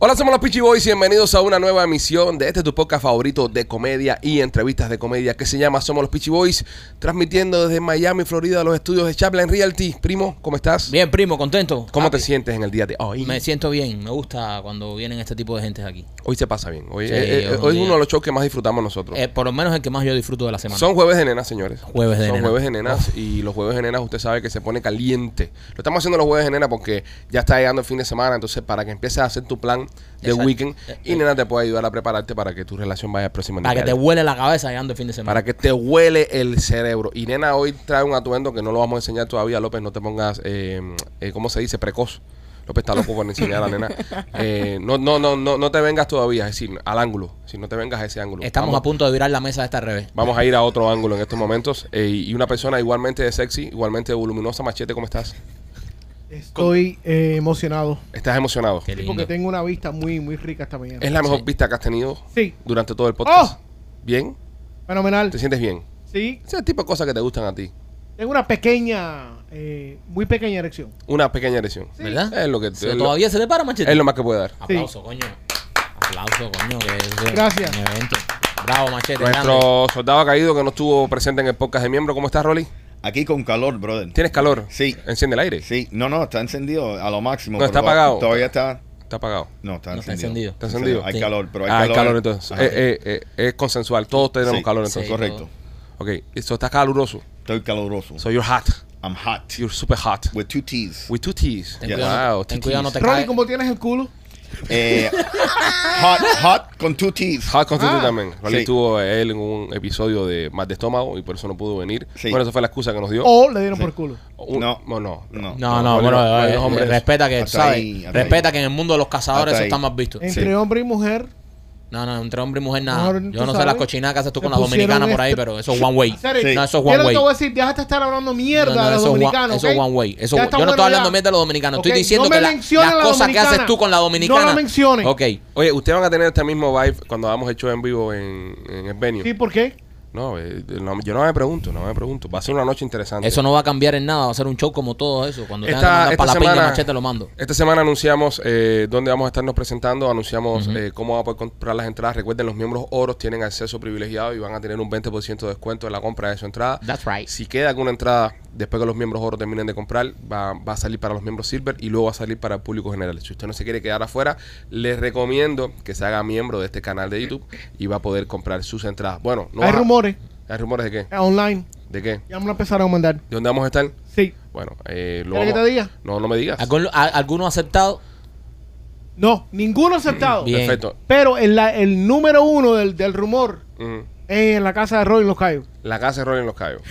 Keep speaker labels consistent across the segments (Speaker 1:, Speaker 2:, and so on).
Speaker 1: Hola, somos los Peachy Boys y bienvenidos a una nueva emisión de este tu podcast favorito de comedia y entrevistas de comedia que se llama Somos los Peachy Boys, transmitiendo desde Miami, Florida, los estudios de Chaplin Realty. Primo, ¿cómo estás?
Speaker 2: Bien, primo, contento.
Speaker 1: ¿Cómo te
Speaker 2: Happy.
Speaker 1: sientes en el día de hoy?
Speaker 2: Me siento bien, me gusta cuando vienen este tipo de gentes aquí.
Speaker 1: Hoy se pasa bien. Hoy,
Speaker 2: Sí,
Speaker 1: eh, eh,
Speaker 2: hoy es un
Speaker 1: hoy es
Speaker 2: día.
Speaker 1: uno de los shows que más disfrutamos nosotros.
Speaker 2: Eh, por lo menos el que más yo disfruto de la semana.
Speaker 1: Son jueves de nenas, señores.
Speaker 2: Jueves de
Speaker 1: Son
Speaker 2: nena.
Speaker 1: jueves de nenas y los jueves de nenas usted sabe que se pone caliente. Lo estamos haciendo los jueves de nenas porque ya está llegando el fin de semana, entonces para que empieces a hacer tu plan de
Speaker 2: Exacto. Eh,
Speaker 1: weekend y nena te puede ayudar a prepararte para que tu relación vaya al próximo
Speaker 2: Para que
Speaker 1: nivel.
Speaker 2: te huele la cabeza llegando el fin de semana.
Speaker 1: Para que te huele el cerebro. Y nena hoy trae un atuendo que no lo vamos a enseñar todavía, López. No te pongas, eh, eh, ¿cómo se dice? Precoz. López está loco por enseñar a la nena. Eh, no, no, no, no, no te vengas todavía, es decir, al ángulo. Si no te vengas a ese ángulo.
Speaker 2: Estamos
Speaker 1: Vamos-
Speaker 2: a punto de virar la mesa de esta al revés.
Speaker 1: Vamos a ir a otro ángulo en estos momentos. Eh, y una persona igualmente de sexy, igualmente de voluminosa. Machete, ¿cómo estás?
Speaker 3: Estoy eh, emocionado.
Speaker 1: ¿Estás emocionado?
Speaker 2: Qué
Speaker 3: Sí,
Speaker 2: lindo.
Speaker 3: porque tengo una vista muy, muy rica esta mañana.
Speaker 1: Es la mejor
Speaker 2: Sí.
Speaker 1: pista que has tenido
Speaker 3: Sí,
Speaker 1: durante todo el podcast.
Speaker 3: ¡Oh!
Speaker 1: ¿Bien?
Speaker 3: fenomenal.
Speaker 1: ¿Te sientes bien?
Speaker 3: Sí,
Speaker 1: Ese es el tipo de cosas que te gustan a ti.
Speaker 3: tengo una pequeña, eh, muy pequeña erección.
Speaker 1: Una pequeña erección.
Speaker 2: ¿Verdad?
Speaker 1: Es lo que es
Speaker 2: Se-
Speaker 1: lo-
Speaker 2: ¿Todavía se te para, machete?
Speaker 1: es lo más que puede dar.
Speaker 2: Aplauso, coño. Aplauso, coño. que es-
Speaker 3: Gracias.
Speaker 2: un evento. Bravo, machete. grande.
Speaker 1: Nuestro soldado caído que no estuvo presente en el podcast de miembro. ¿Cómo estás, Rolly?
Speaker 4: Aquí con calor, brother.
Speaker 1: ¿Tienes calor?
Speaker 4: Sí.
Speaker 1: Enciende el aire.
Speaker 4: Sí, no, no, está encendido a lo
Speaker 1: No,
Speaker 4: máximo. pero
Speaker 1: está
Speaker 4: to-
Speaker 1: apagado.
Speaker 4: Todavía está.
Speaker 1: Está apagado.
Speaker 4: No, está
Speaker 2: No, está
Speaker 4: encendido.
Speaker 2: encendido.
Speaker 1: Está encendido.
Speaker 4: Hay
Speaker 2: Sí.
Speaker 4: calor, pero hay
Speaker 1: Ah,
Speaker 4: calor.
Speaker 1: hay calor entonces.
Speaker 4: Ajá.
Speaker 1: Eh, eh, eh, es consensual. Todos tenemos
Speaker 4: Sí,
Speaker 1: calor entonces.
Speaker 2: sí.
Speaker 4: Correcto.
Speaker 1: Ok. Eso está caluroso.
Speaker 4: Estoy caluroso.
Speaker 1: So you're hot.
Speaker 4: I'm hot.
Speaker 1: You're super hot.
Speaker 4: With two T's.
Speaker 1: With two T's.
Speaker 2: Ten
Speaker 4: Yes.
Speaker 2: cuidado,
Speaker 1: Wow,
Speaker 2: ten
Speaker 1: two
Speaker 2: cuidado, no
Speaker 1: T's.
Speaker 2: te
Speaker 3: Rolly,
Speaker 2: caes.
Speaker 3: ¿cómo tienes el culo?
Speaker 4: Eh, hot, hot con two T's.
Speaker 1: Hot Constitute
Speaker 3: Ah.
Speaker 1: también. Rolly
Speaker 4: Sí.
Speaker 1: estuvo eh, él en un episodio de más de estómago y por eso no pudo venir.
Speaker 4: Sí.
Speaker 1: Bueno, esa fue la excusa que nos dio.
Speaker 3: O le dieron por culo.
Speaker 1: Un-
Speaker 4: No.
Speaker 1: no, no.
Speaker 4: No.
Speaker 2: Oh. No, no,
Speaker 1: Rolly,
Speaker 2: bueno,
Speaker 1: no,
Speaker 2: eh,
Speaker 1: los hombres-
Speaker 2: respeta que,
Speaker 4: Hasta
Speaker 2: ¿sabes?
Speaker 4: ahí, hasta
Speaker 2: respeta
Speaker 4: ahí.
Speaker 2: que en el mundo de los cazadores
Speaker 4: Hasta
Speaker 2: eso está
Speaker 4: ahí.
Speaker 2: más
Speaker 1: Eh.
Speaker 2: visto.
Speaker 3: Entre hombre y mujer.
Speaker 2: No, no, entre hombre y mujer nada.
Speaker 3: Mejor,
Speaker 2: Yo no
Speaker 3: tú
Speaker 2: sé
Speaker 3: sabes,
Speaker 2: las cochinadas que haces tú
Speaker 3: se
Speaker 2: con las
Speaker 3: pusieron
Speaker 2: dominicanas por ahí,
Speaker 3: este-
Speaker 2: pero eso es one way.
Speaker 3: Serio.
Speaker 2: No, eso es
Speaker 3: Mira lo
Speaker 2: one
Speaker 3: que
Speaker 2: way.
Speaker 3: te voy a decir, deja de estar hablando
Speaker 2: No,
Speaker 3: mierda
Speaker 2: no,
Speaker 3: de los
Speaker 2: eso es one-
Speaker 3: dominicanos.
Speaker 2: eso es
Speaker 3: ¿ok?
Speaker 2: one way. Eso-
Speaker 3: Ya
Speaker 2: yo
Speaker 3: está
Speaker 2: no
Speaker 3: bueno
Speaker 2: estoy hablando
Speaker 3: ya.
Speaker 2: mierda de los dominicanos.
Speaker 3: Ok,
Speaker 2: Estoy diciendo
Speaker 3: no me
Speaker 2: que la-
Speaker 3: menciones
Speaker 2: las
Speaker 3: la
Speaker 2: cosas que haces
Speaker 3: dominicana.
Speaker 2: tú con la dominicana.
Speaker 3: No la menciones.
Speaker 2: Ok.
Speaker 1: Oye, ustedes van a tener este mismo vibe cuando hagamos el show en vivo en, en el venue.
Speaker 3: Sí, ¿por qué?
Speaker 1: No, eh, no, yo no me pregunto, no me pregunto. Va a ser una noche interesante.
Speaker 2: Eso no va a cambiar en nada. Va a ser un show como todo eso. Cuando tengan que
Speaker 1: Esta,
Speaker 2: mandar
Speaker 1: esta
Speaker 2: para la piña
Speaker 1: semana,
Speaker 2: machete lo mando.
Speaker 1: esta semana anunciamos eh, dónde vamos a estarnos presentando, anunciamos eh, cómo van a poder comprar las entradas. Recuerden, los miembros oros tienen acceso privilegiado y van a tener un 20% de descuento en la compra de su entrada.
Speaker 2: That's right.
Speaker 1: Si queda alguna entrada después que los miembros oro terminen de comprar, va, va a salir para los miembros silver y luego va a salir para el público general. Si usted no se quiere quedar afuera, les recomiendo que se haga miembro de este canal de YouTube y va a poder comprar sus entradas. Bueno, no
Speaker 3: Hay
Speaker 1: vas a-
Speaker 3: rumores
Speaker 1: ¿Hay rumores de qué?
Speaker 3: eh, online.
Speaker 1: ¿De qué? ¿De
Speaker 3: Ya me lo empezaron a mandar.
Speaker 1: dónde vamos a estar?
Speaker 3: Sí.
Speaker 1: Bueno, eh, lo
Speaker 3: ¿Quieres que
Speaker 1: vamos-
Speaker 3: te diga?
Speaker 1: No, no me digas.
Speaker 2: ¿Algún- a- ¿Alguno aceptado?
Speaker 3: No, ninguno aceptado.
Speaker 2: Bien.
Speaker 1: Perfecto.
Speaker 3: Pero el, la- el número uno del, del rumor
Speaker 1: Ujú.
Speaker 3: es en la casa de Rolly en Los Cayos.
Speaker 1: Mm. La casa de Rolly en los Cayos.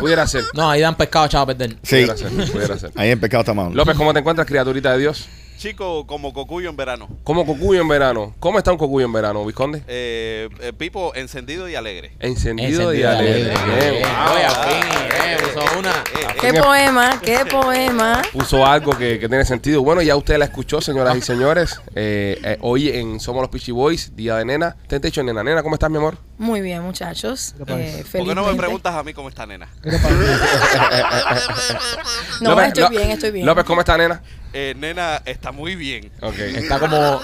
Speaker 1: pudiera ser.
Speaker 2: No, ahí dan pescado, chaval, a perder.
Speaker 4: Sí.
Speaker 1: Pudiera ser. Pudiera ser.
Speaker 4: Ahí en pecado está mal.
Speaker 1: López, ¿cómo te encuentras, criaturita de Dios?
Speaker 5: Chico, como cocuyo en verano.
Speaker 1: ¿Cómo cocuyo en verano? ¿Cómo está un cocuyo en verano, Visconde?
Speaker 5: Eh, eh, Pipo encendido y alegre.
Speaker 1: Encendido, y
Speaker 2: Encendido,
Speaker 1: alegre.
Speaker 2: alegre.
Speaker 1: Bien.
Speaker 2: Ah, Oye, al fin, eh, puso una.
Speaker 6: Qué poema, qué poema.
Speaker 1: Puso algo que, que tiene sentido. Bueno, ya usted la escuchó, señoras y señores. Eh, eh, hoy en Somos los Pichi Boys, Día de Nena. Te hecho nena. Nena, ¿cómo estás, mi amor?
Speaker 6: Muy bien, muchachos.
Speaker 3: ¿Qué te parece?
Speaker 6: Eh,
Speaker 5: ¿Por qué no me
Speaker 6: felizmente.
Speaker 5: preguntas a mí cómo está nena?
Speaker 6: No,
Speaker 1: López,
Speaker 6: estoy
Speaker 1: Lo-
Speaker 6: bien, estoy bien.
Speaker 1: López, ¿cómo está, nena?
Speaker 5: Eh, nena está muy bien.
Speaker 1: Ok.
Speaker 2: Está como,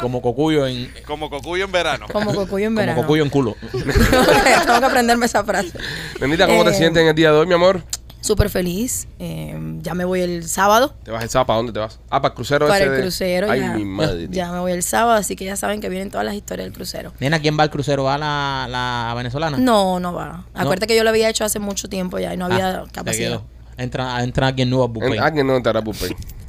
Speaker 2: como cocuyo en,
Speaker 5: Como cocuyo en verano.
Speaker 6: Como cocuyo en
Speaker 2: como
Speaker 6: verano.
Speaker 2: cocuyo en culo.
Speaker 6: Tengo que aprenderme esa frase.
Speaker 1: Nenita, ¿cómo te
Speaker 6: Eh,
Speaker 1: sientes en el día de hoy, mi amor?
Speaker 6: Súper feliz. eh, ya me voy el sábado
Speaker 1: ¿Te vas el sábado? ¿Para dónde te vas? Ah, para el crucero
Speaker 6: para
Speaker 1: ese
Speaker 6: el
Speaker 1: de-
Speaker 6: crucero.
Speaker 1: Ay,
Speaker 6: ya,
Speaker 1: mi madre.
Speaker 6: ya me voy el sábado, así que ya saben que vienen todas las historias del crucero.
Speaker 2: Nena, ¿quién va al crucero? ¿Va la, la venezolana?
Speaker 6: No, no va. Acuérdate que yo lo había hecho hace mucho tiempo ya y no había
Speaker 2: Ah, te
Speaker 6: capacidad.
Speaker 2: quedó. Entra, entra alguien nuevo al buffet.
Speaker 1: En- Alguien no entrará por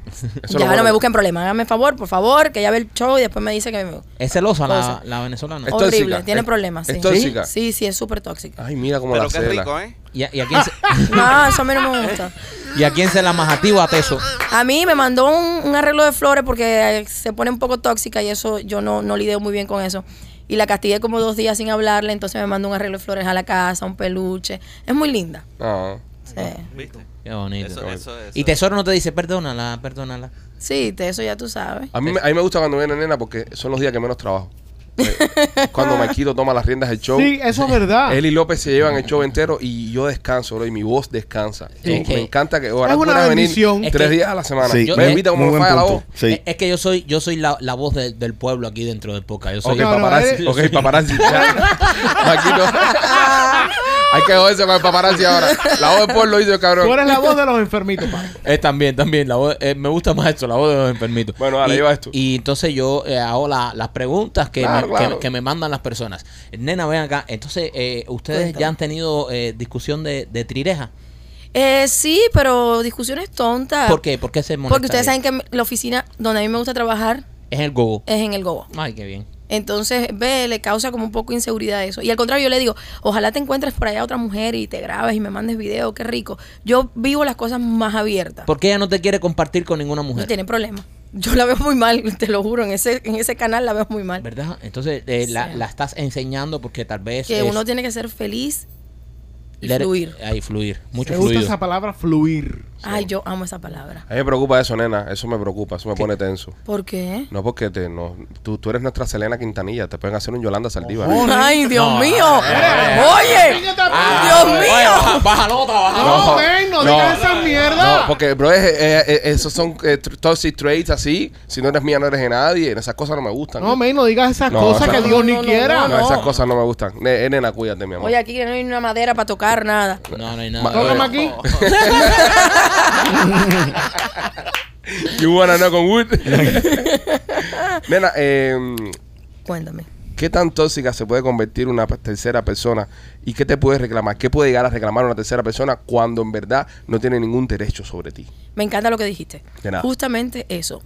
Speaker 1: Eso es lo
Speaker 6: Ya
Speaker 1: bueno.
Speaker 6: no me busquen problemas. Háganme favor, por favor, que ya ve el show y después me dice que me...
Speaker 2: Es celosa la,
Speaker 6: Cosa.
Speaker 2: la venezolana.
Speaker 1: Es
Speaker 6: horrible,
Speaker 1: tóxica.
Speaker 6: tiene
Speaker 1: Es-
Speaker 6: problemas.
Speaker 1: es
Speaker 6: sí.
Speaker 1: tóxica.
Speaker 6: Sí, sí, es súper tóxica.
Speaker 1: Ay, mira cómo
Speaker 5: Pero
Speaker 1: la
Speaker 5: qué
Speaker 1: cela.
Speaker 5: rico, ¿eh?
Speaker 2: ¿Y a, y a quién se,
Speaker 6: No, eso a mí no me gusta.
Speaker 2: ¿Y a quién se la majativa a Teso?
Speaker 6: A mí me mandó un, un arreglo de flores porque eh, se pone un poco tóxica y eso yo no, no lidio muy bien con eso. Y la castigué como dos días sin hablarle, entonces me mandó un arreglo de flores a la casa, un peluche. Es muy linda.
Speaker 1: Ah.
Speaker 6: Sí.
Speaker 5: ¿Viste?
Speaker 2: Qué bonito.
Speaker 5: Eso-
Speaker 2: Qué bonito.
Speaker 5: eso- eso-
Speaker 2: y Tesoro no te dice, perdónala, perdónala.
Speaker 6: Sí, de eso ya tú sabes.
Speaker 2: Ah.
Speaker 1: A mí, me- a mí me gusta cuando viene nena porque son los días que menos trabajo. Eh, Cuando Maquito toma las riendas del show.
Speaker 3: Sí, eso es
Speaker 2: Ah.
Speaker 3: verdad.
Speaker 1: Él y López se llevan el show entero y yo descanso, bro, y mi voz descansa.
Speaker 2: Sí.
Speaker 1: Y
Speaker 2: Es
Speaker 1: Me
Speaker 2: que-
Speaker 1: encanta que ahora
Speaker 3: Es una
Speaker 1: pueda venir
Speaker 3: bendición.
Speaker 1: tres
Speaker 2: Es que-
Speaker 1: días a la semana.
Speaker 4: Sí,
Speaker 1: Yo,
Speaker 2: muy-
Speaker 1: me invita como
Speaker 4: muy
Speaker 1: me
Speaker 4: buen
Speaker 1: falla la
Speaker 4: punto.
Speaker 1: voz. Eh,
Speaker 4: Sí.
Speaker 2: Es, es que yo soy yo soy la, la voz de- del pueblo aquí dentro del podcast. Yo
Speaker 1: Ok,
Speaker 2: soy
Speaker 3: No, no,
Speaker 1: paparazzi.
Speaker 3: eres-
Speaker 1: ok, paparazzi. Maquito. Hay que joderse con el paparazzi ahora. La voz del pueblo hizo el
Speaker 3: Tú eres
Speaker 1: cabrón.
Speaker 3: la voz de los enfermitos, pa.
Speaker 2: Es eh, también, también. La voz, eh, me gusta más esto, la voz de los enfermitos.
Speaker 1: Bueno, dale,
Speaker 2: y,
Speaker 1: lleva esto.
Speaker 2: Y entonces yo eh, hago la- las preguntas que,
Speaker 1: Claro,
Speaker 2: me, que-
Speaker 1: claro.
Speaker 2: Que, me mandan las personas. Nena, ven acá. Entonces, eh, ¿ustedes
Speaker 6: Cuéntame.
Speaker 2: ya han tenido eh, discusión de, de trireja?
Speaker 6: Eh, sí, pero discusiones tontas.
Speaker 2: ¿Por qué? ¿Por qué se molesta?
Speaker 6: Ah. Porque ustedes saben que la oficina donde a mí me gusta trabajar
Speaker 2: Es el gogo.
Speaker 6: es en el Gobo.
Speaker 2: Ay, qué bien.
Speaker 6: Entonces, ve, le causa como un poco inseguridad eso. Y al contrario, yo le digo, ojalá te encuentres por allá otra mujer y te grabes y me mandes video, qué rico. Yo vivo las cosas más abiertas.
Speaker 2: ¿Por qué ella no te quiere compartir con ninguna
Speaker 6: No
Speaker 2: mujer?
Speaker 6: tiene problema. Yo la veo muy mal, te lo juro, en ese, en ese canal la veo muy mal.
Speaker 2: ¿Verdad? Entonces, eh, la,
Speaker 6: Sí.
Speaker 2: la estás enseñando porque tal vez...
Speaker 6: que
Speaker 2: es-
Speaker 6: uno tiene que ser feliz. y
Speaker 2: le-
Speaker 6: fluir.
Speaker 2: Ay, fluir. Mucho
Speaker 3: Me gusta
Speaker 2: fluido.
Speaker 3: esa palabra fluir.
Speaker 6: Ay, yo amo esa palabra.
Speaker 1: A mí me preocupa eso, nena. Eso me preocupa. Eso me pone tenso.
Speaker 6: ¿Por qué?
Speaker 1: No, porque te, no, tú, tú eres nuestra Selena Quintanilla. Te pueden hacer un Yolanda Saldívar.
Speaker 3: Oh,
Speaker 6: Ay, Dios mío. Oye, Eh, ah,
Speaker 2: Ah,
Speaker 6: Dios mío.
Speaker 2: Baja nota, baja
Speaker 3: No, men, no digas esa mierda.
Speaker 1: No, porque, bro, es- eh, eh, esos son eh, tr- toxic traits así. Si no eres mía, no eres de nadie. Esas cosas no me gustan.
Speaker 3: No, men, no digas esas
Speaker 1: No,
Speaker 3: cosas
Speaker 1: esa-
Speaker 3: que
Speaker 1: no,
Speaker 3: Dios
Speaker 6: no,
Speaker 3: ni
Speaker 6: no,
Speaker 3: quiera.
Speaker 1: No, esas cosas no me gustan. Ne- eh, nena, cuídate, mi amor.
Speaker 6: Oye, aquí no hay una madera para tocar nada.
Speaker 2: No, no hay
Speaker 1: Ma-
Speaker 2: nada.
Speaker 3: Tócame aquí.
Speaker 1: You wanna know con wood. nena, eh,
Speaker 6: Cuéntame.
Speaker 1: ¿qué tan tóxica se puede convertir una pe- tercera persona? ¿Y qué te puede reclamar? ¿Qué puede llegar a reclamar una tercera persona cuando en verdad no tiene ningún derecho sobre ti?
Speaker 6: Me encanta lo que dijiste.
Speaker 1: De nada.
Speaker 6: Justamente eso.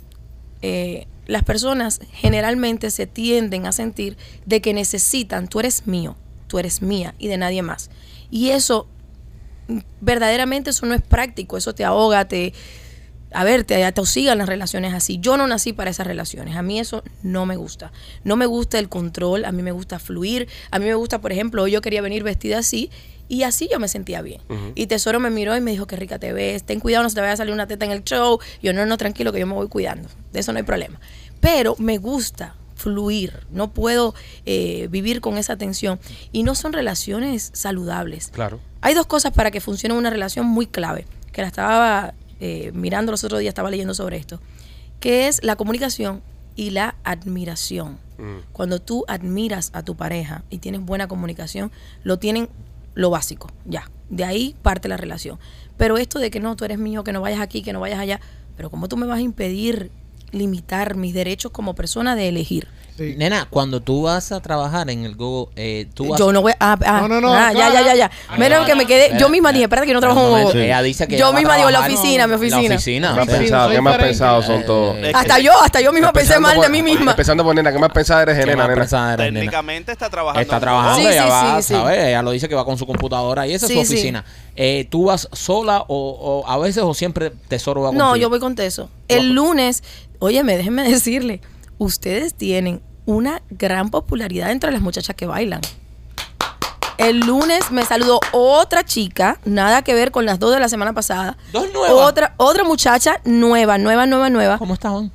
Speaker 6: Eh, las personas generalmente se tienden a sentir de que necesitan, tú eres mío, tú eres mía y de nadie más. Y eso, mm, verdaderamente eso no es práctico, eso te ahoga, te... A ver, te, te osigan las relaciones así. Yo no nací para esas relaciones. A mí eso no me gusta. No me gusta el control, a mí me gusta fluir. A mí me gusta, por ejemplo, hoy yo quería venir vestida así y así yo me sentía bien. Y Tesoro me miró y me dijo, qué rica te ves, ten cuidado, no se te vaya a salir una teta en el show. Y yo, no, no, tranquilo, que yo me voy cuidando. De eso no hay problema. Pero me gusta fluir, no puedo eh, vivir con esa tensión. Y no son relaciones saludables.
Speaker 1: Claro.
Speaker 6: Hay dos cosas para que funcione una relación muy clave, que la estaba eh, mirando los otros días, estaba leyendo sobre esto, que es la comunicación y la admiración. Cuando tú admiras a tu pareja y tienes buena comunicación, lo tienen lo básico, ya. De ahí parte la relación. Pero esto de que no, tú eres mío, que no vayas aquí, que no vayas allá, pero ¿cómo tú me vas a impedir limitar mis derechos como persona de elegir?
Speaker 3: Sí.
Speaker 2: Nena, cuando tú vas a trabajar en el Gogo, eh, tú vas
Speaker 6: Yo no voy ah, ah,
Speaker 3: No, no, no,
Speaker 6: ah, ya, ya, ya, ya.
Speaker 3: aclara.
Speaker 6: Mira lo que me quedé. Yo
Speaker 2: Espera,
Speaker 6: misma dije,
Speaker 2: espera.
Speaker 6: espérate que yo no
Speaker 2: Espera un
Speaker 6: trabajo en
Speaker 2: momento.
Speaker 6: Google.
Speaker 2: Ella dice que
Speaker 6: Yo
Speaker 2: ella va a
Speaker 6: misma digo, la
Speaker 2: trabajar.
Speaker 6: oficina, mi
Speaker 2: La
Speaker 6: oficina.
Speaker 1: ¿Qué más
Speaker 3: Sí,
Speaker 2: oficina.
Speaker 1: pensado?
Speaker 3: soy
Speaker 1: ¿Qué más
Speaker 3: diferente.
Speaker 1: pensado son todos?
Speaker 2: Eh,
Speaker 6: Hasta yo, hasta yo misma pensé
Speaker 1: Empezando
Speaker 6: mal de
Speaker 1: por-
Speaker 6: mí misma.
Speaker 1: Empezando por nena, ¿qué más pensada eres de
Speaker 2: ¿Qué
Speaker 1: nena,
Speaker 2: más
Speaker 1: nena?
Speaker 2: pensada eres, nena?
Speaker 5: Técnicamente está trabajando.
Speaker 2: Está
Speaker 5: en un
Speaker 2: trabajando,
Speaker 6: Sí,
Speaker 2: ella
Speaker 6: sí,
Speaker 2: va,
Speaker 6: sí, sí.
Speaker 2: ¿sabes? Ella lo dice que va con su computadora y esa
Speaker 6: Sí,
Speaker 2: es su
Speaker 6: sí.
Speaker 2: oficina. Eh, ¿Tú vas sola o, o a veces o siempre Tesoro va contigo?
Speaker 6: No, yo voy con Teso. El lunes, óyeme, déjenme decirle, ustedes tienen una gran popularidad entre las muchachas que bailan. El lunes me saludó otra chica, nada que ver con las dos de la semana pasada.
Speaker 2: ¿Dos nuevas?
Speaker 6: Otra, otra muchacha nueva, nueva, nueva, nueva.
Speaker 2: ¿Cómo estaban?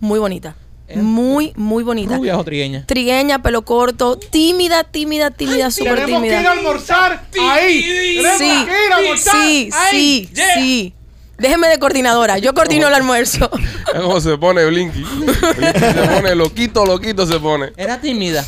Speaker 6: Muy bonita.
Speaker 2: Eh,
Speaker 6: Muy, muy bonita.
Speaker 2: ¿Rubias o trigueñas?
Speaker 6: Trigueña, pelo corto, tímida, tímida, tímida, súper
Speaker 3: Tenemos que ir a
Speaker 6: tímida.
Speaker 3: almorzar ahí. Tenemos
Speaker 6: Sí,
Speaker 3: que ir a almorzar
Speaker 6: sí,
Speaker 3: ahí.
Speaker 6: sí, sí. Déjeme de coordinadora, yo coordino el almuerzo.
Speaker 1: Es como se pone Blinky. Blinky se pone loquito, loquito se pone.
Speaker 2: Era tímida.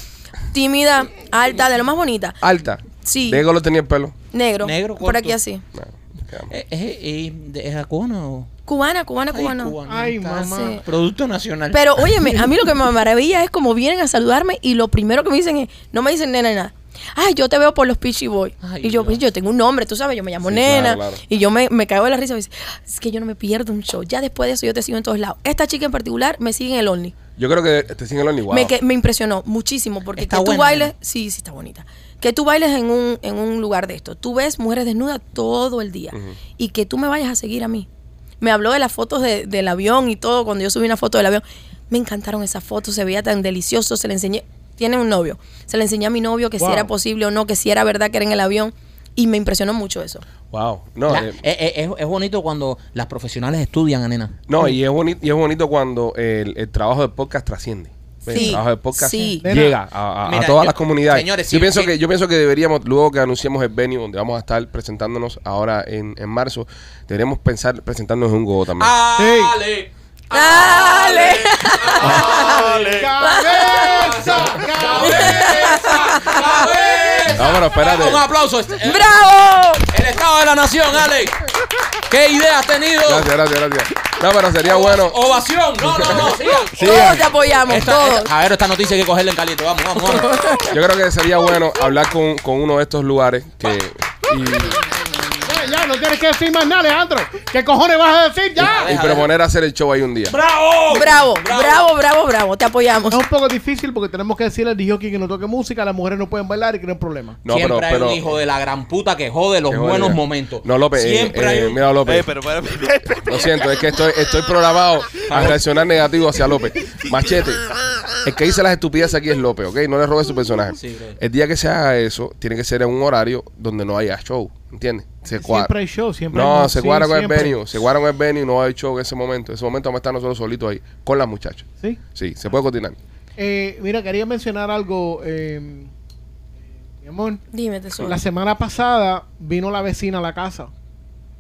Speaker 6: Tímida, alta, de lo más bonita.
Speaker 1: Alta.
Speaker 6: Sí.
Speaker 1: ¿De qué color tenía el pelo?
Speaker 6: Negro.
Speaker 2: Negro,
Speaker 6: por
Speaker 2: corto.
Speaker 6: aquí así.
Speaker 1: No, quedamos.
Speaker 2: ¿Es, es, es, eh, es acuna o...?
Speaker 6: Cubana, cubana,
Speaker 2: Ay,
Speaker 6: cubana.
Speaker 2: cubanita.
Speaker 3: Ay, mamá.
Speaker 6: Sí.
Speaker 2: Producto nacional.
Speaker 6: Pero óyeme, a mí lo que me maravilla es como vienen a saludarme y lo primero que me dicen es, no me dicen nena ni nada. Ay, yo te veo por los Peachy Boy.
Speaker 2: Ay,
Speaker 6: y yo,
Speaker 2: Dios.
Speaker 6: pues, yo tengo un nombre, tú sabes, yo me llamo
Speaker 1: Sí,
Speaker 6: nena.
Speaker 1: claro, claro.
Speaker 6: Y yo me, me caigo de la risa y me dice, "Ah, es que yo no me pierdo un show. Ya después de eso yo te sigo en todos lados. Esta chica en particular me sigue en el Only.
Speaker 1: Yo creo que te siguen los ni
Speaker 6: Me, que- me impresionó muchísimo porque
Speaker 2: Está
Speaker 6: que tú
Speaker 2: buena,
Speaker 6: bailes,
Speaker 2: nena.
Speaker 6: sí, sí está bonita. Que tú bailes en un, en un lugar de esto. Tú ves mujeres desnudas todo el día y que tú me vayas a seguir a mí. Me habló de las fotos de- del avión y todo cuando yo subí una foto del avión. Me encantaron esas fotos, se veía tan delicioso, se le enseñé, tiene un novio. Se le enseñé a mi novio que si
Speaker 3: Wow.
Speaker 6: era posible o no, que si era verdad que era en el avión Y me impresionó mucho eso.
Speaker 1: Wow. No,
Speaker 2: Ya,
Speaker 1: eh,
Speaker 2: eh, eh, es, es bonito cuando las profesionales estudian a nena.
Speaker 1: no y, es bonito, y es bonito cuando el, el trabajo del podcast trasciende. el
Speaker 6: Sí,
Speaker 1: trabajo del podcast
Speaker 6: sí.
Speaker 1: llega a, a- a
Speaker 2: Mira,
Speaker 1: todas
Speaker 2: yo-
Speaker 1: las comunidades.
Speaker 2: señores,
Speaker 1: yo,
Speaker 2: sí,
Speaker 1: pienso
Speaker 2: sí.
Speaker 1: que, yo pienso que deberíamos, luego que anunciemos el venue donde vamos a estar presentándonos ahora en, en marzo, deberíamos pensar presentarnos en un gogo también.
Speaker 2: Ah, ¡Ale! Ah,
Speaker 6: ¡Dale!
Speaker 3: ¡Cabeza! ¡Cabeza!
Speaker 1: Ah, bueno, espérate.
Speaker 2: Un aplauso. este- eh,
Speaker 6: ¡Bravo!
Speaker 2: El Estado de la Nación, Ale. ¿Qué idea has tenido?
Speaker 1: Gracias, gracias, gracias. No, pero sería bueno.
Speaker 2: Ovación. No, no, no. sigan.
Speaker 6: Todos te apoyamos,
Speaker 2: Esta-
Speaker 6: todos.
Speaker 2: esta- a ver, esta noticia hay que cogerla en caliente. Vamos, vamos, vamos.
Speaker 1: Yo creo que sería bueno hablar con, con uno de estos lugares que. Y,
Speaker 3: Ya, ya, no tienes que decir más nada, Alejandro. ¿Qué cojones vas a decir? ¡Ya!
Speaker 1: y proponer hacer el show ahí un día.
Speaker 2: ah,
Speaker 6: Bravo, bravo, bravo, bravo. Te apoyamos.
Speaker 3: Es un poco difícil porque tenemos que decirle al DJ que no toque música, las mujeres no pueden bailar y que no hay problema.
Speaker 1: No,
Speaker 2: Siempre
Speaker 1: pero.
Speaker 2: hay
Speaker 1: pero
Speaker 2: un hijo de la gran puta que jode los
Speaker 1: qué jodida.
Speaker 2: buenos momentos.
Speaker 1: No, López. eh,
Speaker 2: Siempre hay
Speaker 1: eh,
Speaker 2: un...
Speaker 1: Mira, López.
Speaker 5: Eh, pero, pero, pero- pero-
Speaker 1: Lo siento, es que estoy, estoy programado a reaccionar negativo hacia López. Machete, el que dice las estupideces aquí es López, ¿ok? No le robe su personaje.
Speaker 2: Sí, brother.
Speaker 1: el día que se haga eso, tiene que ser en un horario donde no haya show, ¿entiendes? Se
Speaker 3: Siempre
Speaker 1: cuadra.
Speaker 3: hay show, siempre hay
Speaker 1: No,
Speaker 3: música,
Speaker 1: se cuadra con el
Speaker 3: siempre.
Speaker 1: venue, se cuadra con el venue, no hay show en ese momento. En ese momento vamos a estar nosotros solitos ahí, con las muchachas.
Speaker 3: Sí.
Speaker 1: Sí, se puede continuar.
Speaker 3: Eh, mira, quería mencionar algo, eh, mi amor.
Speaker 6: Dime, tesoro.
Speaker 3: La semana pasada vino la vecina a la casa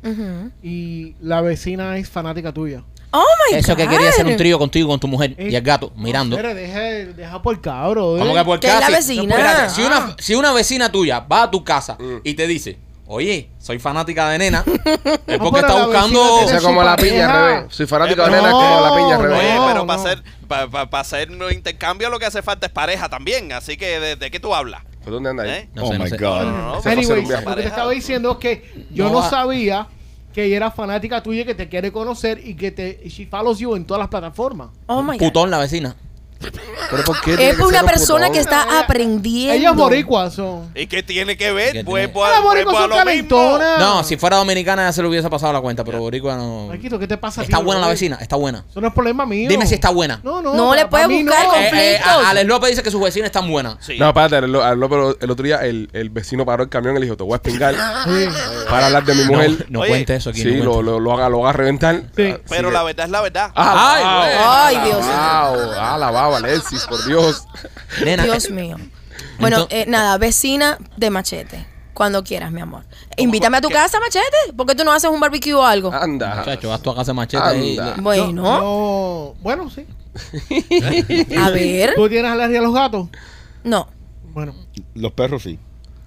Speaker 6: Ujú.
Speaker 3: y la vecina es fanática tuya.
Speaker 6: Oh my
Speaker 2: Eso que
Speaker 6: God.
Speaker 2: quería hacer un trío contigo, con tu mujer
Speaker 3: Eh,
Speaker 2: y el gato, mirando.
Speaker 3: Mira, deja, deja por cabro. ¿eh?
Speaker 2: Como que por
Speaker 6: Que es la
Speaker 2: casi.
Speaker 6: vecina.
Speaker 2: Espérate, si una, si una vecina tuya va a tu casa
Speaker 1: Mm.
Speaker 2: y te dice, oye, soy fanática de nena, es porque
Speaker 3: pero
Speaker 2: está
Speaker 3: la
Speaker 2: buscando.
Speaker 1: Esa
Speaker 3: vecina
Speaker 1: es como la
Speaker 3: pareja.
Speaker 1: piña al revés. Soy fanático de
Speaker 5: Eh,
Speaker 1: nena, es como la piña al
Speaker 3: no,
Speaker 1: revés.
Speaker 5: Oye, pero
Speaker 3: no.
Speaker 5: para hacer, pa- pa- pa hacer un intercambio lo que hace falta es pareja también. Así que, ¿de, de qué tú hablas?
Speaker 1: ¿Por dónde anda ahí?
Speaker 5: ¿Eh?
Speaker 2: No
Speaker 4: oh
Speaker 2: sé, no
Speaker 4: my
Speaker 2: sé.
Speaker 4: God.
Speaker 1: Ese
Speaker 5: no,
Speaker 1: va a ser un
Speaker 3: Anyways,
Speaker 1: viaje.
Speaker 3: lo que te estaba diciendo es que yo
Speaker 2: No
Speaker 3: no,
Speaker 2: va-
Speaker 3: sabía que ella era fanática tuya y que te quiere conocer y que te she follows you en todas las plataformas.
Speaker 6: Oh my God.
Speaker 2: Putón la vecina.
Speaker 1: ¿Pero por qué tiene
Speaker 6: Es
Speaker 1: que ser
Speaker 6: una
Speaker 1: un
Speaker 6: persona
Speaker 1: putón?
Speaker 6: que está aprendiendo.
Speaker 3: Ellos boricuas son.
Speaker 5: ¿Y qué tiene que
Speaker 2: ¿Qué
Speaker 5: ver? Vuelvo a,
Speaker 3: Las boricuas
Speaker 5: vuelvo a
Speaker 3: son
Speaker 5: pues, lo mismo.
Speaker 3: calentonas.
Speaker 2: No, si fuera dominicana Ah. ya se le hubiese pasado la cuenta, pero boricua no.
Speaker 3: Marquito, ¿qué te pasa? a ti,
Speaker 2: Está buena la
Speaker 3: brother?
Speaker 2: vecina, está buena.
Speaker 3: Eso no es problema mío.
Speaker 2: Dime si está buena.
Speaker 3: No, no.
Speaker 6: No le
Speaker 3: pa- pa'
Speaker 6: puedes
Speaker 3: mí
Speaker 6: buscar
Speaker 3: no.
Speaker 6: con-
Speaker 2: Eh, eh,
Speaker 6: Conflictos.
Speaker 2: a- Alex López dice que sus vecinas están buenas.
Speaker 5: Sí.
Speaker 1: No, espérate, el, el, el- el otro día el, el vecino paró el camión y le dijo, te voy a espingar para hablar de mi
Speaker 2: No,
Speaker 1: mujer.
Speaker 2: no
Speaker 5: Oye,
Speaker 2: cuente eso aquí.
Speaker 1: sí,
Speaker 2: no
Speaker 1: lo,
Speaker 2: cuente.
Speaker 1: lo, lo, haga, lo haga reventar.
Speaker 3: Sí.
Speaker 1: Ah,
Speaker 5: Pero
Speaker 1: sí.
Speaker 5: la verdad es la verdad.
Speaker 1: Ah,
Speaker 2: Ay,
Speaker 1: wow.
Speaker 6: Ay, Dios.
Speaker 1: Wow, alabado, Alexis, por Dios.
Speaker 2: Nena,
Speaker 6: Dios
Speaker 2: eh,
Speaker 6: mío. Bueno,
Speaker 2: Entonces-
Speaker 6: eh, nada, vecina de machete. Cuando quieras, mi amor. Invítame a tu
Speaker 5: ¿Qué?
Speaker 6: casa, machete. ¿Por qué tú no haces un barbecue o algo?
Speaker 1: Anda.
Speaker 2: Muchacho, vas tú a casa de machete y
Speaker 1: Anda.
Speaker 6: bueno,
Speaker 3: Ah, No. Bueno, sí.
Speaker 6: ¿Eh? a ver.
Speaker 3: ¿Tú tienes alergia a los gatos?
Speaker 6: No,
Speaker 3: Bueno.
Speaker 4: Los perros sí.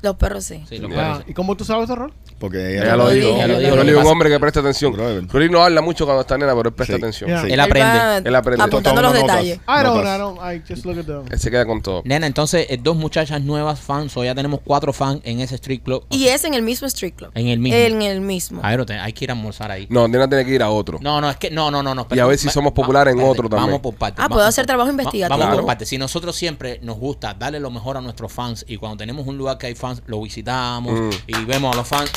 Speaker 6: los perros sí.
Speaker 2: Sí, lo
Speaker 3: ah,
Speaker 2: parece.
Speaker 3: ¿Y cómo tú sabes ese rol?
Speaker 4: Porque
Speaker 1: Ella lo dijo. Ella
Speaker 2: Ella lo
Speaker 1: lo
Speaker 2: dijo.
Speaker 1: dijo.
Speaker 2: Lo que
Speaker 1: un
Speaker 2: pasa-
Speaker 1: hombre que presta atención.
Speaker 4: Brother.
Speaker 1: Crowley no habla mucho cuando está nena, pero él presta
Speaker 4: Sí.
Speaker 1: atención.
Speaker 3: Yeah.
Speaker 4: Sí.
Speaker 2: Él
Speaker 6: va
Speaker 2: aprende.
Speaker 1: Él aprende.
Speaker 6: Apuntando
Speaker 4: No,
Speaker 6: los
Speaker 4: no, no,
Speaker 6: detalles.
Speaker 3: I
Speaker 4: No
Speaker 3: don't,
Speaker 4: pasa.
Speaker 3: I don't. I just look at them.
Speaker 1: Él se queda con todo.
Speaker 2: Nena, entonces, eh, dos muchachas nuevas fans, o ya tenemos cuatro fans en ese street club.
Speaker 6: Y es en el mismo street club.
Speaker 2: En el mismo.
Speaker 6: En el mismo.
Speaker 2: A ver, te- hay que ir a almorzar ahí.
Speaker 1: No, nena tiene que ir a otro.
Speaker 2: No, no, es que no, no, no, no.
Speaker 1: Y a ver si
Speaker 2: Va-
Speaker 1: somos
Speaker 2: va-
Speaker 1: populares en
Speaker 2: espérate,
Speaker 1: otro también.
Speaker 2: Vamos por partes.
Speaker 6: Ah,
Speaker 2: vamos
Speaker 6: puedo hacer
Speaker 2: por-
Speaker 6: trabajo
Speaker 2: va-
Speaker 6: investigativo.
Speaker 2: Vamos por
Speaker 1: Claro.
Speaker 2: partes. Si nosotros siempre nos gusta darle lo mejor a nuestros fans y cuando tenemos un lugar que hay fans, lo visitamos
Speaker 1: Mm.
Speaker 2: y vemos a los fans,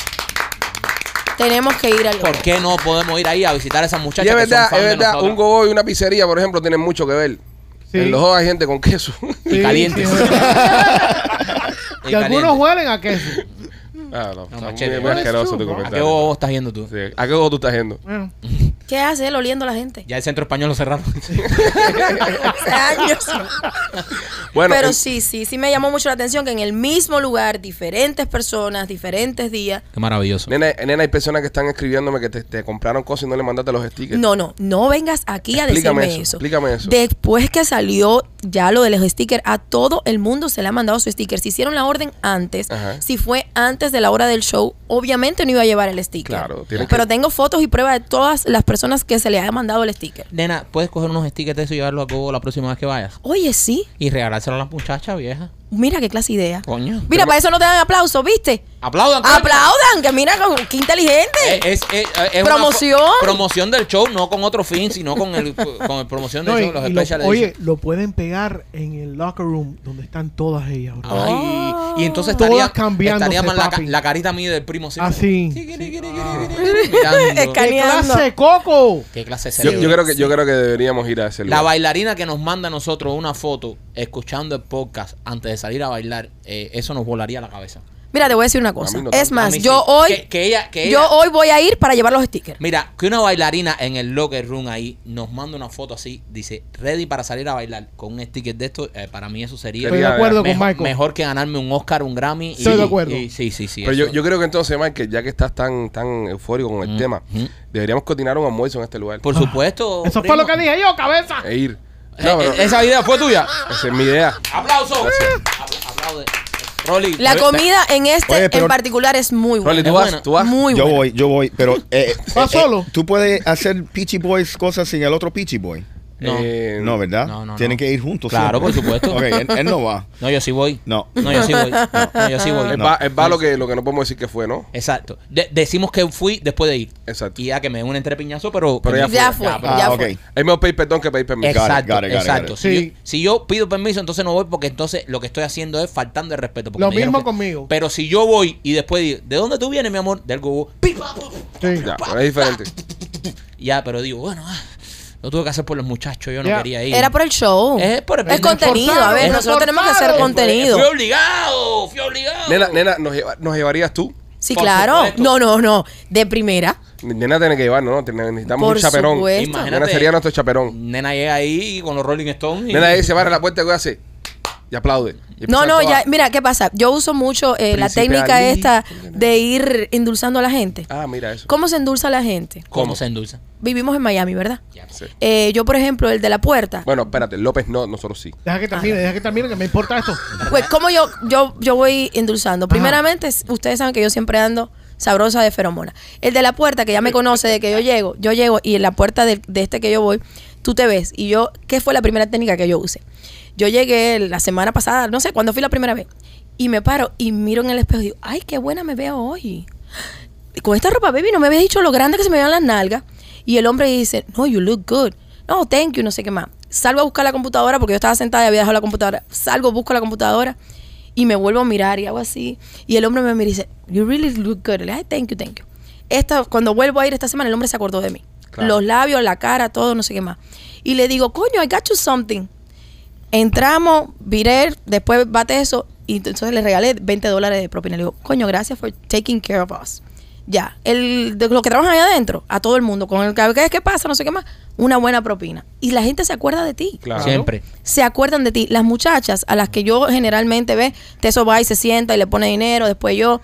Speaker 6: Tenemos que ir al.
Speaker 2: ¿por qué no podemos ir ahí a visitar a esas
Speaker 1: Y
Speaker 2: muchachas?
Speaker 1: es
Speaker 2: que son
Speaker 1: verdad, es
Speaker 2: fans de
Speaker 1: verdad,
Speaker 2: nosotros?
Speaker 1: un gogo y una pizzería, por ejemplo, tienen mucho que ver.
Speaker 3: Sí.
Speaker 1: En los dos hay gente con queso.
Speaker 2: Y calientes.
Speaker 3: sí, sí.
Speaker 2: Y
Speaker 3: Que algunos
Speaker 2: caliente.
Speaker 3: huelen a queso.
Speaker 1: ah, no, está
Speaker 2: machete.
Speaker 1: muy, muy asqueroso tu
Speaker 3: Eso, ¿no?
Speaker 2: ¿A qué
Speaker 1: comentario.
Speaker 2: bobo estás yendo tú?
Speaker 1: Sí, ¿A qué gogo tú estás yendo?
Speaker 3: Bueno.
Speaker 6: ¿Qué hace él oliendo a la gente?
Speaker 2: Ya el centro español lo cerraron.
Speaker 6: Hace años.
Speaker 1: Bueno, eh,
Speaker 6: Pero
Speaker 1: en-
Speaker 6: sí, sí, sí me llamó mucho la atención que en el mismo lugar, diferentes personas, diferentes días.
Speaker 2: Qué maravilloso.
Speaker 1: Nena, nena, hay personas que están escribiéndome que te, te compraron cosas y no le mandaste los stickers.
Speaker 6: No, no, no vengas aquí a
Speaker 1: Explícame
Speaker 6: decirme
Speaker 1: eso,
Speaker 6: eso,
Speaker 1: explícame eso.
Speaker 6: Después que salió ya lo de los stickers, a todo el mundo se le ha mandado su sticker. Si hicieron la orden antes,
Speaker 1: Ajá.
Speaker 6: si fue antes de la hora del show, obviamente no iba a llevar el sticker.
Speaker 1: Claro, tiene
Speaker 6: Pero
Speaker 1: que-
Speaker 6: tengo fotos y pruebas de todas las personas que se le ha mandado el sticker.
Speaker 2: Nena, ¿puedes coger unos stickers de eso y llevarlos a Gogo la próxima vez que vayas?
Speaker 6: Oye, sí,
Speaker 2: Y regalárselo a las muchachas, vieja.
Speaker 6: mira qué clase de idea.
Speaker 2: Coño.
Speaker 6: Mira, para eso no te dan aplauso, ¿viste?
Speaker 2: Aplaudan. coño.
Speaker 6: Aplaudan, que mira cómo- qué inteligente.
Speaker 2: pues! Eh, Es, eh, eh, es una
Speaker 6: Promoción.
Speaker 2: fo- promoción del show, no con otro fin, sino con el con el promoción del
Speaker 3: No, y-
Speaker 2: show, los
Speaker 3: y lo-
Speaker 2: special
Speaker 3: oye,
Speaker 2: edition.
Speaker 3: lo pueden pegar en el locker room donde están todas ellas. bro.
Speaker 2: Ay,
Speaker 6: Ah.
Speaker 2: y entonces
Speaker 3: Todas
Speaker 2: estaría,
Speaker 3: cambiándose,
Speaker 2: estaría más la, ca-
Speaker 3: papi.
Speaker 2: la carita mía del primo sí.
Speaker 3: Así.
Speaker 2: Sí, sí, sí, sí,
Speaker 6: Ah.
Speaker 2: mirando.
Speaker 3: ¡Qué
Speaker 6: Escaneando.
Speaker 3: clase de coco!
Speaker 2: Qué clase de
Speaker 1: yo,
Speaker 2: cerebro.
Speaker 1: yo creo que, yo creo que deberíamos ir a ese
Speaker 2: La
Speaker 1: lugar.
Speaker 2: bailarina que nos manda a nosotros una foto escuchando el podcast antes de salir a bailar, eh, eso nos volaría la cabeza.
Speaker 6: Mira, te voy a decir una
Speaker 1: A
Speaker 6: cosa.
Speaker 1: mí no
Speaker 6: es
Speaker 1: tanto.
Speaker 2: A
Speaker 6: más,
Speaker 2: mí sí.
Speaker 6: yo hoy
Speaker 2: Que- que ella- que
Speaker 6: yo
Speaker 2: ella-
Speaker 6: hoy voy a ir para llevar los stickers.
Speaker 2: Mira, que una bailarina en el locker room ahí nos manda una foto así, dice, ready para salir a bailar con un sticker de esto, eh, para mí eso sería
Speaker 3: Estoy de
Speaker 1: Quería
Speaker 3: acuerdo con
Speaker 2: mejor,
Speaker 3: Michael.
Speaker 2: mejor que ganarme un Oscar, un Grammy. y-
Speaker 3: Estoy de acuerdo.
Speaker 2: y- sí, sí, sí.
Speaker 1: Pero yo,
Speaker 2: eso.
Speaker 1: yo creo que entonces, Michael, ya que estás tan, tan eufórico con el
Speaker 2: Mm,
Speaker 1: tema,
Speaker 2: mm.
Speaker 1: deberíamos coordinar un almuerzo en este lugar.
Speaker 2: Por supuesto.
Speaker 3: Ah, Eso
Speaker 2: primo.
Speaker 3: fue lo que dije yo, cabeza.
Speaker 1: E ir.
Speaker 2: Eh,
Speaker 1: No, pero
Speaker 2: eh, esa idea fue tuya.
Speaker 1: esa es mi idea.
Speaker 2: Aplauso. Apl- Aplaude. Rolly.
Speaker 6: La comida en este
Speaker 4: Oye, pero-
Speaker 6: en particular es muy buena.
Speaker 1: Rolly, tú
Speaker 2: Es
Speaker 1: vas,
Speaker 2: buena.
Speaker 1: tú vas.
Speaker 6: Muy
Speaker 4: Yo
Speaker 6: buena.
Speaker 4: voy, yo voy, pero... eh,
Speaker 3: ¿Vas
Speaker 4: eh, eh,
Speaker 3: solo?
Speaker 4: ¿Tú puedes hacer Peachy Boys cosas sin el otro Peachy Boy?
Speaker 2: No.
Speaker 1: Eh,
Speaker 4: No, ¿verdad?
Speaker 2: Mm. No, no,
Speaker 4: Tienen
Speaker 2: no.
Speaker 4: que ir juntos.
Speaker 2: Claro,
Speaker 4: siempre.
Speaker 2: por supuesto.
Speaker 4: Ok, él, él no va.
Speaker 2: No, yo sí voy.
Speaker 4: No.
Speaker 2: No, yo sí voy. No, no, yo sí voy.
Speaker 1: Es va, es va lo, que, lo que no podemos decir que fue, ¿no?
Speaker 2: Exacto. De- decimos que fui después de ir.
Speaker 1: Exacto.
Speaker 2: Y ya que me den un entrepiñazo, pero.
Speaker 1: Pero ya
Speaker 6: Ya fue,
Speaker 2: pero-
Speaker 4: Ah,
Speaker 6: ya
Speaker 4: ok.
Speaker 6: fue.
Speaker 1: Es mejor pedir perdón que pedir permiso.
Speaker 4: Got
Speaker 2: Exacto,
Speaker 4: it, got it, got it,
Speaker 2: exacto.
Speaker 4: got it.
Speaker 2: Si,
Speaker 3: Sí.
Speaker 2: yo, si yo pido permiso, entonces no voy porque entonces lo que estoy haciendo es faltando el respeto. porque
Speaker 3: Lo
Speaker 2: me dijeron
Speaker 3: mismo
Speaker 2: que-
Speaker 3: conmigo.
Speaker 2: Pero si yo voy y después digo, ¿de dónde tú vienes, mi amor? Del Google.
Speaker 3: Sí.
Speaker 1: Ya, pero es diferente.
Speaker 2: Ya, pero digo, bueno, ah, lo tuve que hacer por los muchachos, yo no
Speaker 3: Ya.
Speaker 2: quería ir.
Speaker 6: Era por el show.
Speaker 2: Es por el-
Speaker 6: Es contenido, a ver,
Speaker 3: Es
Speaker 6: nosotros tenemos que hacer
Speaker 3: forzado.
Speaker 6: contenido.
Speaker 2: Fui obligado, fui obligado.
Speaker 1: Nena, nena, ¿nos, lleva- nos llevarías tú?
Speaker 6: Sí,
Speaker 2: Por
Speaker 6: claro.
Speaker 2: supuesto.
Speaker 6: No, no, no. De primera.
Speaker 1: Nena tiene que llevarnos, ¿no? Tiene- Necesitamos
Speaker 6: Por
Speaker 1: un chaperón.
Speaker 6: supuesto.
Speaker 1: Nena sería nuestro chaperón.
Speaker 2: Nena llega ahí con los Rolling Stones. y-
Speaker 1: Nena ahí se barra la puerta y hace. Y aplaude. Y
Speaker 6: No,
Speaker 1: empieza
Speaker 6: no,
Speaker 1: toda-
Speaker 6: ya, mira, ¿qué pasa? Yo uso mucho eh, la
Speaker 1: Príncipe
Speaker 6: técnica
Speaker 1: Ali.
Speaker 6: esta de ir endulzando a la gente.
Speaker 1: Ah, mira eso.
Speaker 6: ¿Cómo se endulza la gente?
Speaker 2: ¿Cómo
Speaker 1: ¿Cómo?
Speaker 2: se endulza?
Speaker 6: Vivimos en Miami, ¿verdad?
Speaker 2: Ya.
Speaker 1: Sí.
Speaker 6: Eh, yo, por ejemplo, el de la puerta.
Speaker 1: Bueno, espérate, López no, nosotros sí.
Speaker 3: Deja que termine, deja que termine, que me importa esto.
Speaker 6: Pues, ¿cómo yo, yo, yo voy endulzando? Primeramente, s- ustedes saben que yo siempre ando sabrosa de feromona. El de la puerta, que ya me conoce de que yo llego, yo llego y en la puerta del- de, este que yo voy, tú te ves. Y yo, ¿qué fue la primera técnica que yo usé? Yo llegué la semana pasada, no sé, cuándo fui la primera vez, y me paro y miro en el espejo y digo, ay, qué buena me veo hoy. Con esta ropa, baby, no me habías dicho lo grande que se me vean las nalgas. Y el hombre dice, no, you look good. No, thank you, no sé qué más. Salgo a buscar la computadora porque yo estaba sentada y había dejado la computadora. Salgo, busco la computadora y me vuelvo a mirar y hago así. Y el hombre me mira y dice, you really look good. Le digo, "Ay, thank you, thank you. Esta, cuando vuelvo a ir esta semana, el hombre se acordó de mí.
Speaker 1: Claro.
Speaker 6: Los labios, la cara, todo, no sé qué más. Y le digo, coño, I got you something. Entramos, viré, después bate eso. Y entonces le regalé 20 dólares de propina. Le digo, coño, gracias for taking care of us. Ya, el, de los que trabajan allá adentro, a todo el mundo, con el que ¿qué es que pasa, no sé qué más, una buena propina. Y la gente se acuerda de ti.
Speaker 1: Claro.
Speaker 2: Siempre.
Speaker 6: Se acuerdan de ti. Las muchachas a las que yo generalmente ve, Teso va y se sienta y le pone dinero, después yo.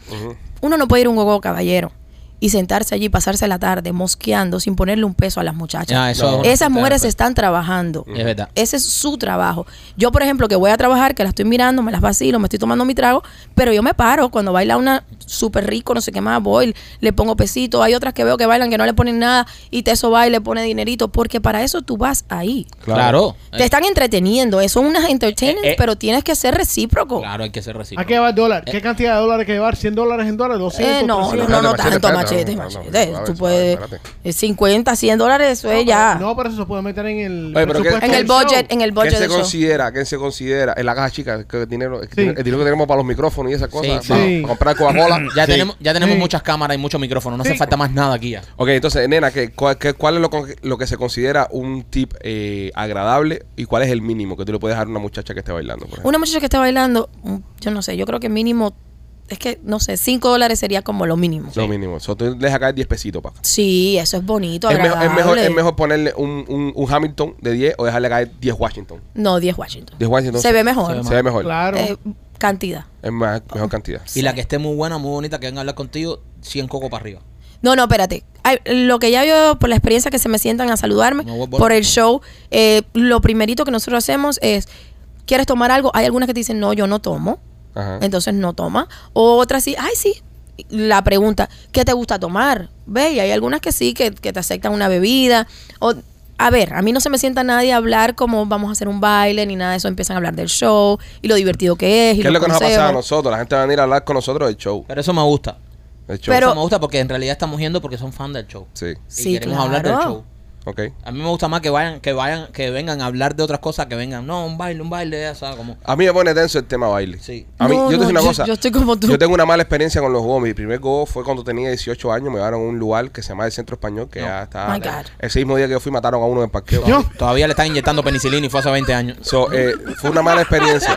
Speaker 6: Uno no puede ir a un gogo, caballero, y sentarse allí, pasarse la tarde mosqueando sin ponerle un peso a las muchachas.
Speaker 2: Ah, eso es una falta
Speaker 6: Esas
Speaker 2: de
Speaker 6: mujeres
Speaker 2: respeto.
Speaker 6: están trabajando.
Speaker 2: Es verdad.
Speaker 6: Ese es su trabajo. Yo, por ejemplo, que voy a trabajar, que la estoy mirando, me las vacilo, me estoy tomando mi trago, pero yo me paro. Cuando baila una súper rico, no sé qué más, voy, le pongo pesito. Hay otras que veo que bailan que no le ponen nada y Teso va y le pone dinerito, porque para eso tú vas ahí.
Speaker 2: Claro.
Speaker 6: Te están entreteniendo, eh, son unas entertainers,
Speaker 2: Eh, eh.
Speaker 6: pero tienes que ser recíproco.
Speaker 2: Claro, hay que ser
Speaker 3: Hay que
Speaker 2: recíproco.
Speaker 3: llevar dólar. ¿Qué cantidad de dólares hay que llevar? ¿100 dólares en dólares? ¿200?
Speaker 6: Eh, no, no,
Speaker 3: 300?
Speaker 6: no, no
Speaker 1: Espérate,
Speaker 6: tanto
Speaker 1: machete,
Speaker 6: machete,
Speaker 1: espérate, no, no,
Speaker 6: machete.
Speaker 1: suave, suave,
Speaker 6: Tú puedes
Speaker 1: espérate.
Speaker 6: eh, 50, 100 dólares, eso es
Speaker 3: pero-
Speaker 6: eh, ya.
Speaker 3: No, pero eso se puede meter en el.
Speaker 1: Oye, pero que-
Speaker 3: presupuesto
Speaker 6: En el
Speaker 3: del show.
Speaker 6: budget, en el
Speaker 1: ¿Qué
Speaker 6: budget
Speaker 1: se
Speaker 6: del show.
Speaker 1: considera? ¿Qué se considera? En la caja chica, que el dinero, el
Speaker 3: Sí.
Speaker 1: dinero- el dinero que tenemos para los micrófonos y esas cosas.
Speaker 2: sí.
Speaker 1: Para,
Speaker 3: Sí.
Speaker 1: para comprar Coca-Cola.
Speaker 2: Ya tenemos, ya tenemos
Speaker 3: Sí.
Speaker 2: muchas cámaras y muchos micrófonos. No hace
Speaker 3: Sí.
Speaker 2: falta más nada aquí ya.
Speaker 1: Ok, entonces, nena, ¿qué, cuál, qué- cuál es lo, con- lo que se considera un tip eh, agradable y cuál es el mínimo que tú le puedes dar a una muchacha que esté bailando? Por ejemplo?
Speaker 6: Una muchacha que está bailando, mm, yo no sé, yo creo que mínimo, es que no sé, 5 dólares sería como lo mínimo.
Speaker 1: Lo mínimo. So, tú dejas caer 10 pesitos, papá.
Speaker 6: Sí, eso es bonito,
Speaker 1: Es mejor,
Speaker 6: agradable.
Speaker 1: es, mejor, es mejor ponerle un, un- un Hamilton de 10 o dejarle caer 10 Washington.
Speaker 6: No, 10 Washington.
Speaker 1: 10 Washington.
Speaker 6: Se ve mejor.
Speaker 1: Se ve mejor.
Speaker 3: Claro.
Speaker 6: Eh, cantidad.
Speaker 1: Es más, mejor cantidad.
Speaker 2: Y la que esté muy buena, muy bonita, que venga a hablar contigo, 100 coco para arriba.
Speaker 6: No, no, espérate. Ay, lo que ya yo, por la experiencia que se me sientan a saludarme,
Speaker 2: No, bueno.
Speaker 6: por el show, eh, lo primerito que nosotros hacemos es, ¿quieres tomar algo? Hay algunas que te dicen, no, yo no tomo.
Speaker 1: Ajá.
Speaker 6: Entonces no toma. O otras sí, ay, sí. La pregunta, ¿qué te gusta tomar? Ve, y hay algunas que sí, que, que te aceptan una bebida. O, a ver, a mí no se me sienta nadie a hablar como vamos a hacer un baile ni nada de eso. Empiezan a hablar del show y lo divertido que es. Y
Speaker 1: ¿Qué es
Speaker 6: los
Speaker 1: lo que nos ha
Speaker 6: consejos.
Speaker 1: pasado a nosotros? La gente va a venir a hablar con nosotros del show.
Speaker 2: Pero eso me gusta.
Speaker 1: Del show.
Speaker 6: Pero-
Speaker 2: eso me gusta porque en realidad estamos yendo porque son fan del show.
Speaker 1: Sí.
Speaker 6: Sí,
Speaker 2: y queremos hablar del
Speaker 6: claro.
Speaker 2: show.
Speaker 1: Ok.
Speaker 2: A mí me gusta más que vayan, que vayan, que vengan a hablar de otras cosas, que vengan, no, un baile, un baile, o sea, como
Speaker 1: A mí me pone tenso el tema baile.
Speaker 2: Sí.
Speaker 1: A mí,
Speaker 6: No,
Speaker 1: yo te
Speaker 6: no,
Speaker 1: digo una
Speaker 6: yo-
Speaker 1: cosa.
Speaker 6: yo estoy como tú.
Speaker 1: Yo tengo una mala experiencia con los go. Mi primer go fue cuando tenía 18 años. Me llevaron a un lugar que se llama el Centro Español, que ya está.
Speaker 6: My God.
Speaker 1: Ese mismo día que yo fui, mataron a uno en el parqueo.
Speaker 3: Yo.
Speaker 2: todavía le están inyectando penicilina y fue hace 20 años.
Speaker 1: So, eh, fue una mala experiencia.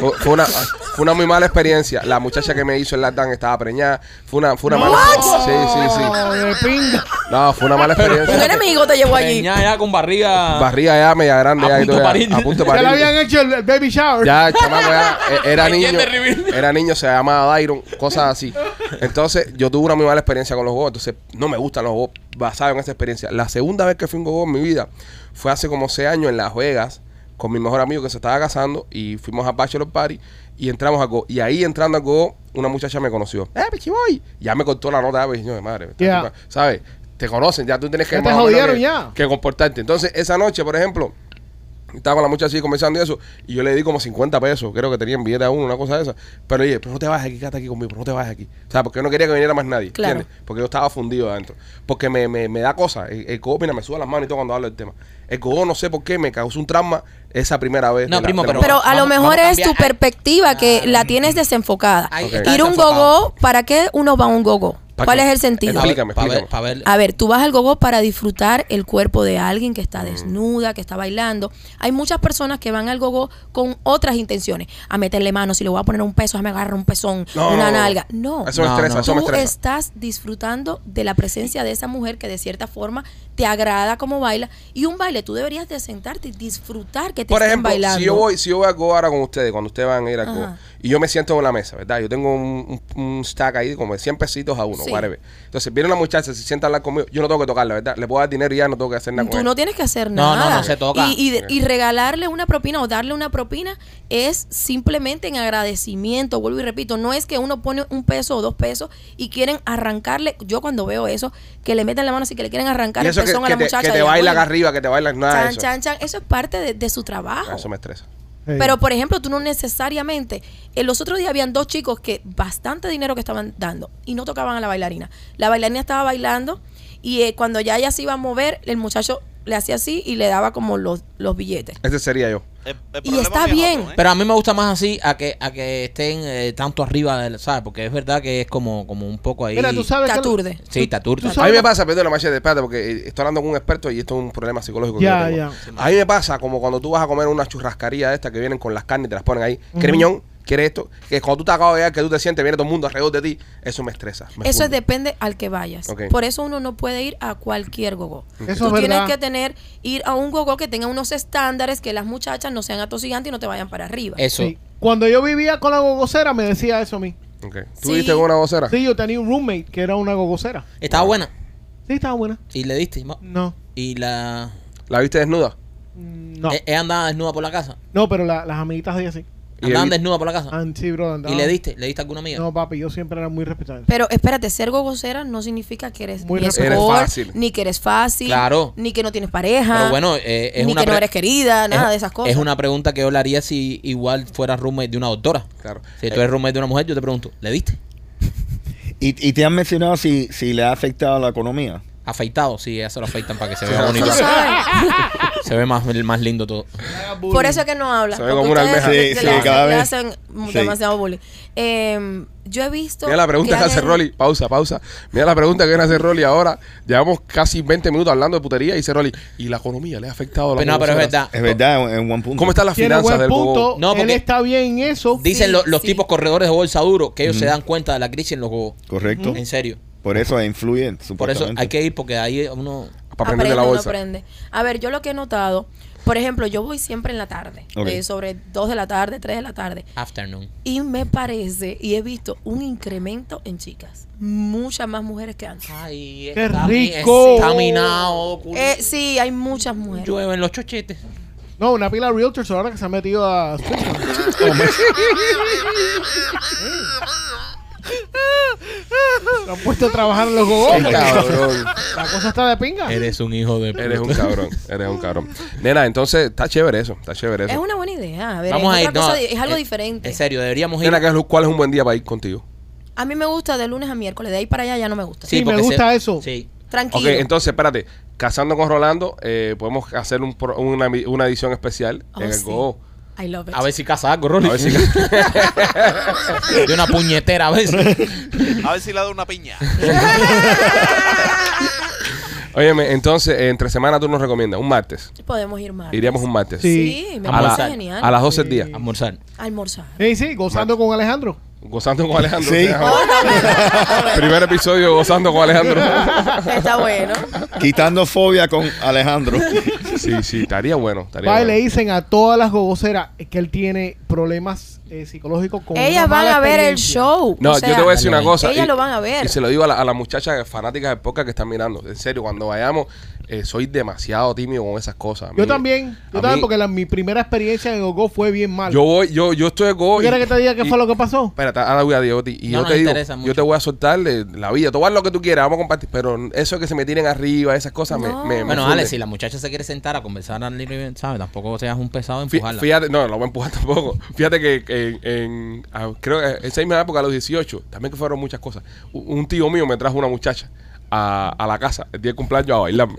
Speaker 1: Fue, fue una, Fue una muy mala experiencia. La muchacha que me hizo el latán estaba preñada. Fue una, fue una mala
Speaker 6: What?
Speaker 1: Sí, sí,
Speaker 6: Oh,
Speaker 1: sí.
Speaker 3: Oh, de pinga.
Speaker 1: No, fue una mala
Speaker 6: Un
Speaker 1: experiencia.
Speaker 6: enemigo te llevó allí.
Speaker 2: Preñada ya con barriga.
Speaker 1: Barriga ya, media grande.
Speaker 2: A
Speaker 1: ya, y
Speaker 2: punto
Speaker 1: todo ya,
Speaker 2: parir.
Speaker 1: a punto
Speaker 3: Ya le
Speaker 1: parir.
Speaker 3: habían hecho el, el baby shower.
Speaker 1: Ya, el chamaco ya eh, era
Speaker 2: Ahí
Speaker 1: niño.
Speaker 2: tiene reveal.
Speaker 1: Era niño, se llamaba Dairon, cosas así. Entonces, yo tuve una muy mala experiencia con los gogos. Entonces, no me gustan los gogos basado en esa experiencia. La segunda vez que fui a un gogo en mi vida fue hace como seis años en Las Vegas con mi mejor amigo que se estaba casando y fuimos a Bachelor Party y entramos a Go. Y ahí entrando a Go, una muchacha me conoció. ¡Eh,
Speaker 3: pues,
Speaker 1: pichiboy! Ya me cortó la nota, pues, yo de madre. esta
Speaker 3: Ya.
Speaker 1: tipa, ¿Sabes? Te conocen, ya tú tienes que
Speaker 3: Ya te
Speaker 1: más o menos
Speaker 3: jodieron
Speaker 1: que-
Speaker 3: ya.
Speaker 1: que comportarte. Entonces, esa noche, por ejemplo, estaba con la muchacha así conversando y eso. Y yo le di como 50 pesos. Creo que tenían billete a uno, una cosa de esa. Pero oye, pero no te bajes aquí, quédate aquí conmigo, pero no te bajes aquí. O sea, porque yo no quería que viniera más nadie.
Speaker 6: Claro.
Speaker 1: ¿Entiendes? Porque yo estaba fundido adentro. Porque me, me, me da cosas. El, el codo, mira, me suda las manos y todo cuando hablo del tema. El codo, no sé por qué, me causó un trauma esa primera vez.
Speaker 2: No,
Speaker 1: de la-
Speaker 2: primo,
Speaker 1: de la-
Speaker 6: Pero a
Speaker 2: Vamos-
Speaker 6: lo mejor
Speaker 2: vamos a
Speaker 6: es tu
Speaker 2: cambiar.
Speaker 6: perspectiva que la tienes desenfocada.
Speaker 2: Ahí
Speaker 1: Ok.
Speaker 2: está
Speaker 6: Ir a un
Speaker 2: desenfocado.
Speaker 6: gogo, ¿para qué uno va a un gogo?
Speaker 1: ¿Para
Speaker 6: ¿Cuál
Speaker 1: qué?
Speaker 6: es el sentido?
Speaker 1: Explica. Explícame,
Speaker 2: Pa' ver-
Speaker 1: explícame.
Speaker 2: pa' ver-
Speaker 6: A ver, tú vas al gogo para disfrutar el cuerpo de alguien que está desnuda, que está bailando. Hay muchas personas que van al gogo con otras intenciones. A meterle mano, si le voy a poner un peso, me agarrar un pezón,
Speaker 1: No, no,
Speaker 6: una
Speaker 1: no, no.
Speaker 6: nalga. No.
Speaker 1: Eso me
Speaker 2: No,
Speaker 1: estresa,
Speaker 2: no.
Speaker 1: eso me
Speaker 6: Tú
Speaker 1: estresa.
Speaker 6: estás disfrutando de la presencia de esa mujer que de cierta forma te agrada como baila. Y un baile, tú deberías de sentarte y disfrutar que te
Speaker 1: Por
Speaker 6: estén
Speaker 1: ejemplo,
Speaker 6: bailando.
Speaker 1: si yo voy, si yo voy a Go ahora con ustedes, cuando ustedes van a ir a Go,
Speaker 6: Ajá.
Speaker 1: y yo me siento en la mesa, ¿verdad? Yo tengo un, un- un stack ahí como de 100 pesitos a uno,
Speaker 6: Sí.
Speaker 1: whatever. Entonces viene una muchacha, se sienta a hablar conmigo, yo no tengo que tocarla, ¿verdad? Le puedo dar dinero y ya no tengo que hacer nada
Speaker 6: Tú
Speaker 1: con
Speaker 6: no
Speaker 1: ella.
Speaker 6: tienes que hacer
Speaker 2: No, no,
Speaker 6: nada.
Speaker 2: no se toca.
Speaker 6: Y, y de- y regalarle una propina o darle una propina es simplemente en agradecimiento. Vuelvo y repito, no es que uno pone un peso o dos pesos y quieren arrancarle. Yo cuando veo eso, que le meten la mano así, que le quieren arrancar
Speaker 1: Y
Speaker 6: el
Speaker 1: eso que,
Speaker 6: pezón
Speaker 1: que
Speaker 6: a la
Speaker 1: te,
Speaker 6: muchacha.
Speaker 1: que te
Speaker 6: de
Speaker 1: baila acá
Speaker 6: abuela.
Speaker 1: arriba, que te bailan nada. de
Speaker 6: Chan,
Speaker 1: eso.
Speaker 6: chan, chan. Eso es parte de, de su trabajo.
Speaker 1: Eso me estresa.
Speaker 3: Sí.
Speaker 6: Pero, por ejemplo, tú no necesariamente. En los otros días habían dos chicos que bastante dinero que estaban dando y no tocaban a la bailarina. La bailarina estaba bailando y eh, cuando ya ella se iba a mover, el muchacho le hacía así y le daba como los, los billetes.
Speaker 1: Ese sería yo.
Speaker 5: El- el
Speaker 6: Y
Speaker 5: problema
Speaker 6: está
Speaker 5: mío es
Speaker 6: bien.
Speaker 5: otro, ¿eh?
Speaker 2: Pero a mí me gusta más así a que a que estén eh, tanto arriba, del, ¿sabes? Porque es verdad que es como, como un poco ahí.
Speaker 3: Mira, tú sabes. que-
Speaker 6: Caturde.
Speaker 2: Sí, tatur.
Speaker 3: tú
Speaker 1: A
Speaker 3: sabes-
Speaker 1: mí me pasa, perdón, la machete, espérate, porque eh, estoy hablando con un experto y esto es un problema psicológico. que
Speaker 3: Ya,
Speaker 1: yo tengo. A mí me pasa como cuando tú vas a comer una churrascaría de estas que vienen con las carnes y te las ponen ahí. ¿Quieres miñón? ¿Quieres esto? Que cuando tú te acabas de llegar, que tú te sientes, viene todo el mundo alrededor de ti. Eso me estresa. me
Speaker 6: Eso es
Speaker 1: funde.
Speaker 6: depende al que vayas.
Speaker 1: Ok.
Speaker 6: Por eso uno no puede ir a cualquier gogo.
Speaker 3: Eso es
Speaker 6: Tú tienes
Speaker 3: verdad.
Speaker 6: que tener ir a un gogo que tenga unos estándares que las muchachas no sean atosigantes y no te vayan para arriba.
Speaker 2: Eso.
Speaker 3: Sí. Cuando yo vivía con la gogocera, me decía eso a mí.
Speaker 1: Ok. ¿Tú
Speaker 6: Sí.
Speaker 1: viste con una vocera?
Speaker 3: Sí, yo tenía un roommate que era una gogocera.
Speaker 2: Estaba buena.
Speaker 3: Sí, estaba buena.
Speaker 2: Y le diste. ma-
Speaker 3: No.
Speaker 2: Y la.
Speaker 1: ¿La viste desnuda?
Speaker 3: Mm, No.
Speaker 2: e- Ella andaba desnuda por la casa.
Speaker 3: No, pero la- las amiguitas de ella sí.
Speaker 1: Y
Speaker 2: Andaban
Speaker 1: le-
Speaker 2: desnuda por la casa.
Speaker 3: And, sí, bro,
Speaker 2: Ah. Y
Speaker 3: andaban.
Speaker 2: le diste. ¿Le diste a alguna amiga?
Speaker 3: Ah, No, papi, yo siempre era muy respetable.
Speaker 6: Pero espérate, ser gogocera no significa que eres
Speaker 3: Muy
Speaker 6: ni
Speaker 3: respetuoso.
Speaker 6: escort,
Speaker 1: Eres fácil.
Speaker 6: ni que eres fácil,
Speaker 2: Claro.
Speaker 6: ni que no tienes pareja,
Speaker 2: Pero bueno, eh, es
Speaker 6: ni
Speaker 2: una
Speaker 6: que no
Speaker 2: pre-
Speaker 6: eres querida, nada
Speaker 2: es-
Speaker 6: de esas cosas.
Speaker 2: Es una pregunta que yo le haría si igual fuera roommate de una doctora.
Speaker 1: Claro.
Speaker 2: Si tú eres roommate de una mujer, yo te pregunto, ¿le diste?
Speaker 4: Y, y te han mencionado si, si le ha afectado la economía.
Speaker 2: Afeitado, sí, ya se lo afeitan para que se
Speaker 1: Sí,
Speaker 2: vea bonito.
Speaker 6: Tú sabes,
Speaker 2: Se ve más, más lindo todo.
Speaker 6: por eso es que no habla.
Speaker 1: Se ve
Speaker 6: porque
Speaker 1: como una
Speaker 6: ustedes
Speaker 1: almeja.
Speaker 4: Sí,
Speaker 6: le- le
Speaker 4: sí,
Speaker 6: hacen-
Speaker 4: cada
Speaker 6: le
Speaker 4: vez.
Speaker 6: hacen
Speaker 4: Sí.
Speaker 6: demasiado bullying. Eh, yo he visto.
Speaker 1: Mira la pregunta que hace
Speaker 6: han-
Speaker 1: Rolly. Pausa, pausa. Mira la pregunta que hace Rolly ahora. Llevamos casi 20 minutos hablando de putería y dice Rolly. ¿Y la economía le ha afectado a la
Speaker 2: Pero no, Pues pero es verdad.
Speaker 4: Es verdad, en, en buen punto.
Speaker 1: ¿Cómo están las
Speaker 3: Tiene
Speaker 1: finanzas
Speaker 3: buen
Speaker 1: del
Speaker 3: punto.
Speaker 1: Bogotá?
Speaker 2: No,
Speaker 3: Él
Speaker 2: porque-
Speaker 3: está bien en eso.
Speaker 2: Dicen
Speaker 6: Sí,
Speaker 2: lo- los
Speaker 6: sí.
Speaker 2: tipos corredores de bolsa duro que ellos se dan cuenta de la crisis en los juegos.
Speaker 4: Correcto.
Speaker 2: En serio.
Speaker 4: Por eso influye,
Speaker 2: Por eso
Speaker 4: supuestamente.
Speaker 2: hay que ir porque ahí uno.
Speaker 1: Para aprender de la
Speaker 6: Aprende, uno
Speaker 1: bolsa.
Speaker 6: aprende. A ver, yo lo que he notado, por ejemplo, yo voy siempre en la tarde,
Speaker 4: Ok.
Speaker 6: eh, sobre 2 de la tarde, 3 de la tarde.
Speaker 2: Afternoon.
Speaker 6: Y me parece, y he visto un incremento en chicas. Muchas más mujeres que antes.
Speaker 2: Ay,
Speaker 3: ¡Qué
Speaker 2: está-
Speaker 3: rico!
Speaker 2: es Caminado. cul-
Speaker 6: Eh, sí, hay muchas mujeres.
Speaker 2: Llueven los chochetes.
Speaker 3: No, una pila de realtors ahora que se ha metido a Switzerland. se han puesto a trabajar en los gogos.
Speaker 1: Qué cabrón.
Speaker 3: La cosa está de pinga.
Speaker 2: Eres un hijo de.
Speaker 1: Eres un cabrón. Eres un cabrón. Nena, entonces está chévere eso. Está chévere
Speaker 6: Es
Speaker 1: eso.
Speaker 6: una buena idea. A ver,
Speaker 2: Vamos
Speaker 6: es,
Speaker 2: a ir.
Speaker 6: otra
Speaker 2: no,
Speaker 6: cosa, es algo
Speaker 1: eh,
Speaker 2: en-
Speaker 6: diferente.
Speaker 2: En serio, deberíamos ir.
Speaker 1: Nena, ¿qué es lo- ¿cuál es un buen día para ir contigo?
Speaker 6: A mí me gusta de lunes a miércoles, de ahí para allá ya no me gusta.
Speaker 3: Sí, me
Speaker 2: porque
Speaker 3: gusta eso.
Speaker 2: Sí.
Speaker 6: Tranquilo.
Speaker 1: Ok, entonces, espérate. Casando con Rolando, eh, podemos hacer un pro- una, una edición especial
Speaker 6: Oh,
Speaker 1: en el
Speaker 6: sí.
Speaker 1: Go.
Speaker 6: I love it.
Speaker 2: A ver si casa algo, Rolly.
Speaker 1: A ver si.
Speaker 2: De una puñetera a veces.
Speaker 5: A ver si le da una piña.
Speaker 1: Ok, Óyeme, entonces, eh, entre semana tú nos recomiendas, un martes.
Speaker 6: Podemos ir más.
Speaker 1: Iríamos un martes.
Speaker 3: Sí.
Speaker 6: Sí, me
Speaker 1: A, la-
Speaker 6: parece
Speaker 2: Almorzar.
Speaker 6: genial.
Speaker 1: a las 12 del día.
Speaker 2: Almorzar.
Speaker 6: Almorzar.
Speaker 3: Sí, sí, gozando con Alejandro.
Speaker 1: Gozando con Alejandro.
Speaker 4: Sí.
Speaker 1: Primer episodio gozando con Alejandro.
Speaker 6: Está bueno.
Speaker 4: Quitando fobia con Alejandro.
Speaker 1: Sí, sí, estaría bueno. Estaría
Speaker 3: Va y
Speaker 1: bueno.
Speaker 3: le dicen a todas las gogoceras que él tiene problemas eh, psicológicos con una
Speaker 6: Ellas van
Speaker 3: mala
Speaker 6: a ver el
Speaker 3: experiencia.
Speaker 6: show.
Speaker 1: No,
Speaker 6: o
Speaker 1: yo
Speaker 6: sea,
Speaker 1: te voy a decir una cosa.
Speaker 6: Ellas
Speaker 1: y-
Speaker 6: lo van a ver.
Speaker 1: Y se lo digo a la, a la muchacha fanática de podcast que están mirando. En serio, cuando vayamos, eh, soy demasiado tímido con esas cosas. A
Speaker 3: Yo
Speaker 1: mí-
Speaker 3: también,
Speaker 1: a
Speaker 3: yo también,
Speaker 1: mí-
Speaker 3: porque la, mi primera experiencia en Gogo fue bien mal.
Speaker 1: Yo voy, yo, yo estoy de go. y-
Speaker 3: ¿Quieres que te diga qué
Speaker 1: y-
Speaker 3: fue lo que pasó?
Speaker 1: Espérate, ahora voy a Dioti. Y
Speaker 2: No
Speaker 1: yo
Speaker 2: nos
Speaker 1: te digo,
Speaker 2: interesa
Speaker 1: yo
Speaker 2: mucho.
Speaker 1: te voy a soltar de la vida. Tú vas lo que tú quieras, vamos a compartir. Pero eso que se me tiren arriba, esas cosas, me,
Speaker 6: No.
Speaker 1: me- me
Speaker 2: Bueno,
Speaker 1: funde.
Speaker 2: Alex, si la muchacha se quiere sentar a conversar al libre, ¿sabes? Tampoco seas un pesado en
Speaker 1: Fí-
Speaker 2: empujarla.
Speaker 1: Fíjate, no, lo voy a empujar tampoco. Fíjate que en, en- a- creo que esa misma época, a los 18, también que fueron muchas cosas. U- Un tío mío me trajo una muchacha a, a la casa el día de cumpleaños a bailarme.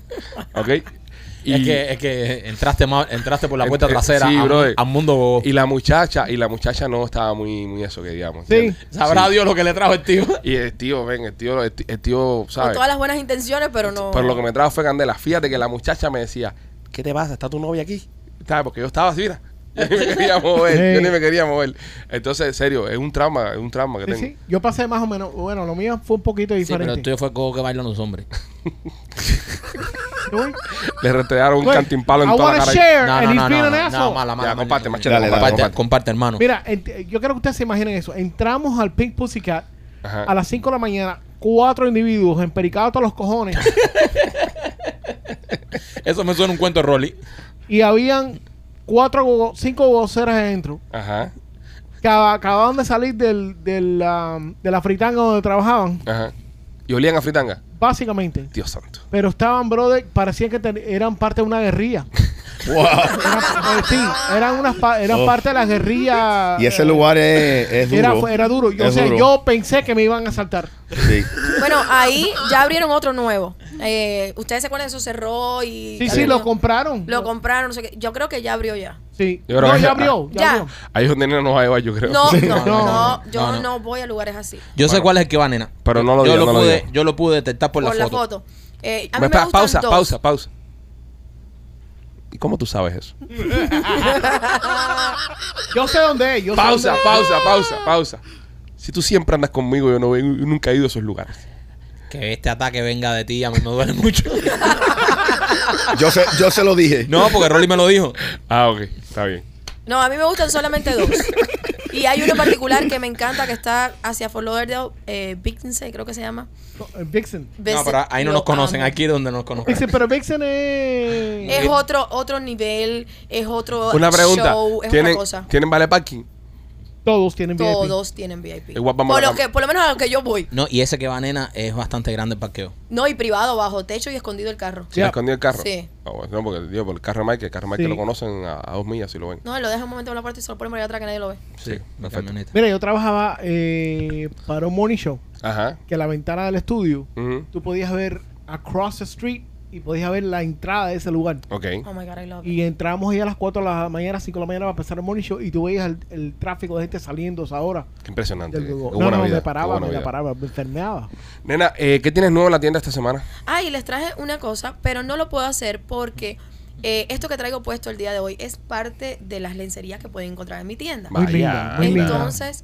Speaker 1: ¿Ok?
Speaker 2: es, que, es que entraste, ma- entraste por la puerta
Speaker 1: Ent- eh,
Speaker 2: trasera
Speaker 1: sí,
Speaker 2: a un-
Speaker 1: brother.
Speaker 2: a un mundo bobo.
Speaker 1: Y la muchacha, y la muchacha no estaba muy, muy eso que digamos.
Speaker 3: Sí.
Speaker 1: ¿entiendes?
Speaker 2: Sabrá Dios lo que le trajo el tío.
Speaker 1: Y el tío, ven, el tío, el tío, el tío,
Speaker 6: Con
Speaker 1: ¿sabes?
Speaker 6: todas las buenas intenciones, pero no.
Speaker 1: Pero lo que me trajo fue candela. Fíjate que la muchacha me decía, ¿qué te pasa? ¿Está tu novia aquí? ¿Sabes? Porque yo estaba así, mira. Yo ni me quería mover, yo ni me quería mover. Entonces, en serio, es un trauma, es un trauma que
Speaker 3: Sí,
Speaker 1: tengo.
Speaker 3: sí. Yo pasé más o menos, bueno, lo mío fue un poquito
Speaker 2: Sí, pero el
Speaker 3: diferente.
Speaker 2: tuyo fue como que bailan los hombres.
Speaker 3: Yo voy-
Speaker 1: Le retiraron un
Speaker 3: Güey,
Speaker 1: cantimpalo en
Speaker 3: I
Speaker 1: toda la
Speaker 3: wanna
Speaker 1: cara.
Speaker 2: No,
Speaker 3: share.
Speaker 2: no,
Speaker 3: And
Speaker 2: no,
Speaker 3: he's
Speaker 2: no,
Speaker 3: been
Speaker 2: no,
Speaker 3: an
Speaker 2: no,
Speaker 3: asshole.
Speaker 2: mala, mala.
Speaker 1: Ya,
Speaker 2: mala.
Speaker 1: comparte, machete,
Speaker 4: Dale, dale,
Speaker 2: comparte,
Speaker 4: comparte.
Speaker 2: comparte, hermano.
Speaker 3: Mira, ent- yo quiero que ustedes se imaginen eso. Entramos al Pink Pussycat
Speaker 1: Ajá.
Speaker 3: a las 5 de la mañana, cuatro individuos empericados hasta los cojones
Speaker 2: Eso me suena un cuento de Rolly.
Speaker 3: y habían cuatro, gogo- cinco gogoceras adentro
Speaker 1: Ajá,
Speaker 3: que a- acababan de salir del, del, um, de la fritanga donde trabajaban,
Speaker 1: ajá. ¿Y olían a fritanga?
Speaker 3: básicamente.
Speaker 1: Dios santo.
Speaker 3: Pero estaban, brother, parecían que ten- eran parte de una guerrilla.
Speaker 4: Wow.
Speaker 3: Eran, eh, sí, eran, unas pa- eran
Speaker 4: Oh.
Speaker 3: parte de la guerrilla.
Speaker 4: Y ese
Speaker 3: eh,
Speaker 4: lugar es, es duro.
Speaker 3: Era, fue- era duro. Yo,
Speaker 4: Es
Speaker 3: o sea,
Speaker 4: duro.
Speaker 3: yo pensé que me iban a saltar.
Speaker 4: Sí.
Speaker 6: Bueno, ahí ya abrieron otro nuevo. Eh, Ustedes se acuerdan, eso cerró y.
Speaker 3: Sí, sí, lo compraron.
Speaker 6: Lo compraron, no sé qué. Yo creo que ya abrió ya.
Speaker 3: Sí.
Speaker 1: Yo creo
Speaker 3: no,
Speaker 1: que-
Speaker 3: ya abrió. Ya.
Speaker 6: Ya.
Speaker 3: abrió.
Speaker 1: Ahí es donde Nena nos va a llevar, yo creo.
Speaker 6: No, no,
Speaker 3: No,
Speaker 6: no,
Speaker 3: no,
Speaker 6: Yo
Speaker 2: no,
Speaker 6: no,
Speaker 2: no.
Speaker 6: voy a lugares así.
Speaker 2: Yo sé cuál es el que va, nena.
Speaker 1: Pero no lo
Speaker 2: yo
Speaker 1: digas, no lo
Speaker 2: pude,
Speaker 1: digas.
Speaker 2: Yo lo pude detectar por,
Speaker 6: Por,
Speaker 2: la
Speaker 6: la
Speaker 2: foto.
Speaker 6: foto. Eh, a
Speaker 1: Ve,
Speaker 6: mí me
Speaker 1: Pues, pa-
Speaker 6: gustan
Speaker 1: pausa,
Speaker 6: dos.
Speaker 1: pausa, pausa. ¿Y cómo tú sabes eso?
Speaker 3: Yo sé dónde es. Yo sé
Speaker 1: Pausa,
Speaker 3: dónde es.
Speaker 1: pausa, pausa, pausa. Si tú siempre andas conmigo, yo, no, vengo- yo nunca he ido a esos lugares.
Speaker 2: Que este ataque venga de ti, a mí me duele mucho.
Speaker 4: Yo, se, yo se lo dije.
Speaker 2: no, porque Rolly me lo dijo.
Speaker 1: Ah, ok, está bien.
Speaker 6: No, a mí me gustan solamente dos. y hay uno en particular que me encanta que está hacia Fort Lauderdale, eh, Bixense, creo que se llama.
Speaker 3: Eh, Vixen.
Speaker 2: No, pero ahí no
Speaker 6: Lo
Speaker 2: nos conocen.
Speaker 6: amo.
Speaker 2: Aquí es donde nos conocen.
Speaker 3: Vixen, pero Vixen es.
Speaker 6: Es otro, otro nivel, es otro
Speaker 1: Una pregunta.
Speaker 6: show, es
Speaker 1: ¿Tienen,
Speaker 6: otra cosa.
Speaker 1: ¿Tienen vale parking?
Speaker 3: Todos tienen VIP.
Speaker 6: Todos tienen VIP.
Speaker 1: Igual vamos
Speaker 6: por,
Speaker 1: a la
Speaker 6: lo que, por lo menos a lo que yo voy.
Speaker 2: No, y ese que va, nena, es bastante grande el parqueo.
Speaker 6: No, y privado, bajo techo y escondido el carro.
Speaker 1: ¿Se
Speaker 3: Ya.
Speaker 1: escondió el carro?
Speaker 6: Sí.
Speaker 1: Ah, bueno, no, porque digo, por el carro de Mike, el carro de Mike
Speaker 3: Sí.
Speaker 1: lo conocen a, a dos millas si lo ven.
Speaker 6: No, lo deja un momento en una parte y se lo ponen por ahí atrás que nadie lo ve.
Speaker 1: Sí,
Speaker 2: mi
Speaker 1: perfecto.
Speaker 2: camioneta.
Speaker 3: Mira, yo trabajaba eh, para un morning show
Speaker 1: Ajá.
Speaker 3: que la ventana del estudio
Speaker 1: Ujú.
Speaker 3: tú podías ver across the street y podías ver la entrada de ese lugar.
Speaker 1: Ok.
Speaker 6: Oh my God, I love it.
Speaker 3: Y entramos ahí a las 4 de la mañana, 5 de la mañana para empezar el morning show y tú veías el, el tráfico de gente saliendo a esa hora.
Speaker 1: Qué impresionante.
Speaker 3: Del
Speaker 1: Qué
Speaker 3: Google.
Speaker 1: buena
Speaker 3: no, no,
Speaker 1: vida,
Speaker 3: me
Speaker 1: qué
Speaker 3: paraba,
Speaker 1: buena
Speaker 3: me la
Speaker 1: vida.
Speaker 3: paraba, me enfermeaba.
Speaker 1: Nena, eh, ¿qué tienes nuevo en la tienda esta semana?
Speaker 6: Ah, y les traje una cosa, pero no lo puedo hacer porque eh, esto que traigo puesto el día de hoy es parte de las lencerías que pueden encontrar en mi tienda.
Speaker 3: Muy linda,
Speaker 1: Vaya,
Speaker 3: muy linda.
Speaker 6: Entonces,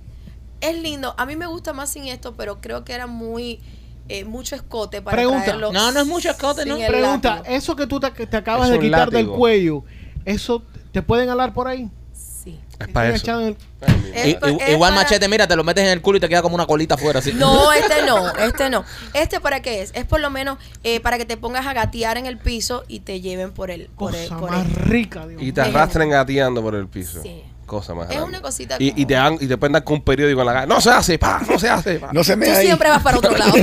Speaker 6: es lindo. A mí me gusta más sin esto, pero creo que era muy eh, mucho escote para
Speaker 3: Pregunta.
Speaker 6: traerlo
Speaker 2: No, no es mucho escote,
Speaker 6: sin
Speaker 2: ¿no?
Speaker 6: el
Speaker 3: Pregunta, eh.
Speaker 6: látigo.
Speaker 3: eso que tú te, que te acabas
Speaker 1: Es
Speaker 3: de
Speaker 1: un
Speaker 3: quitar del
Speaker 1: látigo.
Speaker 3: cuello, ¿eso te pueden hablar por ahí?
Speaker 6: Sí.
Speaker 1: Es para
Speaker 3: Están
Speaker 1: Ah, eso.
Speaker 3: echando el-
Speaker 1: Ay, mi
Speaker 6: Es
Speaker 2: I-
Speaker 6: pa-
Speaker 2: i-
Speaker 6: es
Speaker 2: igual
Speaker 6: para-
Speaker 2: machete, mira, te lo metes en el culo y te queda como una colita afuera así.
Speaker 6: No, este no, este no. ¿Este para qué es? Es por lo menos eh, para que te pongas a gatear en el piso y te lleven por el... Por el,
Speaker 3: Cosa
Speaker 6: por
Speaker 3: más
Speaker 6: el-
Speaker 3: rica, Dios
Speaker 1: Y
Speaker 3: mío.
Speaker 1: te arrastran gateando por el piso.
Speaker 6: Sí.
Speaker 1: Cosa más.
Speaker 6: Es
Speaker 1: grande.
Speaker 6: una cosita
Speaker 1: Y,
Speaker 6: como-
Speaker 1: y te dan, y te pueden dar con un periódico en la cara. No se hace, pa, no se hace. Pa.
Speaker 4: No se me
Speaker 6: Tú
Speaker 4: ahí.
Speaker 6: siempre vas para otro lado.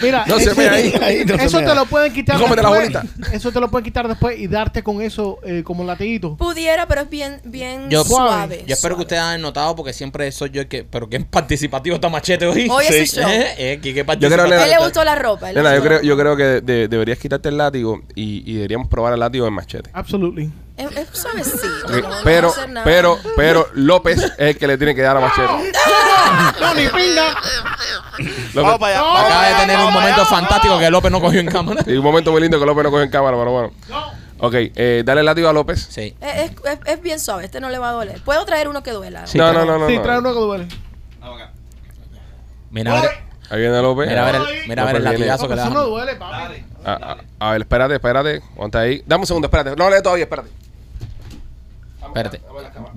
Speaker 3: Mira,
Speaker 1: No se
Speaker 3: eso,
Speaker 1: ve ahí.
Speaker 4: Ahí no se
Speaker 3: eso
Speaker 4: me
Speaker 3: te
Speaker 4: da.
Speaker 3: lo pueden quitar
Speaker 1: Cómete la
Speaker 3: después.
Speaker 1: bolita.
Speaker 3: Eso te lo pueden quitar después y darte con eso eh, como latiguito.
Speaker 6: Pudiera, pero es bien, bien
Speaker 2: Yo-
Speaker 6: suave.
Speaker 3: Suave.
Speaker 2: Yo espero que
Speaker 6: suave.
Speaker 2: ustedes hayan notado porque siempre soy yo el que. Pero qué participativo está machete hoy.
Speaker 6: Hoy es
Speaker 4: Sí.
Speaker 6: el show.
Speaker 2: Eh, eh, que- que
Speaker 1: Yo creo,
Speaker 6: A
Speaker 1: nena,
Speaker 6: él le gustó la ropa. a él le
Speaker 1: Nena, yo
Speaker 6: gustó la
Speaker 1: creo, yo
Speaker 6: ropa.
Speaker 1: creo que de- deberías quitarte el látigo y, y deberíamos probar el látigo en machete.
Speaker 3: Absolutely.
Speaker 6: Es, es suavecito.
Speaker 1: Ok,
Speaker 6: no- no
Speaker 1: pero,
Speaker 6: hacer nada.
Speaker 1: pero, pero López es el que le tiene que dar a Machete.
Speaker 3: No, ni pinga.
Speaker 5: Vamos para allá. vamos
Speaker 2: Acaba
Speaker 5: para
Speaker 2: de
Speaker 5: allá,
Speaker 2: tener un
Speaker 5: vamos para
Speaker 2: momento
Speaker 5: allá.
Speaker 2: fantástico que López no cogió en cámara.
Speaker 1: Y un momento muy lindo que López no coge en cámara, pero bueno. Ok, eh, dale el látigo a López.
Speaker 2: Sí.
Speaker 6: Es, es- es bien suave, este no le va a doler. Puedo traer uno que duela.
Speaker 2: Sí,
Speaker 1: no, no,
Speaker 2: claro.
Speaker 1: no, no,
Speaker 3: sí,
Speaker 1: no.
Speaker 3: trae uno que duele.
Speaker 2: Mira, a ver,
Speaker 1: Ahí viene López.
Speaker 2: mira, a ver
Speaker 3: Ay.
Speaker 2: el, mira a ver el
Speaker 1: No, pero
Speaker 2: latigazo
Speaker 3: No,
Speaker 2: que le
Speaker 3: pero eso no
Speaker 2: da.
Speaker 3: duele, papi.
Speaker 1: A, a- a ver, espérate, espérate. Aguanta ahí. Dame un segundo, espérate. No le todavía, espérate.
Speaker 2: Espérate.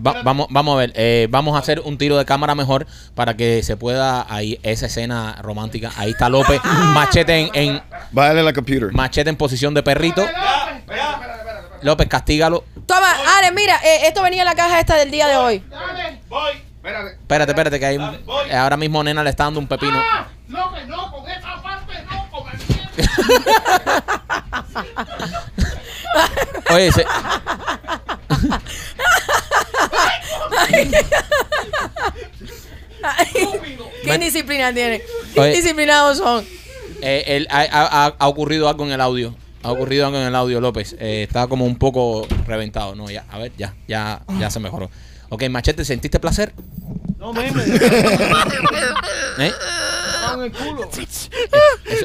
Speaker 2: Va- vamos, vamos a ver, eh, vamos a hacer un tiro de cámara mejor para que se pueda ahí esa escena romántica. Ahí está López, machete en, en-
Speaker 4: Bájale la computer.
Speaker 2: machete en posición de perrito. López, castígalo.
Speaker 6: Toma, Ale, mira, eh, esto venía en la caja esta del día de hoy.
Speaker 2: Espérate, espérate, que ahí ahora mismo nena le está dando un pepino.
Speaker 3: López, no, con esa parte no, con el
Speaker 2: Oye, se-
Speaker 6: Qué indisciplina tiene. Qué
Speaker 2: Oye.
Speaker 6: indisciplinados son.
Speaker 2: eh, el- ha, ha- ha ocurrido algo en el audio. Ha ocurrido algo en el audio, López. Eh, está como un poco reventado. No, ya, a ver, ya, ya, ya se mejoró. Ok, machete, ¿sentiste placer?
Speaker 3: No, me me
Speaker 2: ¿Eh?
Speaker 3: con el culo.
Speaker 2: Eso,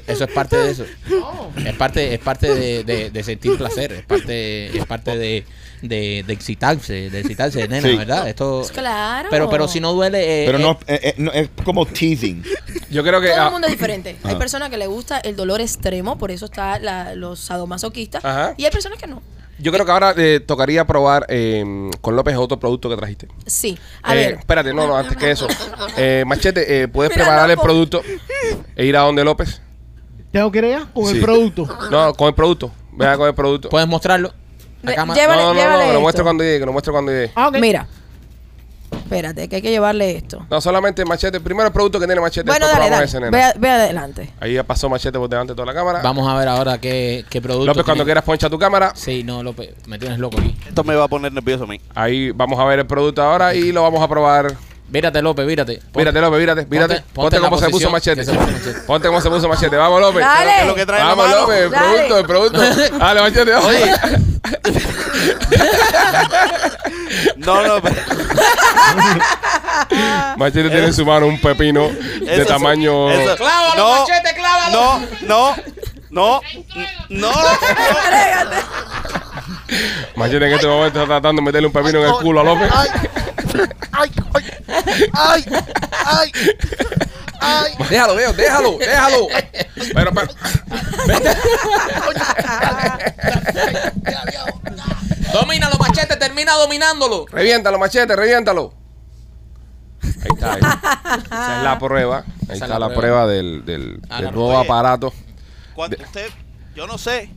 Speaker 2: eso es parte de eso.
Speaker 3: No.
Speaker 2: Es parte, es parte de, de- de sentir placer, es parte, es parte de, de, de excitarse, de excitarse, nena,
Speaker 4: Sí.
Speaker 2: ¿verdad? Esto,
Speaker 6: Pues claro.
Speaker 2: Pero, pero si no duele, eh,
Speaker 4: Pero no,
Speaker 2: eh,
Speaker 4: eh, eh, no, es como teasing.
Speaker 1: Yo creo que.
Speaker 6: Todo
Speaker 1: ah,
Speaker 6: el mundo es diferente. Hay
Speaker 4: Ah.
Speaker 6: personas que le gusta el dolor extremo, por eso está la- los sadomasoquistas.
Speaker 1: Ajá.
Speaker 6: Y hay personas que no.
Speaker 1: yo creo que ahora eh, tocaría probar eh, con López otro producto que trajiste.
Speaker 6: Sí. A
Speaker 1: Eh,
Speaker 6: ver.
Speaker 1: Espérate, no, no, antes que eso. Eh, machete, eh, ¿puedes
Speaker 6: Mira,
Speaker 1: preparar el
Speaker 6: loco.
Speaker 1: producto e ir a donde López?
Speaker 3: Tengo que ir allá con
Speaker 1: Sí.
Speaker 3: el producto.
Speaker 1: No, con el producto. Vea con el producto.
Speaker 2: puedes mostrarlo. a
Speaker 6: Ve-
Speaker 2: cámara.
Speaker 6: lleva- Llévale-
Speaker 1: no, no, no,
Speaker 6: llévale
Speaker 1: que lo
Speaker 6: esto.
Speaker 1: muestre cuando llegue, que lo muestre cuando llegue.
Speaker 3: Ah, ok.
Speaker 6: Mira. Espérate, que hay que llevarle esto.
Speaker 1: No, solamente machete. Primero el producto que tiene machete.
Speaker 6: Bueno,
Speaker 1: después
Speaker 6: dale,
Speaker 1: probamos
Speaker 6: dale.
Speaker 1: ese, nena.
Speaker 6: ve, a- ve adelante.
Speaker 1: Ahí ya pasó machete por delante de toda la cámara.
Speaker 2: Vamos a ver ahora qué, qué producto.
Speaker 1: López, cuando
Speaker 2: tiene.
Speaker 1: quieras poncha tu cámara.
Speaker 2: Sí, no, López, me tienes loco aquí.
Speaker 5: Esto me va a poner nervioso a mí.
Speaker 1: Ahí vamos a ver el producto ahora y lo vamos a probar.
Speaker 2: Vírate, López, vírate. Pon-
Speaker 1: Mírate, López, mírate, mírate. Ponte,
Speaker 2: ponte en la
Speaker 1: cómo se puso
Speaker 2: posición
Speaker 1: machete.
Speaker 2: que se puso Machete.
Speaker 1: Ponte cómo se puso machete. Vamos, López.
Speaker 6: Dale.
Speaker 5: ¿Qué es lo que trae en la
Speaker 1: Vamos,
Speaker 5: mano?
Speaker 1: López, el
Speaker 6: Dale.
Speaker 1: producto, el producto. Dale, machete, vamos.
Speaker 5: No, no, pero-
Speaker 1: Machete tiene en su mano un pepino de
Speaker 5: Eso sí,
Speaker 1: tamaño.
Speaker 5: eso-
Speaker 2: ¡Clávalo,
Speaker 5: no,
Speaker 2: machete, clávalo!
Speaker 5: No, no, no, no.
Speaker 1: Machete en este momento está tratando de meterle un pepino en el culo a López.
Speaker 5: Ay, ay, ay, ay.
Speaker 1: Déjalo, veo, déjalo, déjalo. Pero, pero-
Speaker 2: Domínalo, machete, termina dominándolo.
Speaker 1: reviéntalo, machete, reviéntalo. Ahí está. ahí. Esa es la prueba. Ahí
Speaker 2: es
Speaker 1: está
Speaker 2: la
Speaker 1: la
Speaker 2: prueba.
Speaker 1: prueba del, del-
Speaker 2: Ah,
Speaker 1: del
Speaker 2: la
Speaker 1: nuevo
Speaker 5: prueba.
Speaker 1: aparato.
Speaker 5: Cuando usted, yo no sé.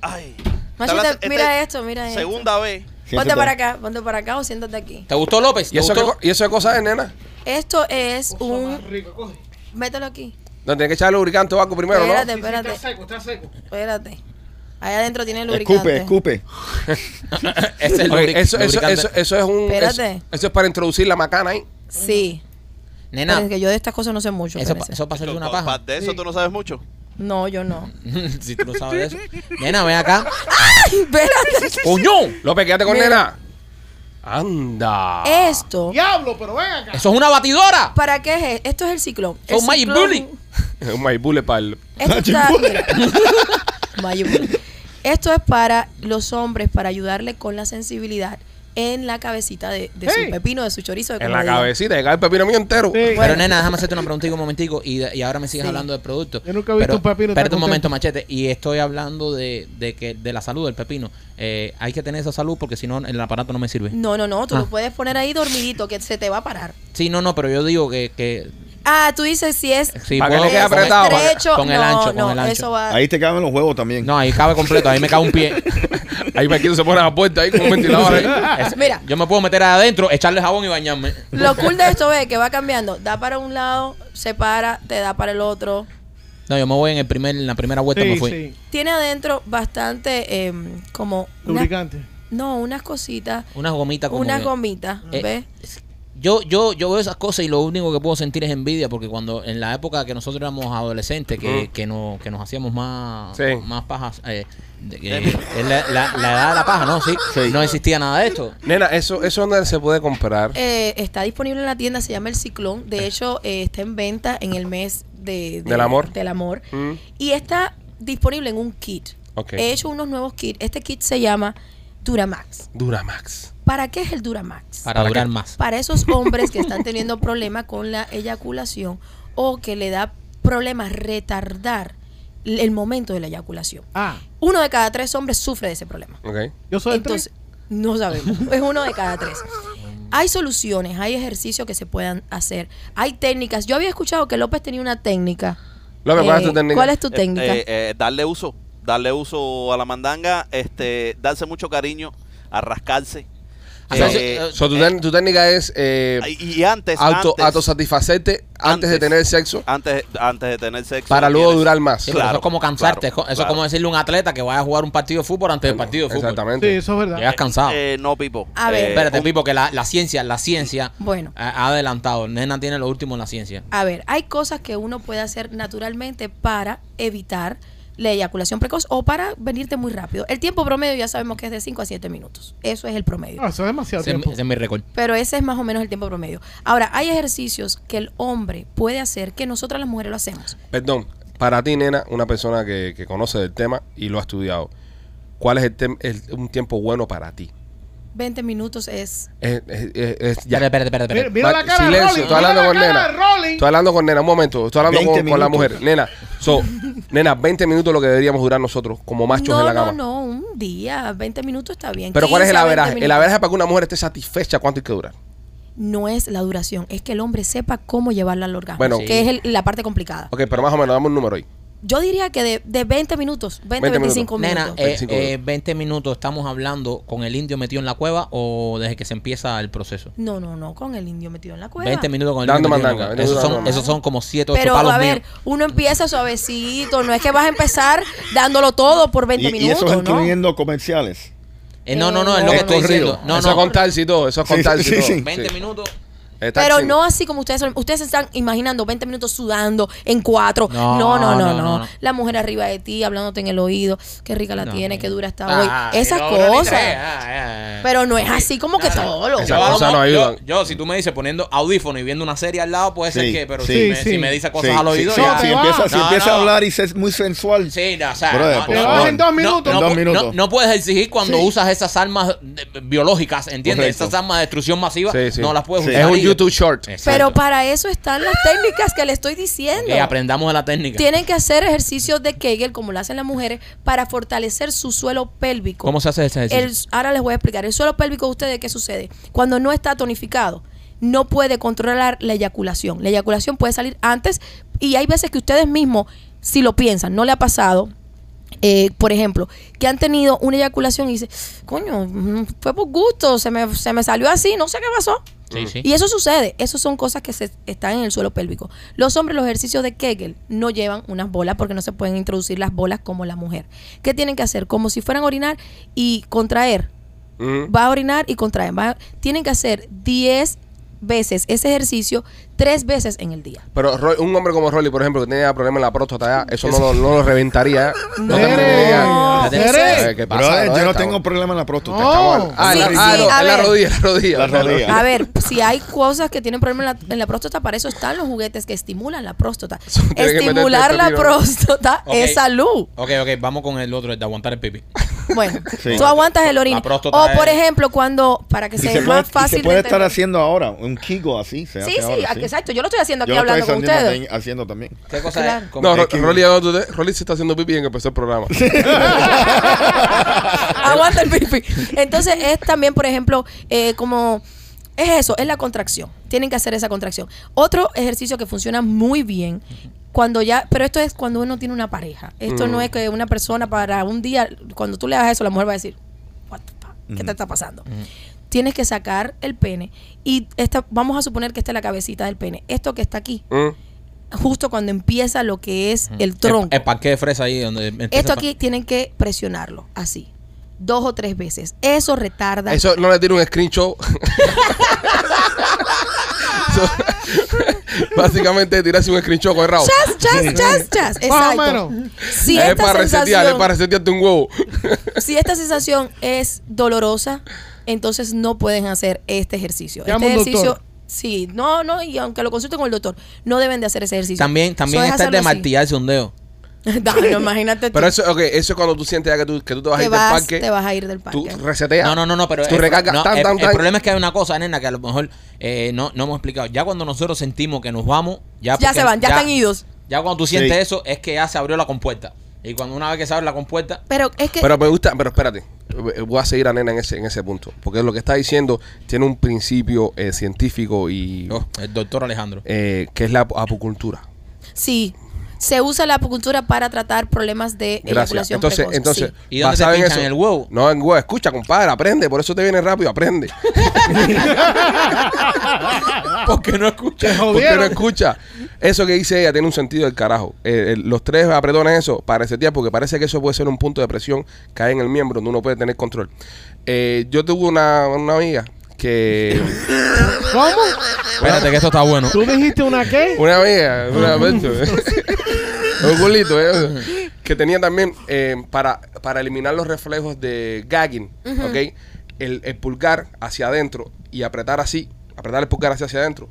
Speaker 5: Ay.
Speaker 6: Machete,
Speaker 5: Esta es la-
Speaker 6: mira
Speaker 5: esta
Speaker 6: esto, mira esto.
Speaker 5: Segunda vez.
Speaker 6: Ponte
Speaker 4: Siéntate.
Speaker 6: para acá, ponte para acá o siéntate aquí.
Speaker 2: ¿Te gustó, López? ¿Te
Speaker 1: ¿Y eso, qué,
Speaker 2: gustó?
Speaker 1: co- ¿Y eso qué cosa es, nena?
Speaker 6: Esto es un. Mételo aquí.
Speaker 1: No, tienes que echarle lubricante o algo primero, ¿no?
Speaker 6: Espérate, espérate.
Speaker 3: está seco.
Speaker 6: Espérate. Allá adentro tiene lubricante.
Speaker 4: Escupe, escupe.
Speaker 2: Ese es el
Speaker 1: Ok,
Speaker 2: lubric-
Speaker 1: eso, eso,
Speaker 2: lubricante.
Speaker 1: eso, eh. eso es un.
Speaker 6: Espérate.
Speaker 1: Eso, eso es para introducir la macana ahí.
Speaker 6: Sí.
Speaker 2: Nena,
Speaker 6: Pero es que yo de estas cosas no sé mucho.
Speaker 2: eso, pa-
Speaker 6: parece.
Speaker 2: eso para hacerle una
Speaker 5: Pa-
Speaker 2: paja.
Speaker 5: pa- De eso tú no sabes mucho.
Speaker 6: No, yo no.
Speaker 2: si tú no sabes de eso. Nena, ven acá.
Speaker 6: Espérate.
Speaker 2: ¡Coño!
Speaker 1: López, quédate con
Speaker 6: Mira.
Speaker 1: nena. Anda.
Speaker 6: Esto.
Speaker 3: Diablo, pero ven acá.
Speaker 2: ¡Eso es una batidora!
Speaker 6: ¿Para qué es? e- Esto es el ciclón.
Speaker 2: Son
Speaker 6: El
Speaker 2: Magic
Speaker 6: ciclón-
Speaker 2: Bullet.
Speaker 1: un maibule para el.
Speaker 6: Esto está- Magic Bullet. Esto es para los hombres, para ayudarle con la sensibilidad en la cabecita de, de
Speaker 3: Hey.
Speaker 6: su pepino, de su chorizo. de
Speaker 1: En
Speaker 6: como
Speaker 1: la
Speaker 6: le digan.
Speaker 1: cabecita, llega el pepino mío entero.
Speaker 3: Sí.
Speaker 2: Pero nena, déjame hacerte una preguntita un momentico y, y ahora me sigues
Speaker 6: Sí.
Speaker 2: hablando del producto.
Speaker 3: Yo nunca he visto
Speaker 2: Pero,
Speaker 3: un pepino tan
Speaker 2: Espérate un
Speaker 3: contento.
Speaker 2: momento, machete. Y estoy hablando de, de que de la salud del pepino. Eh, hay que tener esa salud porque si no el aparato no me sirve.
Speaker 6: No, no, no. Tú
Speaker 2: Ah.
Speaker 6: lo puedes poner ahí dormidito, que se te va a parar.
Speaker 2: Sí, no, no, pero yo digo que, que
Speaker 6: Ah, tú dices si es.
Speaker 2: sí,
Speaker 1: Para que
Speaker 2: puedo-
Speaker 1: no quede
Speaker 6: es
Speaker 2: con el-
Speaker 1: apretado.
Speaker 2: con el-
Speaker 6: estrecho.
Speaker 2: Con el
Speaker 6: no,
Speaker 2: ancho,
Speaker 6: no,
Speaker 2: con el ancho.
Speaker 6: Eso va.
Speaker 4: Ahí te caben los huevos también.
Speaker 2: No, ahí cabe completo, ahí me cabe un pie.
Speaker 1: Ahí me quedo se pone a la puerta ahí con un ventilador. ahí.
Speaker 2: Es-
Speaker 6: Mira.
Speaker 2: Ah, Yo me puedo meter adentro, echarle jabón y bañarme.
Speaker 6: Lo cool de esto es que va cambiando. Da para un lado, se para, te da para el otro.
Speaker 2: No, yo me voy en el primer, en la primera vuelta me
Speaker 3: Sí,
Speaker 2: Este fui.
Speaker 3: sí.
Speaker 6: Tiene adentro bastante em, como... una-
Speaker 3: Lubricante.
Speaker 6: no, unas cositas,
Speaker 2: Unas gomitas como
Speaker 6: unas
Speaker 2: que-
Speaker 6: gomitas,
Speaker 2: Eh,
Speaker 6: ¿ves?
Speaker 2: Yo, yo, yo veo esas cosas y lo único que puedo sentir es envidia, porque cuando en la época que nosotros éramos adolescentes, que, que, no, que nos hacíamos más,
Speaker 1: Sí.
Speaker 2: más pajas, eh, de- que- es la, la- la edad de la paja, ¿no? Sí, no existía nada de esto.
Speaker 1: Nena, eso, eso donde se puede comprar.
Speaker 6: Eh, está disponible en la tienda, se llama El Ciclón. De hecho, eh, está en venta en el mes de, de-
Speaker 1: Del amor.
Speaker 6: del amor.
Speaker 1: Mm.
Speaker 6: Y está disponible en un kit.
Speaker 1: Ok.
Speaker 6: He hecho unos nuevos kits. Este kit se llama Duramax.
Speaker 1: Duramax.
Speaker 6: ¿Para qué es el Duramax?
Speaker 2: Para,
Speaker 1: ¿Para
Speaker 2: durar
Speaker 1: qué?
Speaker 2: más.
Speaker 6: Para esos hombres que están teniendo problemas con la eyaculación o que le da problemas retardar l- el momento de la eyaculación.
Speaker 3: Ah,
Speaker 6: Uno de cada tres hombres sufre de ese problema.
Speaker 1: Ok.
Speaker 3: yo soy el
Speaker 6: Entonces,
Speaker 3: tres.
Speaker 6: no sabemos. Es uno de cada tres. Hay soluciones, hay ejercicios que se puedan hacer, hay técnicas. Yo había escuchado que López tenía una técnica.
Speaker 1: López, ¿cuál es tu
Speaker 6: Eh,
Speaker 1: técnica?
Speaker 6: ¿Cuál es tu
Speaker 5: Eh,
Speaker 6: técnica?
Speaker 5: eh, eh, darle uso, darle uso a la mandanga, este, darse mucho cariño, arrascarse.
Speaker 2: O sea,
Speaker 5: Eh,
Speaker 2: eso-
Speaker 1: So, tu, tec- tu técnica es eh,
Speaker 5: y y antes,
Speaker 1: auto,
Speaker 5: antes,
Speaker 1: autosatisfacerte antes, de tener sexo
Speaker 5: antes, antes de tener sexo.
Speaker 1: para
Speaker 5: no
Speaker 1: luego
Speaker 5: tienes-
Speaker 1: durar más.
Speaker 2: Sí, pero eso
Speaker 5: claro,
Speaker 2: es como cansarte.
Speaker 5: claro,
Speaker 2: eso es como
Speaker 5: claro.
Speaker 2: decirle a un atleta que vaya a jugar un partido de fútbol antes del partido de fútbol.
Speaker 3: Sí,
Speaker 1: Exactamente.
Speaker 3: eso es verdad.
Speaker 2: Llegas cansado.
Speaker 5: Eh, no, Pipo.
Speaker 6: A ver.
Speaker 5: Eh,
Speaker 2: Espérate,
Speaker 5: un-
Speaker 2: Pipo, que la, la ciencia, la ciencia
Speaker 6: Bueno.
Speaker 2: ha ha adelantado. Nena tiene lo último en la ciencia.
Speaker 6: A ver, hay cosas que uno puede hacer naturalmente para evitar la eyaculación precoz o para venirte muy rápido. El tiempo promedio ya sabemos que es de 5 a 7 minutos. Eso es el promedio.
Speaker 3: Ah, eso es demasiado
Speaker 2: Ese es mi-
Speaker 3: tiempo.
Speaker 2: ese es mi récord.
Speaker 6: Pero ese es más o menos el tiempo promedio. Ahora, hay ejercicios que el hombre puede hacer que nosotras las mujeres lo hacemos.
Speaker 1: Perdón, para ti, nena, una persona que, que conoce del tema y lo ha estudiado, ¿cuál es el tem- el- un tiempo bueno para ti?
Speaker 6: 20 minutos es...
Speaker 1: Es, es- es- es ya.
Speaker 2: Espérate, espérate, espérate,
Speaker 3: Mira,
Speaker 2: espérate.
Speaker 3: mira
Speaker 1: Va-
Speaker 3: la cara de
Speaker 1: silencio,
Speaker 3: Rolling.
Speaker 1: estoy hablando
Speaker 3: mira
Speaker 1: con
Speaker 3: la cara
Speaker 1: nena.
Speaker 3: de Rolling.
Speaker 1: Estoy hablando con nena, un momento, estoy hablando
Speaker 4: 20
Speaker 1: con, con la
Speaker 4: minutos.
Speaker 1: mujer. Nena, so, nena, 20 minutos lo que deberíamos durar nosotros como machos
Speaker 6: no,
Speaker 1: en la
Speaker 6: no,
Speaker 1: cama.
Speaker 6: no, un día, 20 minutos está bien.
Speaker 1: Pero ¿cuál es el
Speaker 6: 15 a 20
Speaker 1: averaje? El
Speaker 6: minutos.
Speaker 1: averaje para que una mujer esté satisfecha, ¿cuánto hay que durar?
Speaker 6: No es la duración, es que el hombre sepa cómo llevarla al orgasmo,
Speaker 1: Bueno.
Speaker 6: que es el- la parte complicada.
Speaker 1: Ok, pero más o menos, dame un número hoy.
Speaker 6: Yo diría que de, de 20 minutos, 20,
Speaker 1: 20 minutos.
Speaker 6: 25 minutos.
Speaker 2: Nena, eh,
Speaker 1: 25
Speaker 2: eh,
Speaker 1: minutos.
Speaker 2: 20 minutos estamos hablando con el indio metido en la cueva o desde que se empieza el proceso.
Speaker 6: No, no, no, con el indio metido en la cueva.
Speaker 2: 20 minutos con el
Speaker 1: Dando
Speaker 2: indio metido en la
Speaker 1: mandanga,
Speaker 2: cueva. Esos
Speaker 1: dando
Speaker 2: son,
Speaker 1: mandanga.
Speaker 2: esos son como 7 o 8
Speaker 6: Pero
Speaker 2: palos
Speaker 6: a ver,
Speaker 2: míos.
Speaker 6: uno empieza suavecito, no es que vas a empezar dándolo todo por 20
Speaker 4: Y, y
Speaker 6: minutos,
Speaker 4: eso es
Speaker 6: ¿no?
Speaker 4: incluyendo comerciales.
Speaker 2: Eh, no, no,
Speaker 6: Eh,
Speaker 2: no, es lo
Speaker 6: no,
Speaker 2: que estoy
Speaker 4: no, no.
Speaker 2: diciendo. No,
Speaker 1: eso es
Speaker 2: no.
Speaker 1: contar si todo, eso es
Speaker 4: Sí,
Speaker 1: contar
Speaker 4: sí,
Speaker 1: si todo.
Speaker 4: sí.
Speaker 2: 20 minutos.
Speaker 1: Está
Speaker 6: Pero
Speaker 1: chido.
Speaker 6: no así como ustedes son. Ustedes se están imaginando 20 minutos sudando en cuatro. No, no, no, no.
Speaker 2: no.
Speaker 6: La mujer arriba de ti, hablándote en el oído. Qué rica la tiene, qué dura está
Speaker 2: Ah,
Speaker 6: hoy. Esas
Speaker 2: pero ahora ni
Speaker 6: cosas.
Speaker 2: tres, ah, ah, ah.
Speaker 6: Pero no es así como que todo lo.
Speaker 1: Esas
Speaker 2: Yo,
Speaker 1: cosas
Speaker 2: vamos,
Speaker 1: no ayudan.
Speaker 2: Yo, yo, si tú me dices poniendo audífono y viendo una serie al lado, puede ser
Speaker 4: Sí,
Speaker 2: que, pero
Speaker 4: sí,
Speaker 2: si, me,
Speaker 3: sí.
Speaker 2: si me dices cosas
Speaker 4: Sí,
Speaker 2: al
Speaker 4: sí,
Speaker 2: oído,
Speaker 4: sí,
Speaker 2: ya.
Speaker 4: Si
Speaker 3: No,
Speaker 4: empieza,
Speaker 3: te
Speaker 4: si
Speaker 2: va.
Speaker 4: empieza
Speaker 2: No,
Speaker 4: a
Speaker 2: no.
Speaker 4: hablar y es muy sensual.
Speaker 2: Sí, no, o sea,
Speaker 4: Brother,
Speaker 2: no,
Speaker 4: por
Speaker 2: no,
Speaker 4: favor.
Speaker 2: no,
Speaker 4: En dos
Speaker 3: minutos.
Speaker 2: No,
Speaker 4: En dos
Speaker 2: no,
Speaker 4: minutos.
Speaker 2: no- no puedes exigir cuando
Speaker 4: Sí.
Speaker 2: usas esas armas eh, biológicas, ¿entiendes?
Speaker 4: Correcto.
Speaker 2: Esas armas de destrucción masiva,
Speaker 1: Sí, sí.
Speaker 2: no las puedes
Speaker 4: Sí.
Speaker 2: usar.
Speaker 1: Es un
Speaker 2: Y-
Speaker 1: YouTube short.
Speaker 6: Pero para eso están las técnicas que le estoy diciendo.
Speaker 2: Que aprendamos de la técnica.
Speaker 6: Tienen que hacer ejercicios de Kegel, como lo hacen las mujeres, para fortalecer su suelo pélvico.
Speaker 2: ¿Cómo se hace ese ejercicio?
Speaker 6: El- ahora les voy a explicar. El suelo pélvico, ¿ustedes qué sucede? Cuando no está tonificado, no puede controlar la eyaculación. La eyaculación puede salir antes y hay veces que ustedes mismos, si lo piensan, no le ha pasado. eh, por ejemplo, que han tenido una eyaculación y dicen, coño, mm, fue por gusto, se me, se me salió así, no sé qué pasó.
Speaker 2: Sí, sí.
Speaker 6: Y eso sucede, esas son cosas que se están en el suelo pélvico. Los hombres, los ejercicios de Kegel no llevan unas bolas porque no se pueden introducir las bolas como la mujer. ¿Qué tienen que hacer? Como si fueran a orinar y contraer.
Speaker 1: Mm.
Speaker 6: Va a orinar y contraen. Va- tienen que hacer 10 veces ese ejercicio, tres veces en el día.
Speaker 1: Pero Roy- un hombre como Rolly, por ejemplo, que tenía problemas en la próstata, ya, eso no, lo- no lo reventaría. ¿eh? No te
Speaker 3: Nene.
Speaker 1: mordía.
Speaker 3: Nene.
Speaker 1: Eh, ¿Qué pasa?
Speaker 4: Brother, yo
Speaker 1: brother?
Speaker 4: no
Speaker 1: Estamos-
Speaker 4: tengo problema en la próstata.
Speaker 3: No.
Speaker 1: estamos- Ah,
Speaker 6: Sí,
Speaker 1: la,
Speaker 6: sí,
Speaker 1: ah, no,
Speaker 6: a
Speaker 1: en la
Speaker 6: ver.
Speaker 1: rodilla, la rodilla.
Speaker 4: La rodilla.
Speaker 6: A ver, si hay cosas que tienen problemas en la, en la próstata, para eso están los juguetes que estimulan la próstata.
Speaker 1: Eso tiene que meterte
Speaker 6: Estimular
Speaker 1: el
Speaker 6: la
Speaker 1: pepino.
Speaker 6: próstata
Speaker 2: Ok.
Speaker 6: es salud.
Speaker 2: Ok, ok, vamos con el otro, el de aguantar el pipi.
Speaker 6: Bueno,
Speaker 4: Sí.
Speaker 6: tú aguantas el orina.
Speaker 2: La próstata
Speaker 6: O por
Speaker 2: es-
Speaker 6: ejemplo, cuando para que
Speaker 4: Y
Speaker 6: sea
Speaker 4: se puede,
Speaker 6: más
Speaker 4: y
Speaker 6: fácil
Speaker 4: se puede
Speaker 6: de
Speaker 4: estar
Speaker 6: entender.
Speaker 4: haciendo ahora. Un Kigo así. Se hace
Speaker 6: Sí, sí,
Speaker 4: ahora,
Speaker 6: a- exacto. Yo lo estoy haciendo aquí
Speaker 4: Yo lo
Speaker 6: hablando
Speaker 4: estoy
Speaker 6: con
Speaker 4: haciendo
Speaker 6: ustedes.
Speaker 4: también- haciendo también.
Speaker 2: ¿Qué cosa es?
Speaker 1: No, Ro-
Speaker 4: Es que-
Speaker 1: Rolly, ¿dónde- Rolly se está haciendo pipi en que empezó el programa.
Speaker 6: Aguanta el pipi. Entonces es también, por ejemplo, eh, como es eso, es la contracción. Tienen que hacer esa contracción. Otro ejercicio que funciona muy bien cuando ya, pero esto es cuando uno tiene una pareja. Esto no es que una persona para un día, cuando tú le hagas eso, la mujer va a decir, "What the fuck? ¿qué te está pasando? Tienes que sacar el pene y esta, vamos a suponer que esta es la cabecita del pene. Esto que está aquí,
Speaker 1: Mm.
Speaker 6: justo cuando empieza lo que Mm. es el tronco.
Speaker 2: El, el parque de fresa ahí donde empieza
Speaker 6: Esto
Speaker 2: el
Speaker 6: aquí tienen que presionarlo así, dos o tres veces. Eso retarda.
Speaker 1: Eso no le tiro un screenshot. Básicamente tirarse un screenshot con el rabo.
Speaker 6: Chas, chas, chas, chas.
Speaker 3: Más o
Speaker 6: Exacto.
Speaker 3: menos.
Speaker 6: Si
Speaker 1: es
Speaker 6: esta
Speaker 1: para resetear, es
Speaker 6: sensación-
Speaker 1: para resetearte un huevo.
Speaker 6: si esta sensación es dolorosa, entonces no pueden hacer este ejercicio.
Speaker 3: Llama
Speaker 6: este
Speaker 3: un doctor.
Speaker 6: ejercicio, sí, no, no, y aunque lo consulten con el doctor, no deben de hacer ese ejercicio.
Speaker 2: También, también
Speaker 6: Eso es
Speaker 2: está el de
Speaker 6: hacerlo así.
Speaker 2: martillarse un dedo.
Speaker 6: No, no, imagínate tú
Speaker 1: Pero eso, ok, eso es cuando tú sientes ya que tú, que tú te vas a
Speaker 6: que
Speaker 1: ir del
Speaker 6: vas,
Speaker 1: parque.
Speaker 6: te vas a ir del parque.
Speaker 1: Tú reseteas.
Speaker 2: No, no, no, no, pero
Speaker 1: Tú
Speaker 2: el-
Speaker 1: recargas
Speaker 2: no,
Speaker 1: Eh, tan,
Speaker 2: el,
Speaker 1: tan,
Speaker 2: el
Speaker 1: tan.
Speaker 2: problema es que hay una cosa, nena, que a lo mejor eh, no, no hemos explicado. Ya cuando nosotros sentimos que nos vamos, ya,
Speaker 6: ya
Speaker 2: porque-
Speaker 6: se van, ya, están idos.
Speaker 2: Ya cuando tú sientes
Speaker 4: Sí.
Speaker 2: eso, es que ya se abrió la compuerta. Y cuando una vez que se abre la compuerta,
Speaker 6: Pero es que
Speaker 1: Pero me gusta, pero espérate, eh, voy a seguir a Nena en ese, en ese punto, porque lo que está diciendo tiene un principio eh, científico y
Speaker 2: oh, el doctor Alejandro.
Speaker 1: eh, que es la ap- apocultura.
Speaker 6: sí, se usa la acupuntura para tratar problemas de
Speaker 1: Gracias.
Speaker 6: eyaculación
Speaker 1: Entonces,
Speaker 6: precoz,
Speaker 1: entonces,
Speaker 6: sí.
Speaker 2: ¿Y dónde
Speaker 1: basado
Speaker 2: te pinchan el huevo?
Speaker 1: No, en huevo. Escucha, compadre, aprende. Por eso te viene rápido, aprende. Ah.
Speaker 2: Porque no escucha.
Speaker 3: Te
Speaker 1: Porque no
Speaker 3: jodieron.
Speaker 1: escucha. Eso que dice ella tiene un sentido del carajo. Eh, el- los tres apretones eso para ese tiempo, porque parece que eso puede ser un punto de presión que hay en el miembro donde uno puede tener control. Eh, yo tuve una, una amiga que...
Speaker 3: ¿Cómo?
Speaker 2: Espérate, que esto está bueno.
Speaker 3: ¿Tú dijiste una qué?
Speaker 1: Una amiga, una vez, eh, un culito, eh, que tenía también eh, para, para eliminar los reflejos de gagging, ¿ok? El, el pulgar hacia adentro y apretar así, apretar el pulgar hacia, hacia adentro,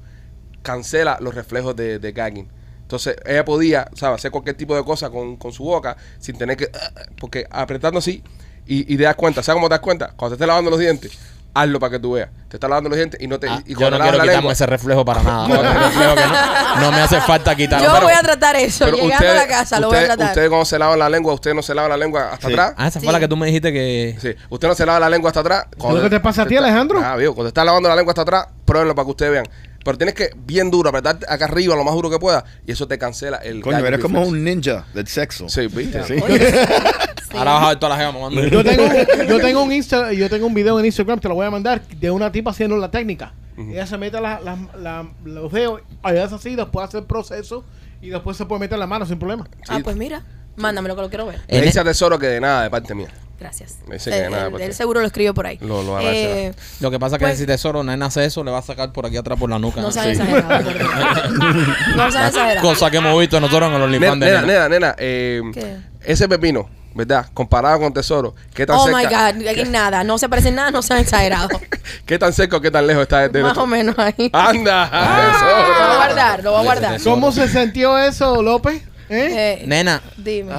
Speaker 1: cancela los reflejos de, de gagging. Entonces ella podía, ¿sabes? Hacer cualquier tipo de cosa con, con su boca sin tener que. Porque apretando así y, y te das cuenta, ¿sabes cómo te das cuenta? Cuando te estés lavando los dientes, hazlo para que tú veas. Te estás lavando los dientes y no te.
Speaker 2: Ah,
Speaker 1: y
Speaker 2: yo
Speaker 1: cuando
Speaker 2: no
Speaker 1: lavas
Speaker 2: quiero
Speaker 1: la
Speaker 2: quitarme
Speaker 1: lengua-
Speaker 2: ese reflejo para nada.
Speaker 1: No.
Speaker 2: Otro reflejo que no, no me hace falta quitarlo.
Speaker 6: yo
Speaker 2: pero-
Speaker 6: voy a tratar eso,
Speaker 1: Pero
Speaker 6: llegando
Speaker 1: ustedes-
Speaker 6: a la casa lo voy a
Speaker 1: ustedes-
Speaker 6: tratar.
Speaker 1: Ustedes cuando se lavan la lengua, ustedes no se lavan la lengua hasta
Speaker 4: Sí.
Speaker 1: atrás.
Speaker 2: Ah, esa
Speaker 6: Sí.
Speaker 2: fue la que tú me dijiste que.
Speaker 1: Sí. Usted no se lava la lengua hasta atrás. Cuando-
Speaker 3: lo que te pasa a ti,
Speaker 1: está-
Speaker 3: Alejandro?
Speaker 1: Ah, viejo, cuando estás lavando la lengua hasta atrás, pruébenlo para que ustedes vean. Pero tienes que bien duro, apretar acá arriba lo más duro que pueda y eso te cancela el
Speaker 4: Coño,
Speaker 1: gag
Speaker 4: eres como
Speaker 1: reflex.
Speaker 4: un ninja del sexo.
Speaker 1: Sí, ¿viste?
Speaker 4: Sí.
Speaker 2: Ahora vas a ver todas las gemas mamando.
Speaker 3: Yo tengo, yo tengo un Insta, yo tengo un video en Instagram, te lo voy a mandar, de una tipa haciendo la técnica. Ella se mete la- la- la- los dedos, allá es así, después hace el proceso y después se puede meter la mano sin problema.
Speaker 6: Ah, pues mira, mándamelo que lo quiero ver.
Speaker 1: Le
Speaker 4: e-
Speaker 1: dice a Tesoro que de nada, de parte mía.
Speaker 6: Gracias.
Speaker 1: Me dice que
Speaker 6: El-
Speaker 1: de nada,
Speaker 6: el-
Speaker 1: porque-
Speaker 6: él seguro lo escribió por ahí.
Speaker 1: Lo- lo agradecerá.
Speaker 6: Eh,
Speaker 2: Lo que pasa es que
Speaker 6: Pues-
Speaker 2: si tesoro nena hace eso, le va a sacar por aquí atrás por la nuca.
Speaker 6: no sean exagerados, por Dios. No sean exagerados.
Speaker 2: Cosa que hemos visto nosotros en el
Speaker 1: Nena,
Speaker 2: OnlyFans de
Speaker 1: nena,
Speaker 2: nena.
Speaker 1: nena, nena, eh,
Speaker 6: ¿Qué?
Speaker 1: ese pepino, ¿verdad? Comparado con Tesoro, ¿qué tan
Speaker 6: Oh my
Speaker 1: cerca?
Speaker 6: God, aquí nada, no se parece nada, no sean exagerados.
Speaker 1: ¿Qué tan cerca o qué tan lejos está de- de
Speaker 6: Más
Speaker 1: nuestro-
Speaker 6: o menos ahí.
Speaker 1: Ah. Anda,
Speaker 6: Lo voy a
Speaker 1: Tesoro.
Speaker 6: guardar, lo voy a guardar.
Speaker 2: Tesoro.
Speaker 3: ¿Cómo se sintió eso, López? ¿Eh?
Speaker 6: Eh,
Speaker 2: Nena,
Speaker 6: dime.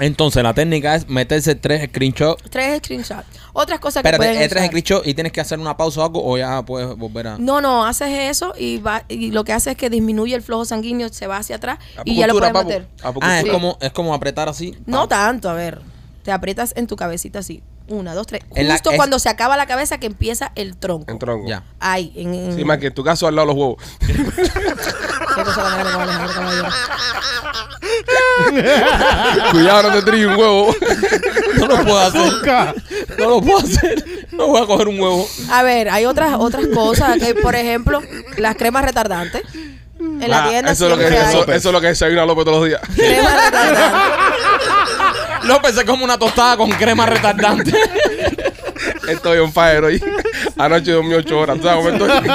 Speaker 2: entonces la técnica es meterse tres screenshots.
Speaker 6: Tres screenshots. Otras cosas que pueden
Speaker 2: Espérate, este es tres
Speaker 6: usar.
Speaker 2: screenshots y tienes que hacer una pausa o algo o ya puedes volver a.
Speaker 6: No, no, haces eso y, va, y lo que hace es que disminuye el flujo sanguíneo, se va hacia atrás y ya lo
Speaker 1: Apocultura,
Speaker 6: puedes
Speaker 1: papu.
Speaker 6: meter.
Speaker 2: Ah,
Speaker 1: Apocultura.
Speaker 2: es como, es como apretar así.
Speaker 6: No tanto, a ver. Te aprietas en tu cabecita así. Una, dos, tres.
Speaker 2: En la-
Speaker 6: Justo
Speaker 2: es-
Speaker 6: cuando se acaba la cabeza que empieza el tronco.
Speaker 1: En tronco.
Speaker 2: Ya.
Speaker 6: Ahí, en... en-
Speaker 1: Sí, más que en tu caso al lado de los huevos.
Speaker 6: Qué cosa tan grande, Alejandro Caballero. Ah.
Speaker 1: Cuidado, no te trilles un huevo.
Speaker 2: No lo puedo hacer. No lo puedo hacer. No voy a coger un huevo.
Speaker 6: A ver, hay otras otras cosas. Que, por ejemplo, las cremas retardantes. En la
Speaker 1: Ah,
Speaker 6: tienda
Speaker 1: eso, es lo que,
Speaker 6: siempre hay
Speaker 1: eso, eso es lo que desayuna López todos los días.
Speaker 6: cremas retardantes.
Speaker 2: López se come pues, una tostada con crema retardante.
Speaker 1: Estoy un fire hoy. Anoche dormí ocho horas. ¿Sabes cómo estoy?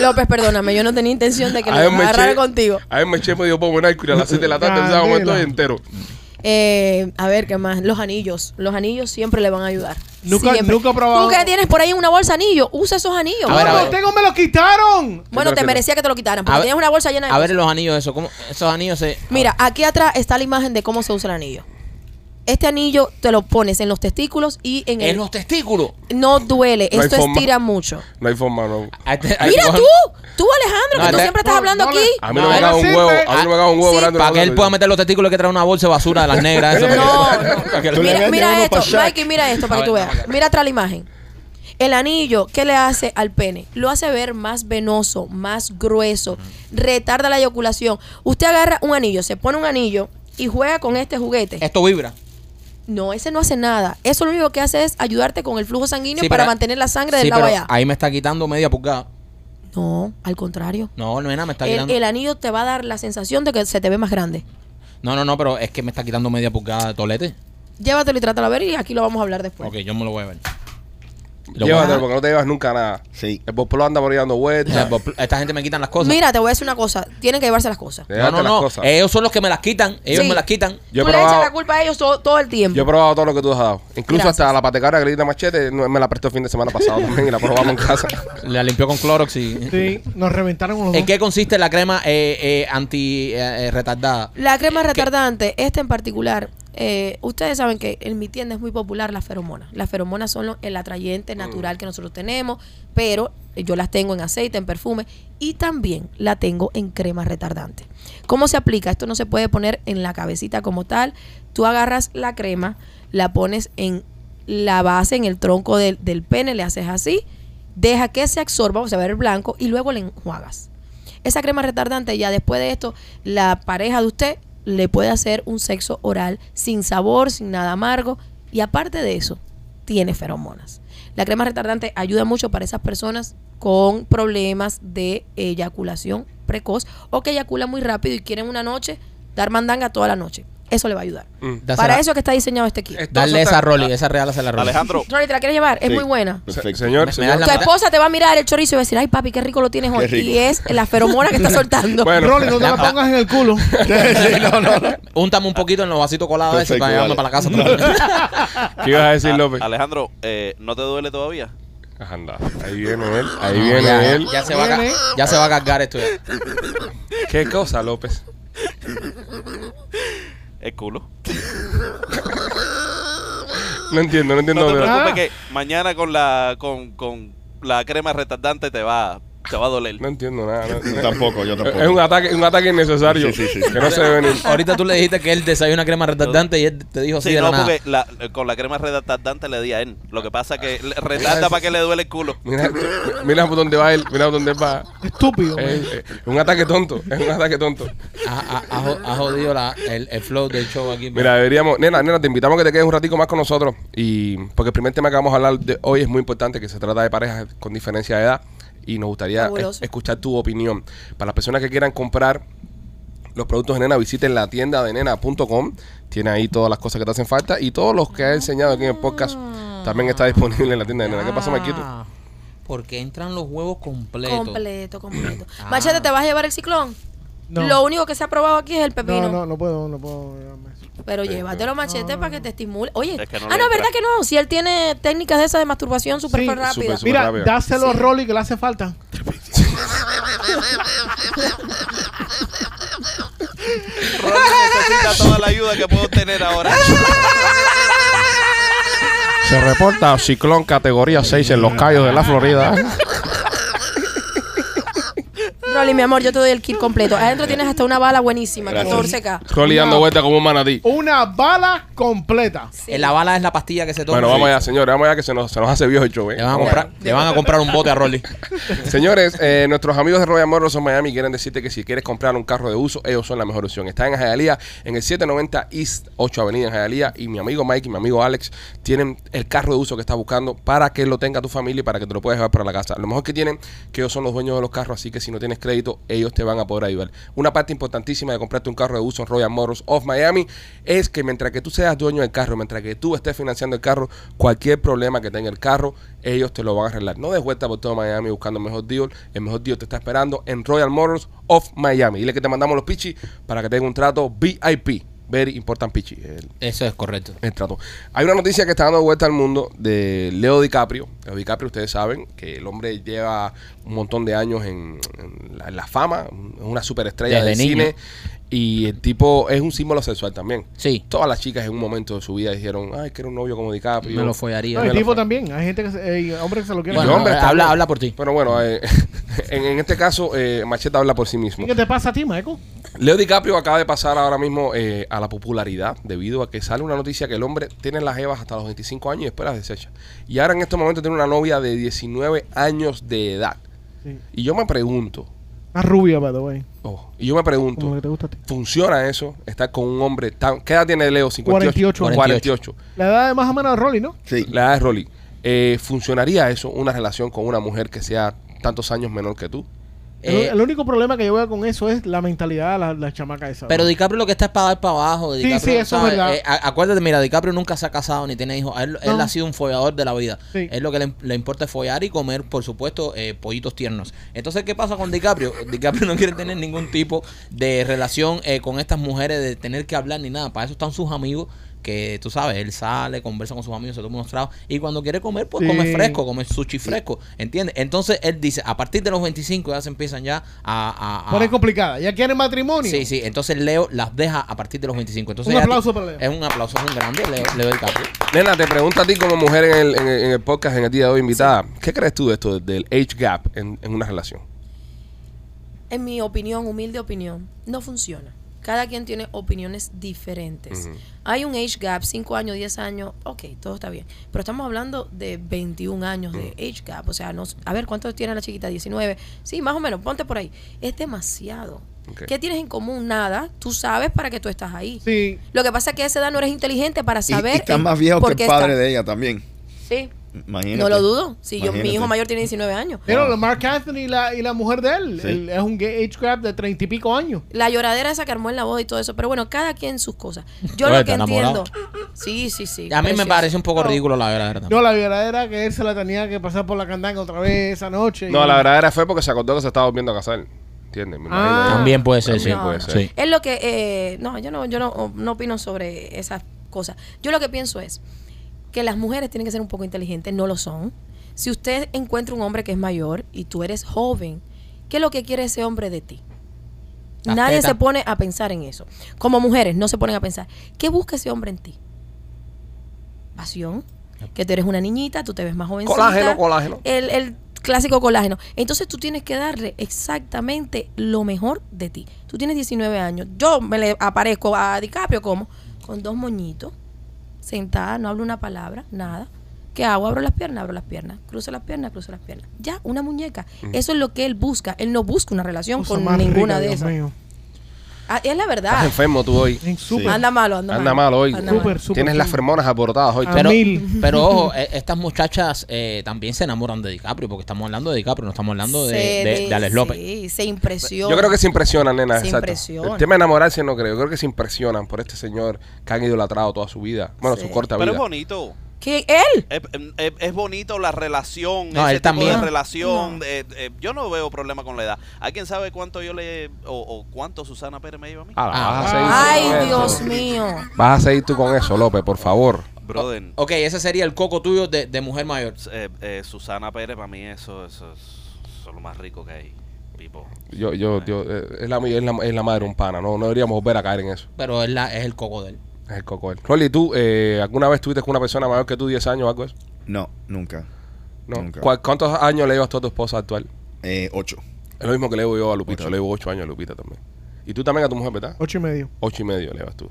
Speaker 6: López, perdóname, yo no tenía intención de que
Speaker 1: Ayer
Speaker 6: me
Speaker 1: me
Speaker 6: agarrara
Speaker 1: eché-
Speaker 6: contigo.
Speaker 1: Ayer me eché medio pomo en alcohol y a las 7 de la tarde. ¿Sabes cómo estoy?
Speaker 3: Candela.
Speaker 1: Entero.
Speaker 6: Eh, a ver, ¿qué más? Los anillos. Los anillos siempre le van a ayudar.
Speaker 3: Nunca-
Speaker 6: Siempre.
Speaker 3: nunca he probado.
Speaker 6: ¿Tú qué tienes por ahí en una bolsa anillo? Usa esos anillos.
Speaker 2: A ver,
Speaker 3: ¡No
Speaker 2: a ver.
Speaker 3: lo tengo, me lo quitaron!
Speaker 6: Bueno, te
Speaker 1: Pero-
Speaker 6: merecía que te lo quitaran porque
Speaker 2: A ver-
Speaker 6: tienes una bolsa llena de
Speaker 2: A ver
Speaker 6: cosas.
Speaker 2: los anillos, eso. ¿cómo? Esos anillos se.
Speaker 6: Mira, aquí atrás está la imagen de cómo se usa el anillo. Este anillo te lo pones en los testículos y en,
Speaker 2: Ah, En
Speaker 6: el...
Speaker 2: los testículos.
Speaker 6: No duele,
Speaker 1: No hay
Speaker 6: esto
Speaker 1: forma.
Speaker 6: estira mucho.
Speaker 1: No hay forma, no.
Speaker 2: A este- a
Speaker 6: Mira
Speaker 2: este-
Speaker 6: tú, tú Alejandro,
Speaker 2: No,
Speaker 6: que tú
Speaker 2: te-
Speaker 6: siempre estás
Speaker 3: no,
Speaker 6: hablando
Speaker 3: no
Speaker 6: aquí.
Speaker 3: le-
Speaker 1: A mí no,
Speaker 2: No,
Speaker 1: me caga
Speaker 3: no
Speaker 1: un
Speaker 3: sirve.
Speaker 1: huevo. A mí no me caga un huevo
Speaker 6: pues, Sí,
Speaker 1: grande.
Speaker 2: Para que él pueda meter los testículos hay que trae una bolsa de basura de las negras. eso, porque-
Speaker 6: No, no.
Speaker 2: para que-
Speaker 4: Tú le
Speaker 6: Mira,
Speaker 4: vendes
Speaker 6: mira
Speaker 4: uno
Speaker 6: esto,
Speaker 4: pa' Shaq.
Speaker 6: Mikey, mira esto para
Speaker 2: A
Speaker 6: que tú
Speaker 2: ver,
Speaker 6: veas. Mira atrás la imagen. El anillo, ¿qué le hace al pene? Lo hace ver más venoso, más grueso, retarda la eyaculación. Usted agarra un anillo, se pone un anillo y juega con este juguete.
Speaker 2: Esto vibra.
Speaker 6: No, ese no hace nada. Eso lo único que hace es ayudarte con el flujo sanguíneo
Speaker 2: Sí,
Speaker 6: para
Speaker 2: pero-
Speaker 6: mantener la sangre del
Speaker 2: sí,
Speaker 6: lado
Speaker 2: pero
Speaker 6: allá.
Speaker 2: Ahí me está quitando media pulgada.
Speaker 6: No, al contrario.
Speaker 2: No, no es nada, me está
Speaker 6: El,
Speaker 2: quitando.
Speaker 6: el anillo te va a dar la sensación de que se te ve más grande.
Speaker 2: No, no, no, pero es que me está quitando media pulgada de tolete.
Speaker 6: Llévatelo y trátalo a ver y aquí lo vamos a hablar después.
Speaker 2: Ok, yo me lo voy a ver. Lo
Speaker 1: Llévatelo
Speaker 2: guardas.
Speaker 1: porque no te llevas nunca nada.
Speaker 4: Sí.
Speaker 1: El Bob Pro anda por ahí dando
Speaker 2: O sea,
Speaker 1: vueltas.
Speaker 2: por- pues, Esta gente me quitan las cosas.
Speaker 6: Mira, te voy a decir una cosa. Tienen que llevarse las cosas.
Speaker 1: Llévate
Speaker 2: no, no,
Speaker 1: las
Speaker 2: no.
Speaker 1: cosas.
Speaker 2: Ellos son los que me las quitan. Ellos
Speaker 6: Sí.
Speaker 2: me las quitan.
Speaker 1: Yo he
Speaker 6: Tú le echas
Speaker 1: probado-
Speaker 6: la culpa a ellos todo, todo el tiempo.
Speaker 1: Yo he probado todo lo que tú has dado. Incluso
Speaker 6: Gracias.
Speaker 1: hasta la patecabra que le di a machete no- me la prestó el fin de semana pasado también y la probamos en casa.
Speaker 2: La limpió con Clorox y.
Speaker 3: Sí, nos reventaron con los
Speaker 2: ¿En
Speaker 3: dos.
Speaker 2: qué consiste la crema eh, eh, anti eh, eh, retardada?
Speaker 6: La crema retardante, esta en particular, eh, ustedes saben que en mi tienda es muy popular las feromonas. Las feromonas son lo- el atrayente natural que nosotros tenemos, pero eh, yo las tengo en aceite, en perfume y también la tengo en crema retardante. ¿Cómo se aplica? Esto no se puede poner en la cabecita como tal. Tú agarras la crema, la pones en la base, en el tronco del, del pene, le haces así, deja que se absorba, se va a ver blanco y luego le enjuagas. Esa crema retardante ya después de esto, la pareja de usted le puede hacer un sexo oral sin sabor, sin nada amargo y aparte de eso, tiene feromonas. La crema retardante ayuda mucho para esas personas con problemas de eyaculación precoz o que eyaculan muy rápido y quieren una noche dar mandanga toda la noche. Eso le va a ayudar.
Speaker 1: Mm.
Speaker 2: Dásela-
Speaker 6: Para eso que está diseñado este kit.
Speaker 1: Eh,
Speaker 2: Darle
Speaker 1: Esto
Speaker 2: esa
Speaker 1: está-
Speaker 2: Rolly, esa real se la Rolly.
Speaker 5: Alejandro,
Speaker 6: Rolly, ¿te la quieres llevar? Es
Speaker 4: Sí.
Speaker 6: muy buena.
Speaker 1: Se-
Speaker 4: Perfecto.
Speaker 1: Señor,
Speaker 2: Me- me
Speaker 1: señor.
Speaker 2: das la
Speaker 6: Tu
Speaker 2: mitad.
Speaker 6: esposa te va a mirar el chorizo y va a decir, ay papi, qué rico lo tienes hoy.
Speaker 4: Qué rico.
Speaker 6: Y es la feromona que está soltando.
Speaker 1: Bueno,
Speaker 3: Rolly, no te la pongas en el culo.
Speaker 4: Sí, no, no, no.
Speaker 2: Úntame un poquito en los vasitos colados esos
Speaker 4: Perfecto,
Speaker 2: para llevarme
Speaker 4: dale.
Speaker 2: para la casa. otra vez.
Speaker 1: ¿qué ibas a decir,
Speaker 5: a-
Speaker 1: López?
Speaker 5: Alejandro, eh, ¿no te duele todavía?
Speaker 1: Anda, ahí viene él, ahí
Speaker 2: No,
Speaker 1: viene
Speaker 2: ya,
Speaker 1: él.
Speaker 2: Ya se, va a, ca-
Speaker 3: Viene.
Speaker 2: ya se va a cargar esto. ya.
Speaker 1: ¿Qué cosa, López?
Speaker 5: El culo.
Speaker 1: No entiendo, no
Speaker 5: No
Speaker 1: entiendo.
Speaker 5: te
Speaker 1: mira.
Speaker 5: preocupes
Speaker 6: Ah.
Speaker 3: nada.
Speaker 5: que mañana con la con, con la crema retardante te va te va a doler.
Speaker 1: No entiendo nada. no-
Speaker 4: Yo tampoco, yo tampoco.
Speaker 1: Es un ataque, un ataque innecesario.
Speaker 4: Sí, sí, sí.
Speaker 1: Que no se debe venir.
Speaker 2: Ahorita tú le dijiste que él desayuna crema retardante y él te dijo así
Speaker 5: Sí,
Speaker 2: de la
Speaker 5: no,
Speaker 2: nada.
Speaker 5: porque la- con la crema retardante le di a él. Lo que pasa que le- retarda para que le duele el culo.
Speaker 1: Mira, mira por dónde va él, mira por dónde va.
Speaker 3: Estúpido. man.
Speaker 1: Es, es un ataque tonto, es un ataque tonto.
Speaker 2: Ha, ha- ha jo- ha jodido la- el, el flow del show aquí.
Speaker 1: Mira, deberíamos, nena, nena, te invitamos a que te quedes un ratico más con nosotros. Y porque el primer tema que vamos a hablar de hoy es muy importante, que se trata de parejas con diferencia de edad. Y nos gustaría
Speaker 6: Fabuloso.
Speaker 1: es- escuchar tu opinión. Para las personas que quieran comprar los productos de nena, visiten la tienda de nena.com. Tiene ahí todas las cosas que te hacen falta. Y todos los que he enseñado aquí en el podcast también está disponible en la tienda de nena. ¿Qué pasa, Marquito?
Speaker 2: Ah, Porque entran los huevos completos.
Speaker 6: Completo, completo.
Speaker 2: Ah.
Speaker 6: Machete, ¿te vas a llevar el ciclón?
Speaker 3: No.
Speaker 6: Lo único que se ha probado aquí es el pepino.
Speaker 3: No, no, no puedo, no puedo. llevarme eso.
Speaker 6: Pero llévatelo, machete, para que te estimule. Oye,
Speaker 5: Es que no le
Speaker 6: ah, no, es
Speaker 5: entra.
Speaker 6: verdad que no. Si él tiene técnicas de esas de masturbación súper
Speaker 3: Sí,
Speaker 6: súper rápida.
Speaker 1: súper,
Speaker 3: Mira,
Speaker 1: rápido.
Speaker 3: dáselo a Rolly que le hace falta.
Speaker 5: Rolly necesita toda la ayuda que puedo tener ahora.
Speaker 1: Se reporta ciclón categoría 6 en los callos de la Florida.
Speaker 6: Rolly, mi amor, yo te doy el kit completo. Adentro tienes hasta una bala buenísima,
Speaker 4: Gracias.
Speaker 6: 14K.
Speaker 1: Rolly dando vuelta como un manatí.
Speaker 3: Una bala completa.
Speaker 6: Sí.
Speaker 2: Eh, La bala es la pastilla que se toma.
Speaker 1: Bueno, vamos allá, señores. Vamos allá que se nos, se nos hace viejo el show, ¿eh?
Speaker 2: Le van, a
Speaker 1: Vamos
Speaker 2: comprar, le van a comprar un bote a Rolly.
Speaker 1: Señores, eh, nuestros amigos de Royal Motors of Miami quieren decirte que si quieres comprar un carro de uso, ellos son la mejor opción. Están en Hialeah, en el 790 East 8 Avenida en Hialeah. Y mi amigo Mike y mi amigo Alex tienen el carro de uso que estás buscando para que lo tenga tu familia y para que te lo puedas llevar para la casa. Lo mejor que tienen, que ellos son los dueños de los carros, así que si no tienes crédito, ellos te van a poder ayudar. Una parte importantísima de comprarte un carro de uso en Royal Motors of Miami es que mientras que tú seas dueño del carro, mientras que tú estés financiando el carro, cualquier problema que tenga el carro, ellos te lo van a arreglar. No des vuelta por todo Miami buscando el mejor deal. El mejor deal te está esperando en Royal Motors of Miami. Dile que te mandamos los pichis para que tenga un trato VIP. Very important pichi. El,
Speaker 2: Eso es correcto.
Speaker 1: el trato. Hay una noticia que está dando vuelta al mundo de Leo DiCaprio. Leo DiCaprio, ustedes saben que el hombre lleva un montón de años en, en la, en la fama, es una superestrella
Speaker 2: Desde
Speaker 1: del
Speaker 2: niño.
Speaker 1: cine. Y el tipo es un símbolo sexual también.
Speaker 2: Sí.
Speaker 1: Todas las chicas en un momento de su vida dijeron, ay, quiero un novio como DiCaprio.
Speaker 2: Me lo follaría.
Speaker 3: No, el
Speaker 1: me lo
Speaker 3: tipo
Speaker 1: fue.
Speaker 3: también. Hay gente que se, eh, hombre que se lo
Speaker 1: Y
Speaker 3: quiere.
Speaker 2: Bueno,
Speaker 1: los hombres
Speaker 2: eh,
Speaker 1: también.
Speaker 2: habla- habla por ti.
Speaker 1: Pero bueno, eh, en, en este caso, eh, Machete habla por sí mismo.
Speaker 3: ¿Qué te pasa a ti, Maeco?
Speaker 1: Leo DiCaprio acaba de pasar ahora mismo eh, a la popularidad debido a que sale una noticia que el hombre tiene las evas hasta los 25 años y después las desecha. Y ahora en estos momentos tiene una novia de 19 años de edad.
Speaker 3: Sí.
Speaker 1: Y yo me pregunto,
Speaker 3: Más rubia, by the way.
Speaker 1: oh, y yo me
Speaker 3: Como lo
Speaker 1: pregunto,
Speaker 3: que te gusta a ti.
Speaker 1: ¿funciona eso? Estar con un hombre tan... ¿Qué edad tiene Leo? 58.
Speaker 3: 48.
Speaker 1: 48.
Speaker 3: La edad de más o menos de Rolly, ¿no?
Speaker 4: Sí.
Speaker 1: La edad de Rolly. Eh, ¿Funcionaría eso, una relación con una mujer que sea tantos años menor que tú?
Speaker 3: El,
Speaker 2: Eh,
Speaker 3: el único problema que yo veo con eso es la mentalidad de la, la chamaca esa.
Speaker 2: Pero DiCaprio lo que está es para dar para abajo. DiCaprio,
Speaker 3: sí, eso es
Speaker 2: ¿sabes?
Speaker 3: verdad.
Speaker 2: Eh, a- acuérdate, mira, DiCaprio nunca se ha casado ni tiene hijos. A Él, él
Speaker 3: No.
Speaker 2: ha sido un follador de la vida.
Speaker 3: Sí.
Speaker 2: Es lo que le, le importa es follar y comer, por supuesto, eh, pollitos tiernos. Entonces, ¿qué pasa con DiCaprio? DiCaprio no quiere tener ningún tipo de relación eh, con estas mujeres, de tener que hablar ni nada. Para eso están sus amigos. Que tú sabes, él sale, conversa con sus amigos, se toma unos tragos. Y cuando quiere comer, pues
Speaker 3: Sí.
Speaker 2: come fresco, come sushi fresco. ¿Entiendes? Entonces él dice: a partir de los 25 ya se empiezan ya a. a- a-
Speaker 3: Pone complicada. ¿Ya quieren matrimonio?
Speaker 2: Ah. Sí, sí, entonces Leo las deja a partir de los 25. Entonces eh,
Speaker 3: Un
Speaker 2: ella-
Speaker 3: aplauso para Leo.
Speaker 2: Es un aplauso, es un grande Leo, Leo del Capri.
Speaker 1: Nena, te pregunto a ti como mujer en el, en el- en el podcast en el día de hoy invitada, ¿qué crees tú de esto del age gap en, en una relación?
Speaker 6: En mi opinión, humilde opinión, no funciona. Cada quien tiene opiniones diferentes.
Speaker 1: Ujú.
Speaker 6: Hay un age gap, 5 años, 10 años, ok, todo está bien. Pero estamos hablando de 21 años de age gap. O sea, no, s- a ver, ¿cuántos tiene la chiquita? 19. Sí, más o menos, ponte por ahí. Es demasiado.
Speaker 1: Ok.
Speaker 6: ¿Qué tienes en común? Nada. Tú sabes para qué tú estás ahí.
Speaker 3: Sí.
Speaker 6: Lo que pasa es que a esa edad no eres inteligente para
Speaker 4: Y,
Speaker 6: saber.
Speaker 4: y estás
Speaker 6: en-
Speaker 4: más viejo
Speaker 6: por
Speaker 4: que
Speaker 6: qué
Speaker 4: el padre
Speaker 6: está.
Speaker 4: de ella también.
Speaker 6: Sí,
Speaker 4: Imagínate.
Speaker 6: no lo dudo. Si yo, mi
Speaker 4: Imagínate.
Speaker 6: hijo mayor tiene 19 años.
Speaker 3: Pero la Mark Anthony y la, y la mujer de él,
Speaker 4: Sí.
Speaker 3: él es un gay age grab de treinta y pico años.
Speaker 6: la lloradera esa que armó en la boda y todo eso. Pero bueno, cada quien sus cosas. Yo
Speaker 2: Oye,
Speaker 6: lo que
Speaker 2: ¿te enamorado?
Speaker 6: entiendo. Sí, sí, sí.
Speaker 2: A mí me
Speaker 6: precioso.
Speaker 2: parece un poco ridículo la verdad.
Speaker 3: No, la verdadera que él se la tenía que pasar por la candanga otra vez esa noche.
Speaker 1: No,
Speaker 3: Y-
Speaker 1: la verdadera fue porque se acordó que se estaba volviendo a casar. ¿Entiendes? Me imagino.
Speaker 3: Ah.
Speaker 2: También puede ser, sí.
Speaker 1: También puede ser.
Speaker 2: Sí.
Speaker 6: Es lo que. eh, no, yo no, yo no, no opino sobre esas cosas. Yo lo que pienso es que las mujeres tienen que ser un poco inteligentes, no lo son. Si usted encuentra un hombre que es mayor y tú eres joven, ¿qué es lo que quiere ese hombre de ti?
Speaker 2: Las
Speaker 6: Nadie
Speaker 2: tetas.
Speaker 6: se pone a pensar en eso. Como mujeres, no se ponen a pensar. ¿Qué busca ese hombre en ti? Pasión. Que tú eres una niñita, tú te ves más jovencita.
Speaker 1: Colágeno, colágeno.
Speaker 6: El, el clásico colágeno. Entonces tú tienes que darle exactamente lo mejor de ti. Tú tienes 19 años. Yo me le aparezco a DiCaprio como con dos moñitos, sentada, no hablo una palabra, nada. ¿Qué hago? Abro las piernas, abro las piernas, cruzo las piernas, cruzo las piernas. Ya, una muñeca.
Speaker 1: Mm.
Speaker 6: Eso es lo que él busca. Él no busca una relación
Speaker 3: Cosa
Speaker 6: con
Speaker 3: más rica,
Speaker 6: ninguna de
Speaker 3: Dios
Speaker 6: esas.
Speaker 3: mío.
Speaker 6: Ah, es la
Speaker 1: Estás
Speaker 6: verdad.
Speaker 1: enfermo tú hoy.
Speaker 3: En súper.
Speaker 6: Anda malo, anda,
Speaker 1: Anda mal hoy.
Speaker 6: Anda
Speaker 3: Súper,
Speaker 6: mal.
Speaker 3: súper.
Speaker 1: Tienes las fermonas alborotadas hoy.
Speaker 3: Ah.
Speaker 1: Pero-
Speaker 2: Pero,
Speaker 3: mil.
Speaker 2: pero ojo, eh, estas muchachas eh, también se enamoran de DiCaprio, porque estamos hablando de DiCaprio, no estamos hablando de,
Speaker 6: Se
Speaker 2: de- de Alex López.
Speaker 6: Sí, se impresiona.
Speaker 1: yo creo que se impresionan, nena.
Speaker 6: Se
Speaker 1: exacto.
Speaker 6: impresionan.
Speaker 1: El tema de enamorarse no creo. Yo creo que se impresionan por este señor que han idolatrado toda su vida. Bueno,
Speaker 6: Sí.
Speaker 1: su corta
Speaker 5: Pero es
Speaker 1: vida.
Speaker 5: bonito.
Speaker 6: que él.
Speaker 5: Es, es- es bonito la relación,
Speaker 2: No,
Speaker 5: ese
Speaker 2: él
Speaker 5: tipo
Speaker 2: también.
Speaker 5: de relación.
Speaker 6: No.
Speaker 5: eh, eh, yo no veo problema con la edad. ¿A quién sabe cuánto yo le o, o cuánto Susana Pérez me lleva a mí?
Speaker 1: Ah, vas a
Speaker 2: Ah.
Speaker 1: seguir tú con
Speaker 6: Ay,
Speaker 1: eso.
Speaker 6: Dios mío.
Speaker 1: Vas a seguir tú con eso, López, por favor.
Speaker 2: oh,
Speaker 5: Brother,
Speaker 2: Ok, ese sería el coco tuyo de, de mujer mayor.
Speaker 5: eh, eh, Susana Pérez para mí eso, eso, es- eso es lo más rico que hay. Pipo.
Speaker 1: Yo, yo, yo, eh, es, la, es, la, es la madre un pana, no, no deberíamos volver a caer en eso.
Speaker 2: Pero es, la, es el coco de él.
Speaker 1: Es el coco. él. Rolly, ¿tú eh, alguna vez tuviste con una persona mayor que tú 10 años o algo de eso?
Speaker 4: No, nunca.
Speaker 1: No.
Speaker 4: Nunca.
Speaker 1: ¿Cuá- ¿Cuántos años le llevas tú a tu esposa actual?
Speaker 4: Eh, ocho.
Speaker 1: Es lo mismo que le llevo yo a Lupita. Yo le llevo 8 años a Lupita también. Y tú también a tu mujer, ¿verdad?
Speaker 3: Ocho y medio.
Speaker 1: 8 y medio le llevas tú.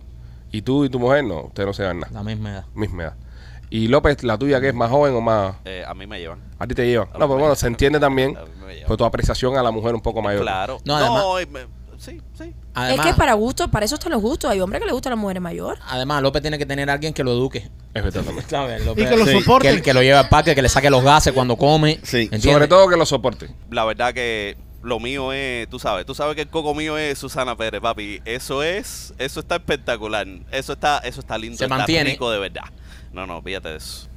Speaker 1: Y tú y tu mujer, no, ustedes no se dan nada.
Speaker 2: La misma edad.
Speaker 1: Misma edad. Y López, la tuya, que es más joven o más.
Speaker 5: Eh, a mí me llevan.
Speaker 1: A ti te lleva.
Speaker 5: A
Speaker 1: No,
Speaker 5: mí
Speaker 1: pero
Speaker 5: me
Speaker 1: bueno,
Speaker 5: lleva.
Speaker 1: se entiende también.
Speaker 5: A mí me lleva.
Speaker 1: Por tu apreciación a la mujer un poco mayor.
Speaker 5: Claro.
Speaker 2: No, además-
Speaker 5: eh, me- sí, sí.
Speaker 2: Además,
Speaker 6: es que para gusto, para eso están los gustos. Hay hombres que le gustan las mujeres mayores.
Speaker 2: además, López tiene que tener a alguien que lo eduque.
Speaker 1: Es verdad también.
Speaker 2: ¿Sabes?
Speaker 3: Y
Speaker 2: López-
Speaker 3: que lo
Speaker 4: Sí,
Speaker 3: soporte.
Speaker 2: que, el que lo lleve al parque, que le saque los gases cuando come.
Speaker 4: Sí.
Speaker 2: ¿entiendes?
Speaker 1: Sobre todo que lo soporte.
Speaker 5: La verdad que lo mío es, tú sabes, tú sabes que el coco mío es Susana Pérez, papi. Eso es, eso está espectacular. Eso está, eso está lindo.
Speaker 2: Se
Speaker 5: está
Speaker 2: mantiene.
Speaker 5: rico de verdad. No, no, fíjate de eso.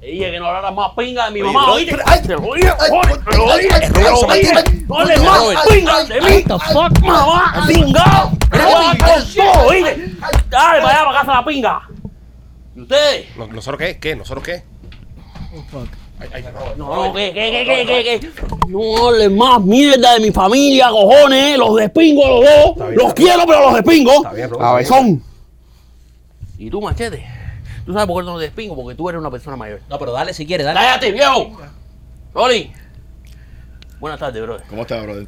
Speaker 7: Dije que no hablara más pinga de mi
Speaker 5: Oye,
Speaker 7: mamá,
Speaker 5: bro,
Speaker 7: oíste. Te lo dije, coño, te lo dije, te lo dije. No hables más pinga de mí. Mamá, pinga. Te voy a dar con todo, oíste. Dale, para allá, para casa la pinga. ¿Y ustedes?
Speaker 1: No- ¿Nosotros qué? ¿Qué? ¿Nosotros qué?
Speaker 7: No, que, que, que, que, que, que. No hables más mierda de mi familia, cojones. Los despingo a los dos. Los quiero, pero los despingo.
Speaker 1: bien, Rob.
Speaker 7: A son. Y tú, machete. Tú sabes por qué no te despingo, porque tú eres una persona mayor.
Speaker 2: No, pero dale si quieres, dale.
Speaker 7: ¡Cállate, viejo! Rolly. Buenas tardes, brother.
Speaker 4: ¿Cómo estás, brother?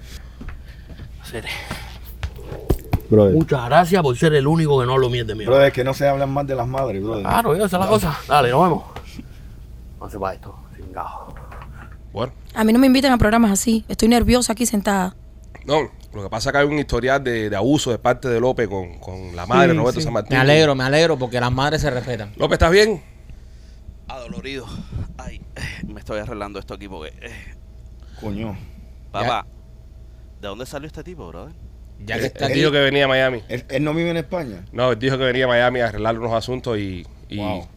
Speaker 7: Machete.
Speaker 4: Brother.
Speaker 7: Muchas gracias por ser el único que no lo miente, mío.
Speaker 4: Brother, que no se hablan más de las madres, brother.
Speaker 7: Claro, esa es la cosa. Dale, nos vemos. No se va esto, chingado.
Speaker 1: Bueno.
Speaker 6: A mí no me invitan a programas así. Estoy nerviosa aquí sentada.
Speaker 1: No, lo que pasa es que hay un historial de, de abuso de parte de López con, con la madre
Speaker 3: Sí,
Speaker 1: Roberto
Speaker 3: sí.
Speaker 1: San Martín.
Speaker 2: Me alegro, me alegro porque las madres se respetan.
Speaker 1: López, ¿estás bien?
Speaker 5: Adolorido. Ay, me estoy arreglando esto aquí porque. eh,
Speaker 4: Coño.
Speaker 5: papá, ¿De dónde salió este tipo, brother?
Speaker 2: Ya que está
Speaker 1: Él
Speaker 2: aquí.
Speaker 1: dijo Eh, que venía a Miami.
Speaker 4: Él, él no vive en España.
Speaker 1: No, él dijo que venía a Miami a arreglar unos asuntos y. y
Speaker 4: Wow.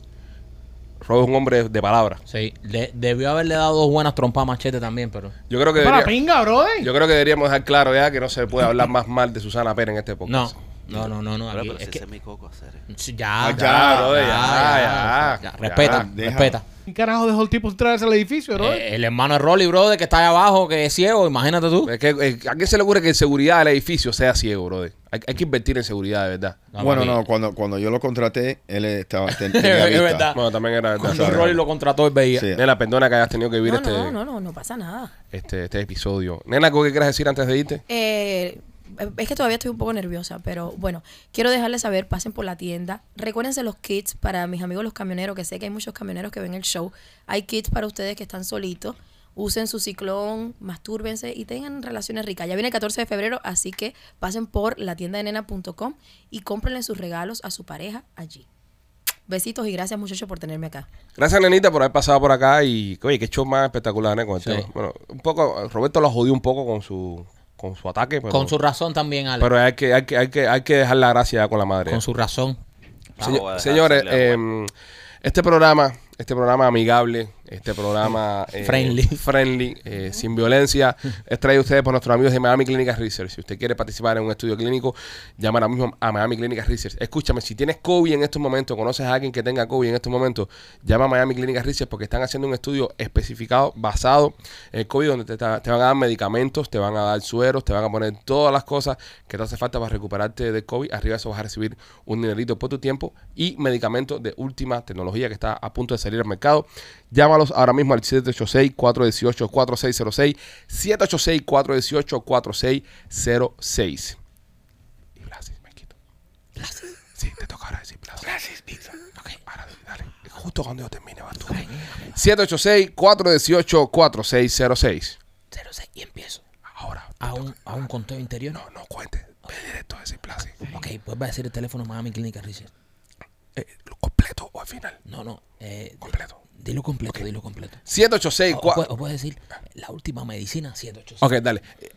Speaker 1: Rob es un hombre de palabra.
Speaker 2: Sí, le- debió haberle dado dos buenas trompas a Machete también, pero.
Speaker 1: Yo creo que
Speaker 3: Para
Speaker 1: debería-
Speaker 3: pinga, brother.
Speaker 1: yo creo que deberíamos dejar claro ya que no se puede hablar más mal de Susana Pérez en este
Speaker 2: No,
Speaker 1: podcast.
Speaker 2: no, no, no. no
Speaker 5: Pero,
Speaker 2: aquí,
Speaker 5: pero
Speaker 2: es
Speaker 5: si
Speaker 2: que-
Speaker 5: ese es mi coco hacer. eh.
Speaker 2: Sí, ya,
Speaker 4: Ah, ya,
Speaker 1: brother, ya, ya,
Speaker 2: Respeta,
Speaker 4: ya.
Speaker 2: respeta.
Speaker 3: ¿Quién carajo dejó el tipo entrar al edificio, brother?
Speaker 2: Eh, el hermano de Rolly, brother, que está allá abajo, que es ciego, imagínate tú.
Speaker 1: Es que, eh, ¿A quién se le ocurre que en seguridad del edificio sea ciego, brother? Hay, hay que invertir en seguridad, de verdad.
Speaker 2: No,
Speaker 4: bueno,
Speaker 2: papi.
Speaker 4: no, cuando, cuando yo lo contraté, él estaba. ten-
Speaker 2: Es
Speaker 4: tenía vista.
Speaker 2: verdad.
Speaker 1: Bueno, también era verdad.
Speaker 2: Cuando Rolly lo contrató, él veía.
Speaker 4: Sí.
Speaker 1: Nena, perdona que hayas tenido que vivir
Speaker 6: No,
Speaker 1: este,
Speaker 6: no, no, no, no pasa nada.
Speaker 1: Este, este episodio. Nena, ¿algo que quieras decir antes de irte?
Speaker 6: Eh, es que todavía estoy un poco nerviosa, pero bueno, quiero dejarles saber, pasen por la tienda. Recuérdense los kits para mis amigos los camioneros, que sé que hay muchos camioneros que ven el show. Hay kits para ustedes que están solitos. Usen su ciclón, mastúrbense y tengan relaciones ricas. Ya viene el 14 de febrero, así que pasen por la tienda de nena.com y cómprenle sus regalos a su pareja allí. Besitos y gracias muchachos por tenerme acá.
Speaker 1: Gracias, nenita, por haber pasado por acá y, oye, qué show más espectacular, ¿eh? Con el
Speaker 2: Sí.
Speaker 1: tema. Bueno, un poco, Roberto lo jodió un poco con su, con su ataque, pero,
Speaker 2: Con su razón también, Ale.
Speaker 1: pero hay, que, hay, que, hay, que, hay que dejar la gracia con la madre. ¿eh?
Speaker 2: con su razón.
Speaker 1: Señor-
Speaker 5: Vamos a dejar
Speaker 1: señores,
Speaker 5: hacerle agua.
Speaker 1: em, este programa, este programa amigable, este programa eh,
Speaker 2: Friendly.
Speaker 1: friendly, eh, sin violencia, es traído a ustedes por nuestros amigos de Miami Clinic Research. Si usted quiere participar en un estudio clínico, llama ahora mismo a Miami Clinic Research. Escúchame, si tienes COVID en estos momentos, conoces a alguien que tenga COVID en estos momentos, llama a Miami Clinic Research porque están haciendo un estudio especificado basado en el COVID, donde te, ta- te van a dar medicamentos, te van a dar sueros, te van a poner todas las cosas que te hace falta para recuperarte del COVID. Arriba de eso vas a recibir un dinerito por tu tiempo y medicamentos de última tecnología que está a punto de salir al mercado. Llámalos ahora mismo al 786-418-4606. 786-418-4606. Y gracias, me quito. Sí, te toca ahora decir plazo. Gracias, pizza. Ok, ahora dale. Justo cuando yo termine, vas tú. 786-418-4606.
Speaker 2: Cero, seis, y empiezo.
Speaker 1: Ahora,
Speaker 2: A un, a un conteo interior.
Speaker 1: no, no cuentes. Ve directo a decir plazo.
Speaker 2: Ok, vuelve a decir el teléfono Miami Clínica Research.
Speaker 1: Eh, ¿Lo completo o al final?
Speaker 2: No, no. Eh,
Speaker 1: Completo.
Speaker 2: dilo completo, dilo completo. O,
Speaker 1: 786
Speaker 2: o puede- o puedes decir la última medicina 786.
Speaker 1: Ok, dale. Eh,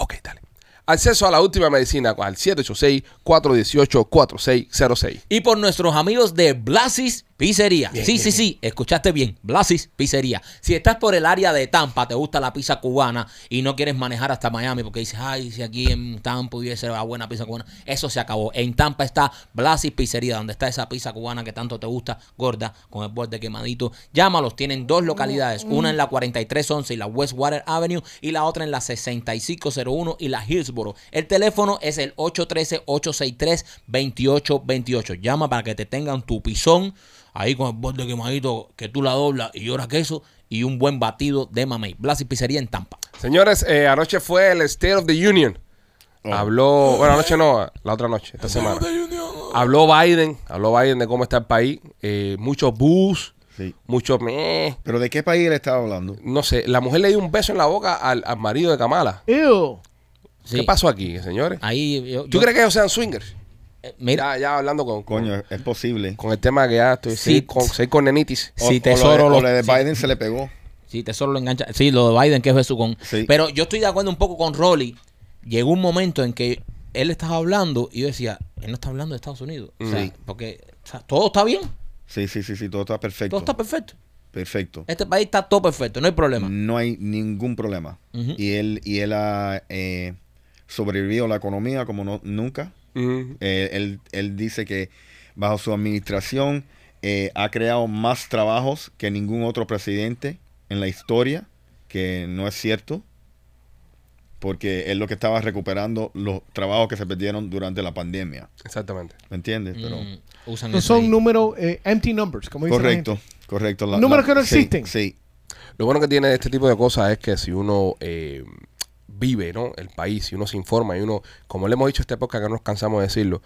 Speaker 1: Ok, dale. Acceso a la última medicina al 786-418-4606.
Speaker 2: Y por nuestros amigos de Blasis Pizzería. sí, sí, sí, escuchaste bien. Blasis Pizzería. Si estás por el área de Tampa, te gusta la pizza cubana y no quieres manejar hasta Miami porque dices, ay, si aquí en Tampa hubiese la buena pizza cubana, eso se acabó. En Tampa está Blasis Pizzería, donde está esa pizza cubana que tanto te gusta, gorda, con el borde quemadito. Llámalos, tienen dos localidades, una en la 4311 y la Westwater Avenue y la otra en la 6501 y la Hillsboro. El teléfono es el 813-863-2828. Llama para que te tengan tu pisón ahí con el borde quemadito que tú la doblas y llora queso y un buen batido de mamey. Blas y Pizzería en Tampa.
Speaker 1: Señores, eh, anoche fue el State of the Union.
Speaker 4: Oh.
Speaker 1: Habló, bueno, anoche no, la otra noche, esta semana. Habló Biden, habló Biden de cómo está el país. Eh, muchos bus,
Speaker 4: Sí.
Speaker 1: muchos meh.
Speaker 4: ¿Pero de qué país él estaba hablando?
Speaker 1: No sé, la mujer le dio un beso en la boca al, al marido de Kamala.
Speaker 3: Ew.
Speaker 1: ¿Qué pasó aquí, señores?
Speaker 2: Ahí yo,
Speaker 1: ¿Tú
Speaker 2: Ah, yo-
Speaker 1: crees que ellos sean swingers?
Speaker 2: eh, mira,
Speaker 1: Ya, ya hablando con, con,
Speaker 4: Coño, es posible.
Speaker 1: con el tema que ya estoy,
Speaker 2: Sí.
Speaker 1: soy con, soy con nenitis.
Speaker 4: O-
Speaker 2: Si
Speaker 4: o
Speaker 2: Tesoro
Speaker 4: lo de,
Speaker 2: lo-
Speaker 4: o la de
Speaker 2: si-
Speaker 4: Biden se le pegó.
Speaker 2: Sí, Tesoro lo engancha. Sí, lo de Biden, que es besucón.
Speaker 4: Sí.
Speaker 2: Pero yo estoy de acuerdo un poco con Rolly. Llegó un momento en que él estaba hablando y yo decía, él no está hablando de Estados Unidos. O sea,
Speaker 1: Sí.
Speaker 2: Porque o sea, todo está bien,
Speaker 4: Sí, sí, sí, sí, todo está perfecto.
Speaker 2: todo está perfecto.
Speaker 4: perfecto.
Speaker 2: Este país está todo perfecto, no hay
Speaker 1: Mm.
Speaker 2: problema.
Speaker 4: No hay ningún problema.
Speaker 2: Ujú.
Speaker 4: Y él y él ha eh, sobrevivido a la economía como no, nunca.
Speaker 1: Mm.
Speaker 4: Eh, él, él dice que bajo su administración eh, ha creado más trabajos que ningún otro presidente en la historia, que no es cierto, porque él lo que estaba recuperando los trabajos que se perdieron durante la pandemia.
Speaker 1: Exactamente.
Speaker 4: ¿Me entiendes? Pero,
Speaker 2: Mm, usan
Speaker 3: No
Speaker 2: eso ahí.
Speaker 3: son números, eh, empty numbers, como dice la gente.
Speaker 4: correcto, correcto. la-
Speaker 3: Números
Speaker 4: la-
Speaker 3: que no
Speaker 4: sí,
Speaker 3: existen.
Speaker 4: Sí,
Speaker 1: Lo bueno que tiene este tipo de cosas es que si uno eh, vive ¿no? el país, si uno se informa y uno, como le hemos dicho a esta época que no nos cansamos de decirlo,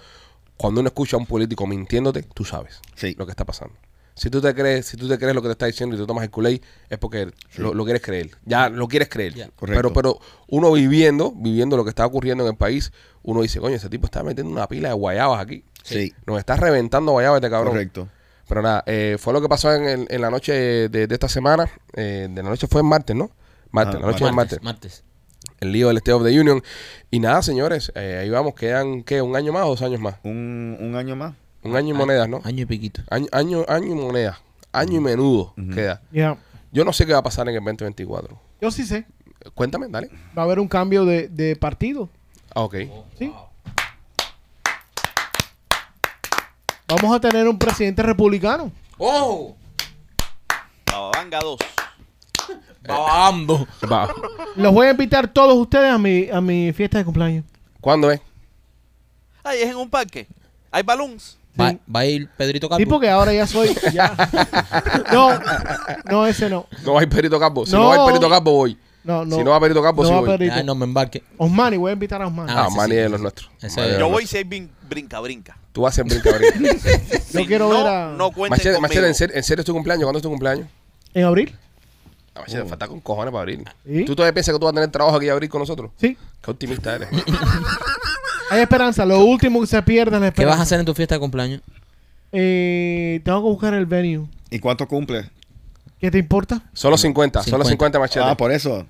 Speaker 1: cuando uno escucha a un político mintiéndote, tú sabes
Speaker 4: Sí.
Speaker 1: lo que está pasando. Si tú te crees, si tú te crees lo que te está diciendo y te tomas el culé, es porque lo, lo quieres creer. Ya lo quieres creer.
Speaker 2: Ya.
Speaker 1: Pero,
Speaker 4: Correcto.
Speaker 1: pero uno viviendo, viviendo lo que está ocurriendo en el país, uno dice, coño, ese tipo está metiendo una pila de guayabas aquí.
Speaker 4: Sí.
Speaker 1: Nos está reventando guayabas este cabrón.
Speaker 4: correcto.
Speaker 1: Pero nada, eh, fue lo que pasó en, el- en la noche de, de esta semana. eh, de la noche fue el martes, ¿no? Martes,
Speaker 4: Ah,
Speaker 1: la noche del martes.
Speaker 2: martes.
Speaker 1: el lío del State of the Union. Y nada, señores, eh, ahí vamos, quedan, ¿qué? ¿Un año más o dos años más?
Speaker 4: Un, un año más.
Speaker 1: Un año y monedas, ¿no?
Speaker 2: Año y piquito.
Speaker 1: Año, año, año y monedas. Año y menudo queda.
Speaker 3: Ya.
Speaker 1: Yo no sé qué va a pasar en el 2024.
Speaker 3: Yo sí sé.
Speaker 1: Cuéntame, dale.
Speaker 3: Va a haber un cambio de, de partido.
Speaker 1: Ah, ok.
Speaker 3: ¿sí? Vamos a tener un presidente republicano.
Speaker 2: ¡Oh!
Speaker 5: Bababanga 2.
Speaker 2: Babando.
Speaker 1: Va.
Speaker 3: Los voy a invitar todos ustedes a mi, a mi fiesta de cumpleaños.
Speaker 1: ¿Cuándo es?
Speaker 5: Ay, es en un parque. Hay balloons.
Speaker 2: Va, va a ir Pedrito Calvo.
Speaker 3: Sí, porque ahora ya soy. ya. No, no, ese no.
Speaker 1: No hay Perito Campo. Si no, hay
Speaker 3: No.
Speaker 1: Perito Campo, voy.
Speaker 3: No, no.
Speaker 1: Si no va Perito Campo,
Speaker 3: No
Speaker 1: sí
Speaker 3: va
Speaker 1: voy.
Speaker 3: Perito.
Speaker 2: Ay, no me embarque.
Speaker 3: Osmani, voy a invitar a Osmani.
Speaker 1: Ah,
Speaker 2: Ah, ese
Speaker 1: Manny
Speaker 2: sí.
Speaker 1: es de los nuestros.
Speaker 2: Ese-
Speaker 1: Manny es de
Speaker 5: Yo
Speaker 1: los
Speaker 5: voy
Speaker 1: nuestros.
Speaker 5: si hay brin- brinca, brinca.
Speaker 1: Tú vas a brinca, brinca.
Speaker 3: Yo
Speaker 5: Si
Speaker 3: quiero
Speaker 5: no,
Speaker 3: ver a.
Speaker 5: No cuenten
Speaker 1: Machete,
Speaker 5: conmigo.
Speaker 1: Machete, ¿en serio, en serio es tu cumpleaños? ¿Cuándo es tu cumpleaños?
Speaker 3: ¿En abril?
Speaker 1: Ah, Machete, falta con cojones para abrir.
Speaker 3: ¿Sí?
Speaker 1: ¿Tú todavía piensas que tú vas a tener trabajo aquí a abrir con nosotros?
Speaker 3: Sí.
Speaker 1: Qué optimista eres.
Speaker 3: Hay esperanza. Lo último que se pierde es la
Speaker 2: ¿Qué
Speaker 3: esperanza.
Speaker 2: vas a hacer en tu fiesta de cumpleaños?
Speaker 3: Eh, tengo que buscar el venue.
Speaker 4: ¿Y cuánto cumple?
Speaker 3: ¿Qué te importa?
Speaker 1: Solo 50, solo 50
Speaker 2: 50,
Speaker 1: Machete.
Speaker 4: Ah, por eso.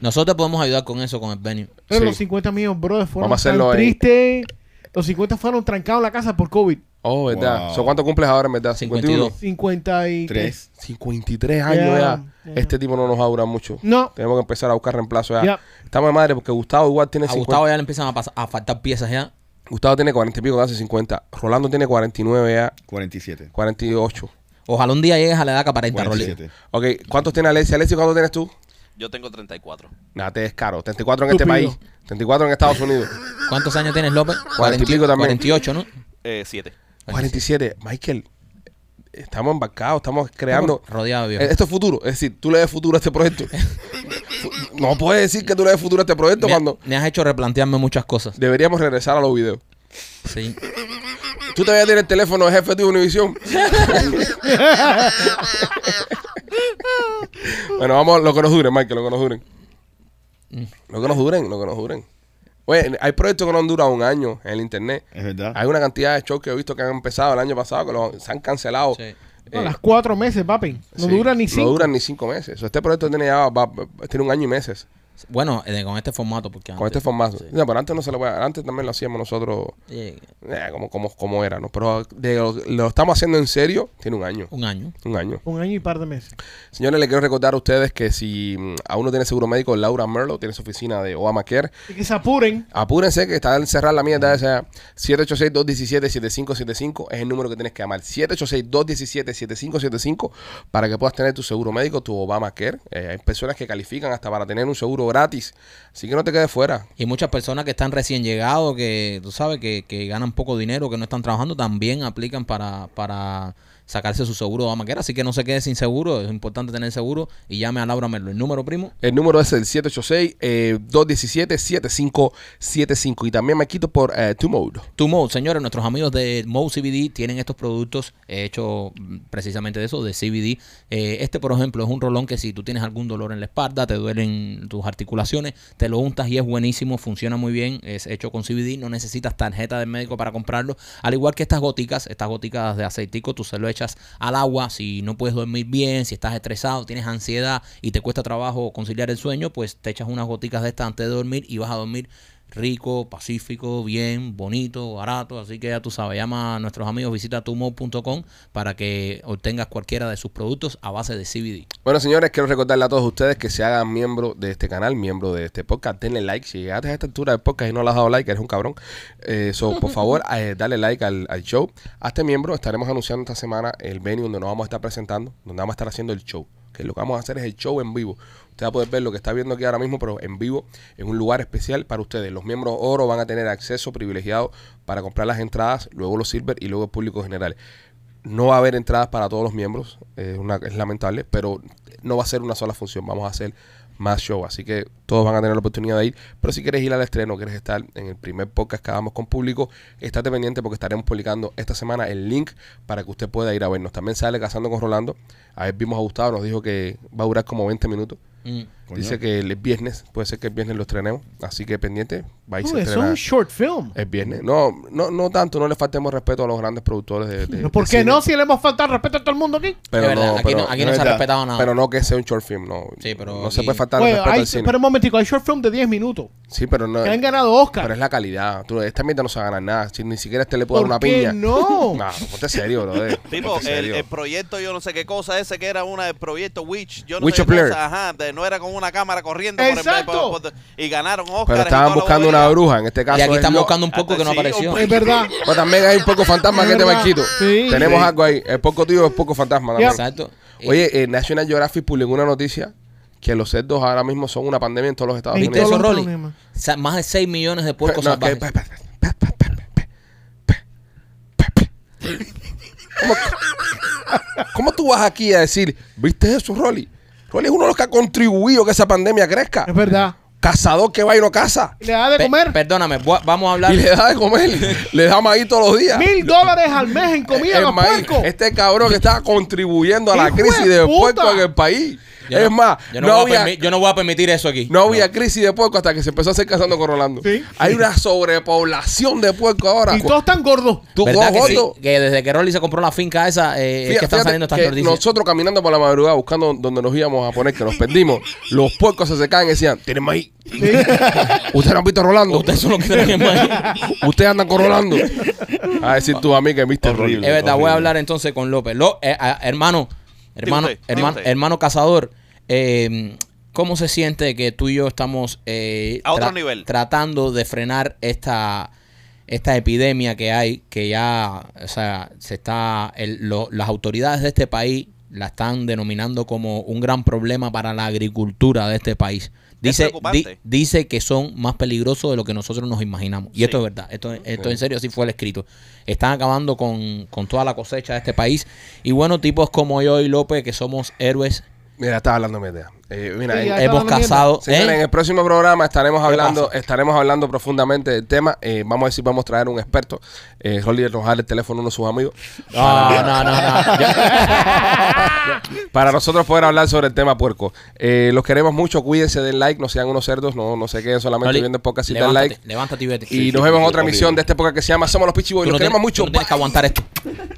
Speaker 2: Nosotros podemos ayudar con eso, con el venue.
Speaker 3: Pero
Speaker 1: Sí.
Speaker 3: los 50 míos, brother, fueron
Speaker 1: Vamos a hacerlo
Speaker 3: tan
Speaker 1: ahí.
Speaker 3: tristes. Los 50 fueron trancados en la casa por COVID.
Speaker 1: Oh, ¿verdad?
Speaker 4: Wow.
Speaker 1: So, ¿Cuánto cumples ahora, en verdad? 51.
Speaker 2: 52.
Speaker 3: 53.
Speaker 4: Tres.
Speaker 1: 53 años ya.
Speaker 3: Yeah, yeah.
Speaker 1: Este tipo no nos va a durar mucho.
Speaker 3: No.
Speaker 1: Tenemos que empezar a buscar reemplazo ya.
Speaker 3: Yeah.
Speaker 1: Estamos de madre porque Gustavo igual tiene
Speaker 2: A
Speaker 1: 50.
Speaker 2: Gustavo ya le empiezan a, pas- a faltar piezas ya.
Speaker 1: Gustavo tiene 40 y pico, hace 50. Rolando tiene 49 ya,
Speaker 4: 47.
Speaker 1: 48.
Speaker 2: Ojalá un día llegues a la edad que aparenta, Rolly.
Speaker 4: 47.
Speaker 1: Ok, ¿cuántos tiene Alexia? Alexia, ¿cuántos tienes tú?
Speaker 5: Yo tengo 34.
Speaker 1: Nada, te descaro. 34 en
Speaker 3: Estúpido.
Speaker 1: este país. 34 en Estados Unidos.
Speaker 2: ¿Cuántos años tienes, López?
Speaker 1: 40 y pico también.
Speaker 2: 48, ¿no?
Speaker 5: Eh, 7.
Speaker 1: 47. Michael, estamos embarcados, estamos creando...
Speaker 2: Estamos rodeados de
Speaker 1: Eh,
Speaker 2: viejos.
Speaker 1: Esto es futuro. Es decir, tú le ves futuro a este proyecto. Fu- no puedes decir que tú le ves futuro a este proyecto
Speaker 2: Me,
Speaker 1: cuando
Speaker 2: me has hecho replantearme muchas cosas.
Speaker 1: deberíamos regresar a los videos.
Speaker 2: Sí.
Speaker 1: Tú todavía tienes el teléfono de jefe de Univisión. bueno, vamos, lo que nos duren, Michael, lo que nos duren.
Speaker 2: Mm.
Speaker 1: Lo que nos duren, lo que nos duren. Oye, hay proyectos que no han durado un año en el internet.
Speaker 4: Es verdad.
Speaker 1: Hay una cantidad de shows que he visto que han empezado el año pasado que los- se han cancelado.
Speaker 2: Sí.
Speaker 3: No,
Speaker 1: Eh,
Speaker 3: las cuatro meses, papi. No
Speaker 1: sí,
Speaker 3: duran ni cinco.
Speaker 1: No duran ni cinco meses. O este proyecto tiene ya va- va- tiene un año y meses.
Speaker 2: Bueno, eh, con este formato, porque
Speaker 1: Con este
Speaker 2: antes-
Speaker 1: formato. No, pero antes no se lo voy a- Antes también lo hacíamos nosotros
Speaker 2: eh,
Speaker 1: eh, como, como, como era, ¿no? Pero de lo, lo estamos haciendo en serio, tiene un año.
Speaker 2: un año.
Speaker 1: Un año.
Speaker 3: Un año y par de meses.
Speaker 1: Señores, les quiero recordar a ustedes que si mm, aún no tiene seguro médico, Laura Merlo tiene su oficina de Obamacare.
Speaker 3: Y que se apuren.
Speaker 1: Apúrense que está al cerrar la mierda esa. 786-217-7575 es el número que tienes que llamar. 786-217-7575 para que puedas tener tu seguro médico, tu Obamacare. Eh, hay personas que califican hasta para tener un seguro gratis. Así que no te quedes fuera.
Speaker 2: Y muchas personas que están recién llegados, que tú sabes, que, que ganan poco dinero, que no están trabajando, también aplican para, para sacarse su seguro de Obamacare. Así que no se quede sin seguro, es importante tener seguro y llame a Laura Merlo. El número primo,
Speaker 1: El número es el eh, 786-217-7575. Y también me quito por eh, tu mode.
Speaker 2: Tu Mode, señores, nuestros amigos de Mode CBD tienen estos productos hechos mm, precisamente de eso, de CBD. Eh, este, por ejemplo, es un rolón que si tú tienes algún dolor en la espalda, te duelen tus articulaciones, te lo untas y es buenísimo, funciona muy bien, es hecho con CBD, no necesitas tarjeta del médico para comprarlo. Al igual que estas goticas, estas goticas de aceitico, tú se lo echas al agua si no puedes dormir bien, si estás estresado, tienes ansiedad y te cuesta trabajo conciliar el sueño, pues te echas unas goticas de estas antes de dormir y vas a dormir rico, pacífico, bien, bonito, barato. Así que ya tú sabes, llama a nuestros amigos, visita tumo.com para que obtengas cualquiera de sus productos a base de CBD.
Speaker 1: Bueno, señores, quiero recordarle a todos ustedes que se hagan miembro de este canal, miembro de este podcast. Denle like. Si llegaste a esta altura del podcast y no le has dado like, eres un cabrón. Eh, so, por favor, eh, dale like al, al show. Hazte miembro. Estaremos anunciando esta semana el venue donde nos vamos a estar presentando, donde vamos a estar haciendo el show. Que lo que vamos a hacer es el show en vivo. Usted va a poder ver lo que está viendo aquí ahora mismo, pero en vivo, en un lugar especial para ustedes. Los miembros oro van a tener acceso privilegiado para comprar las entradas, luego los silver y luego el público general. No va a haber entradas para todos los miembros, eh, una- es lamentable, pero no va a ser una sola función, vamos a hacer más show, así que todos van a tener la oportunidad de ir, pero si quieres ir al estreno, quieres estar en el primer podcast que hagamos con público, estate pendiente porque estaremos publicando esta semana el link para que usted pueda ir a vernos. También sale Cazando con Rolando, a ver, vimos a Gustavo, nos dijo que va a durar como 20 minutos,
Speaker 2: Mm.
Speaker 4: Coño.
Speaker 1: Dice que el viernes, puede ser que el viernes lo estrenemos. Así que pendiente, vais a
Speaker 3: Uy, eso es
Speaker 1: estrenar.
Speaker 3: un short film.
Speaker 1: El viernes. No, no, no tanto, no le faltemos respeto a los grandes productores de. de-
Speaker 3: ¿Por
Speaker 1: de
Speaker 3: qué
Speaker 1: cine.
Speaker 3: no? Si le hemos faltado respeto a todo el mundo aquí.
Speaker 1: Pero
Speaker 2: Es verdad,
Speaker 1: no,
Speaker 2: aquí
Speaker 1: pero,
Speaker 2: no, aquí no se ha
Speaker 4: verdad.
Speaker 2: respetado nada.
Speaker 1: pero no que sea un short film, no.
Speaker 2: Sí, pero
Speaker 1: no se
Speaker 2: aquí-
Speaker 1: puede faltar
Speaker 3: Oye,
Speaker 1: el respeto
Speaker 3: hay-
Speaker 1: al cine.
Speaker 3: Pero un momentico, hay short film de 10 minutos.
Speaker 1: sí, pero no.
Speaker 3: que han ganado Oscar.
Speaker 1: Pero es la calidad. Tú, esta mierda no se va a ganar nada. Si ni siquiera este le puede dar
Speaker 3: ¿Por
Speaker 1: una
Speaker 3: qué
Speaker 1: piña.
Speaker 3: no?
Speaker 1: No, ponte serio, brother.
Speaker 5: Tipo,
Speaker 1: Ponte
Speaker 5: el,
Speaker 1: serio.
Speaker 5: el proyecto, yo no sé qué cosa, ese que era una del proyecto Witch, yo no
Speaker 1: Witch
Speaker 5: sé
Speaker 1: of
Speaker 5: qué
Speaker 1: Blair.
Speaker 5: cosa, ajá, de- no era con una cámara corriendo
Speaker 3: Exacto.
Speaker 5: por el y ganaron Oscar.
Speaker 1: Pero estaban buscando una bruja, en este caso.
Speaker 2: Y aquí
Speaker 1: es
Speaker 2: estamos
Speaker 1: lo-
Speaker 2: buscando un poco que no
Speaker 5: Sí, un
Speaker 2: apareció.
Speaker 3: Es verdad.
Speaker 1: Pues también hay un poco fantasma que
Speaker 3: Es
Speaker 1: te
Speaker 3: verdad.
Speaker 1: banquito.
Speaker 3: Sí.
Speaker 1: Tenemos
Speaker 4: Sí.
Speaker 1: algo ahí. El poco tío es poco fantasma también.
Speaker 2: Exacto.
Speaker 1: Oye, eh, National Geographic publicó una noticia que los cerdos ahora mismo son una pandemia en todos los Estados
Speaker 3: En
Speaker 2: ¿Viste
Speaker 1: Unidos.
Speaker 3: todos
Speaker 2: eso,
Speaker 3: los
Speaker 2: Rolly?
Speaker 3: problemas.
Speaker 2: Sa- Más de 6 millones de puercos
Speaker 1: No, que-
Speaker 2: salvajes.
Speaker 1: pa- pa- pa- pa- pa- pa- pa- pa- pa- ¿Cómo, cómo tú vas aquí a decir, viste eso, Rolly? Rolly es uno de los que ha contribuido a que esa pandemia crezca.
Speaker 3: Es verdad.
Speaker 1: Cazador que va y no caza.
Speaker 3: Le da de
Speaker 2: Pe-
Speaker 3: comer
Speaker 2: Perdóname, voy a- vamos a hablar.
Speaker 1: Y le da de comer. le da maíz todos los días.
Speaker 3: mil dólares al mes en comida a
Speaker 1: Es
Speaker 3: los
Speaker 1: más,
Speaker 3: puercos.
Speaker 1: Este cabrón que estaba contribuyendo a la
Speaker 3: ¡Hijo de
Speaker 1: crisis de
Speaker 3: puta!
Speaker 1: puerco en el país.
Speaker 2: Yo
Speaker 1: es
Speaker 2: no-
Speaker 1: más,
Speaker 2: yo
Speaker 1: no,
Speaker 2: no, voy a
Speaker 1: había,
Speaker 2: permi- yo no voy a permitir eso aquí.
Speaker 1: no había crisis de puerco hasta que se empezó a hacer cazando con Rolando.
Speaker 3: Sí.
Speaker 1: Hay una sobrepoblación de puerco ahora.
Speaker 3: Y todos están gordos.
Speaker 1: Tú
Speaker 2: ¿Verdad que,
Speaker 1: cojo
Speaker 2: sí?
Speaker 1: otro.
Speaker 2: que desde que Rolly se compró la finca esa, eh, es
Speaker 1: Fíjate,
Speaker 2: que están saliendo estas
Speaker 1: que
Speaker 2: noticias.
Speaker 1: nosotros caminando por la madrugada buscando donde nos íbamos a poner, que nos perdimos, los puercos se secaban y decían, tienen maíz. Ustedes no han visto a Rolando.
Speaker 2: Ustedes son los que tienen maíz.
Speaker 1: Ustedes andan con Rolando. A decir tú a mí que viste
Speaker 4: Horrible.
Speaker 1: Rolly.
Speaker 2: Es verdad, voy
Speaker 4: horrible.
Speaker 2: a hablar entonces con López. Lo- eh, a- hermano, hermano,
Speaker 5: usted, diga
Speaker 2: hermano,
Speaker 5: usted.
Speaker 2: hermano cazador, eh, ¿cómo se siente que tú y yo estamos eh,
Speaker 5: A otro nivel.
Speaker 2: tratando de frenar esta, esta epidemia que hay, que ya, o sea, se está, el- lo- las autoridades de este país la están denominando como un gran problema para la agricultura de este país. Dice, di-
Speaker 5: preocupante.
Speaker 2: dice que son más peligrosos de lo que nosotros nos imaginamos. Y
Speaker 5: Sí.
Speaker 2: esto es verdad, esto, esto en serio así fue el escrito. Están acabando con, con toda la cosecha de este país. Y bueno, tipos como yo y López, que somos héroes,
Speaker 1: Mira, estaba hablando mierda. Eh, mira,
Speaker 3: Sí,
Speaker 1: en-
Speaker 3: ya está
Speaker 2: hemos
Speaker 3: dando miedo.
Speaker 2: cazado.
Speaker 1: Señores,
Speaker 2: ¿eh?
Speaker 1: en el próximo programa estaremos hablando,
Speaker 2: pasa?
Speaker 1: estaremos hablando profundamente del tema. Eh, vamos a ver si vamos a traer un experto. Eh, Rolly nos va a dar el teléfono a uno de sus amigos.
Speaker 2: No, no, no, no.
Speaker 1: Para nosotros poder hablar sobre el tema puerco. Eh, los queremos mucho, cuídense, den like, no sean unos cerdos, no, no se queden solamente
Speaker 2: Rolly,
Speaker 1: viendo podcast y den
Speaker 2: levántate,
Speaker 1: like.
Speaker 2: levántate y vete.
Speaker 1: Y nos vemos en otra
Speaker 4: horrible.
Speaker 1: emisión de esta época que se llama Somos los Pichiboy.
Speaker 2: Tú
Speaker 1: Los
Speaker 2: no tienes-
Speaker 1: queremos mucho.
Speaker 2: tú no tienes que aguantar esto.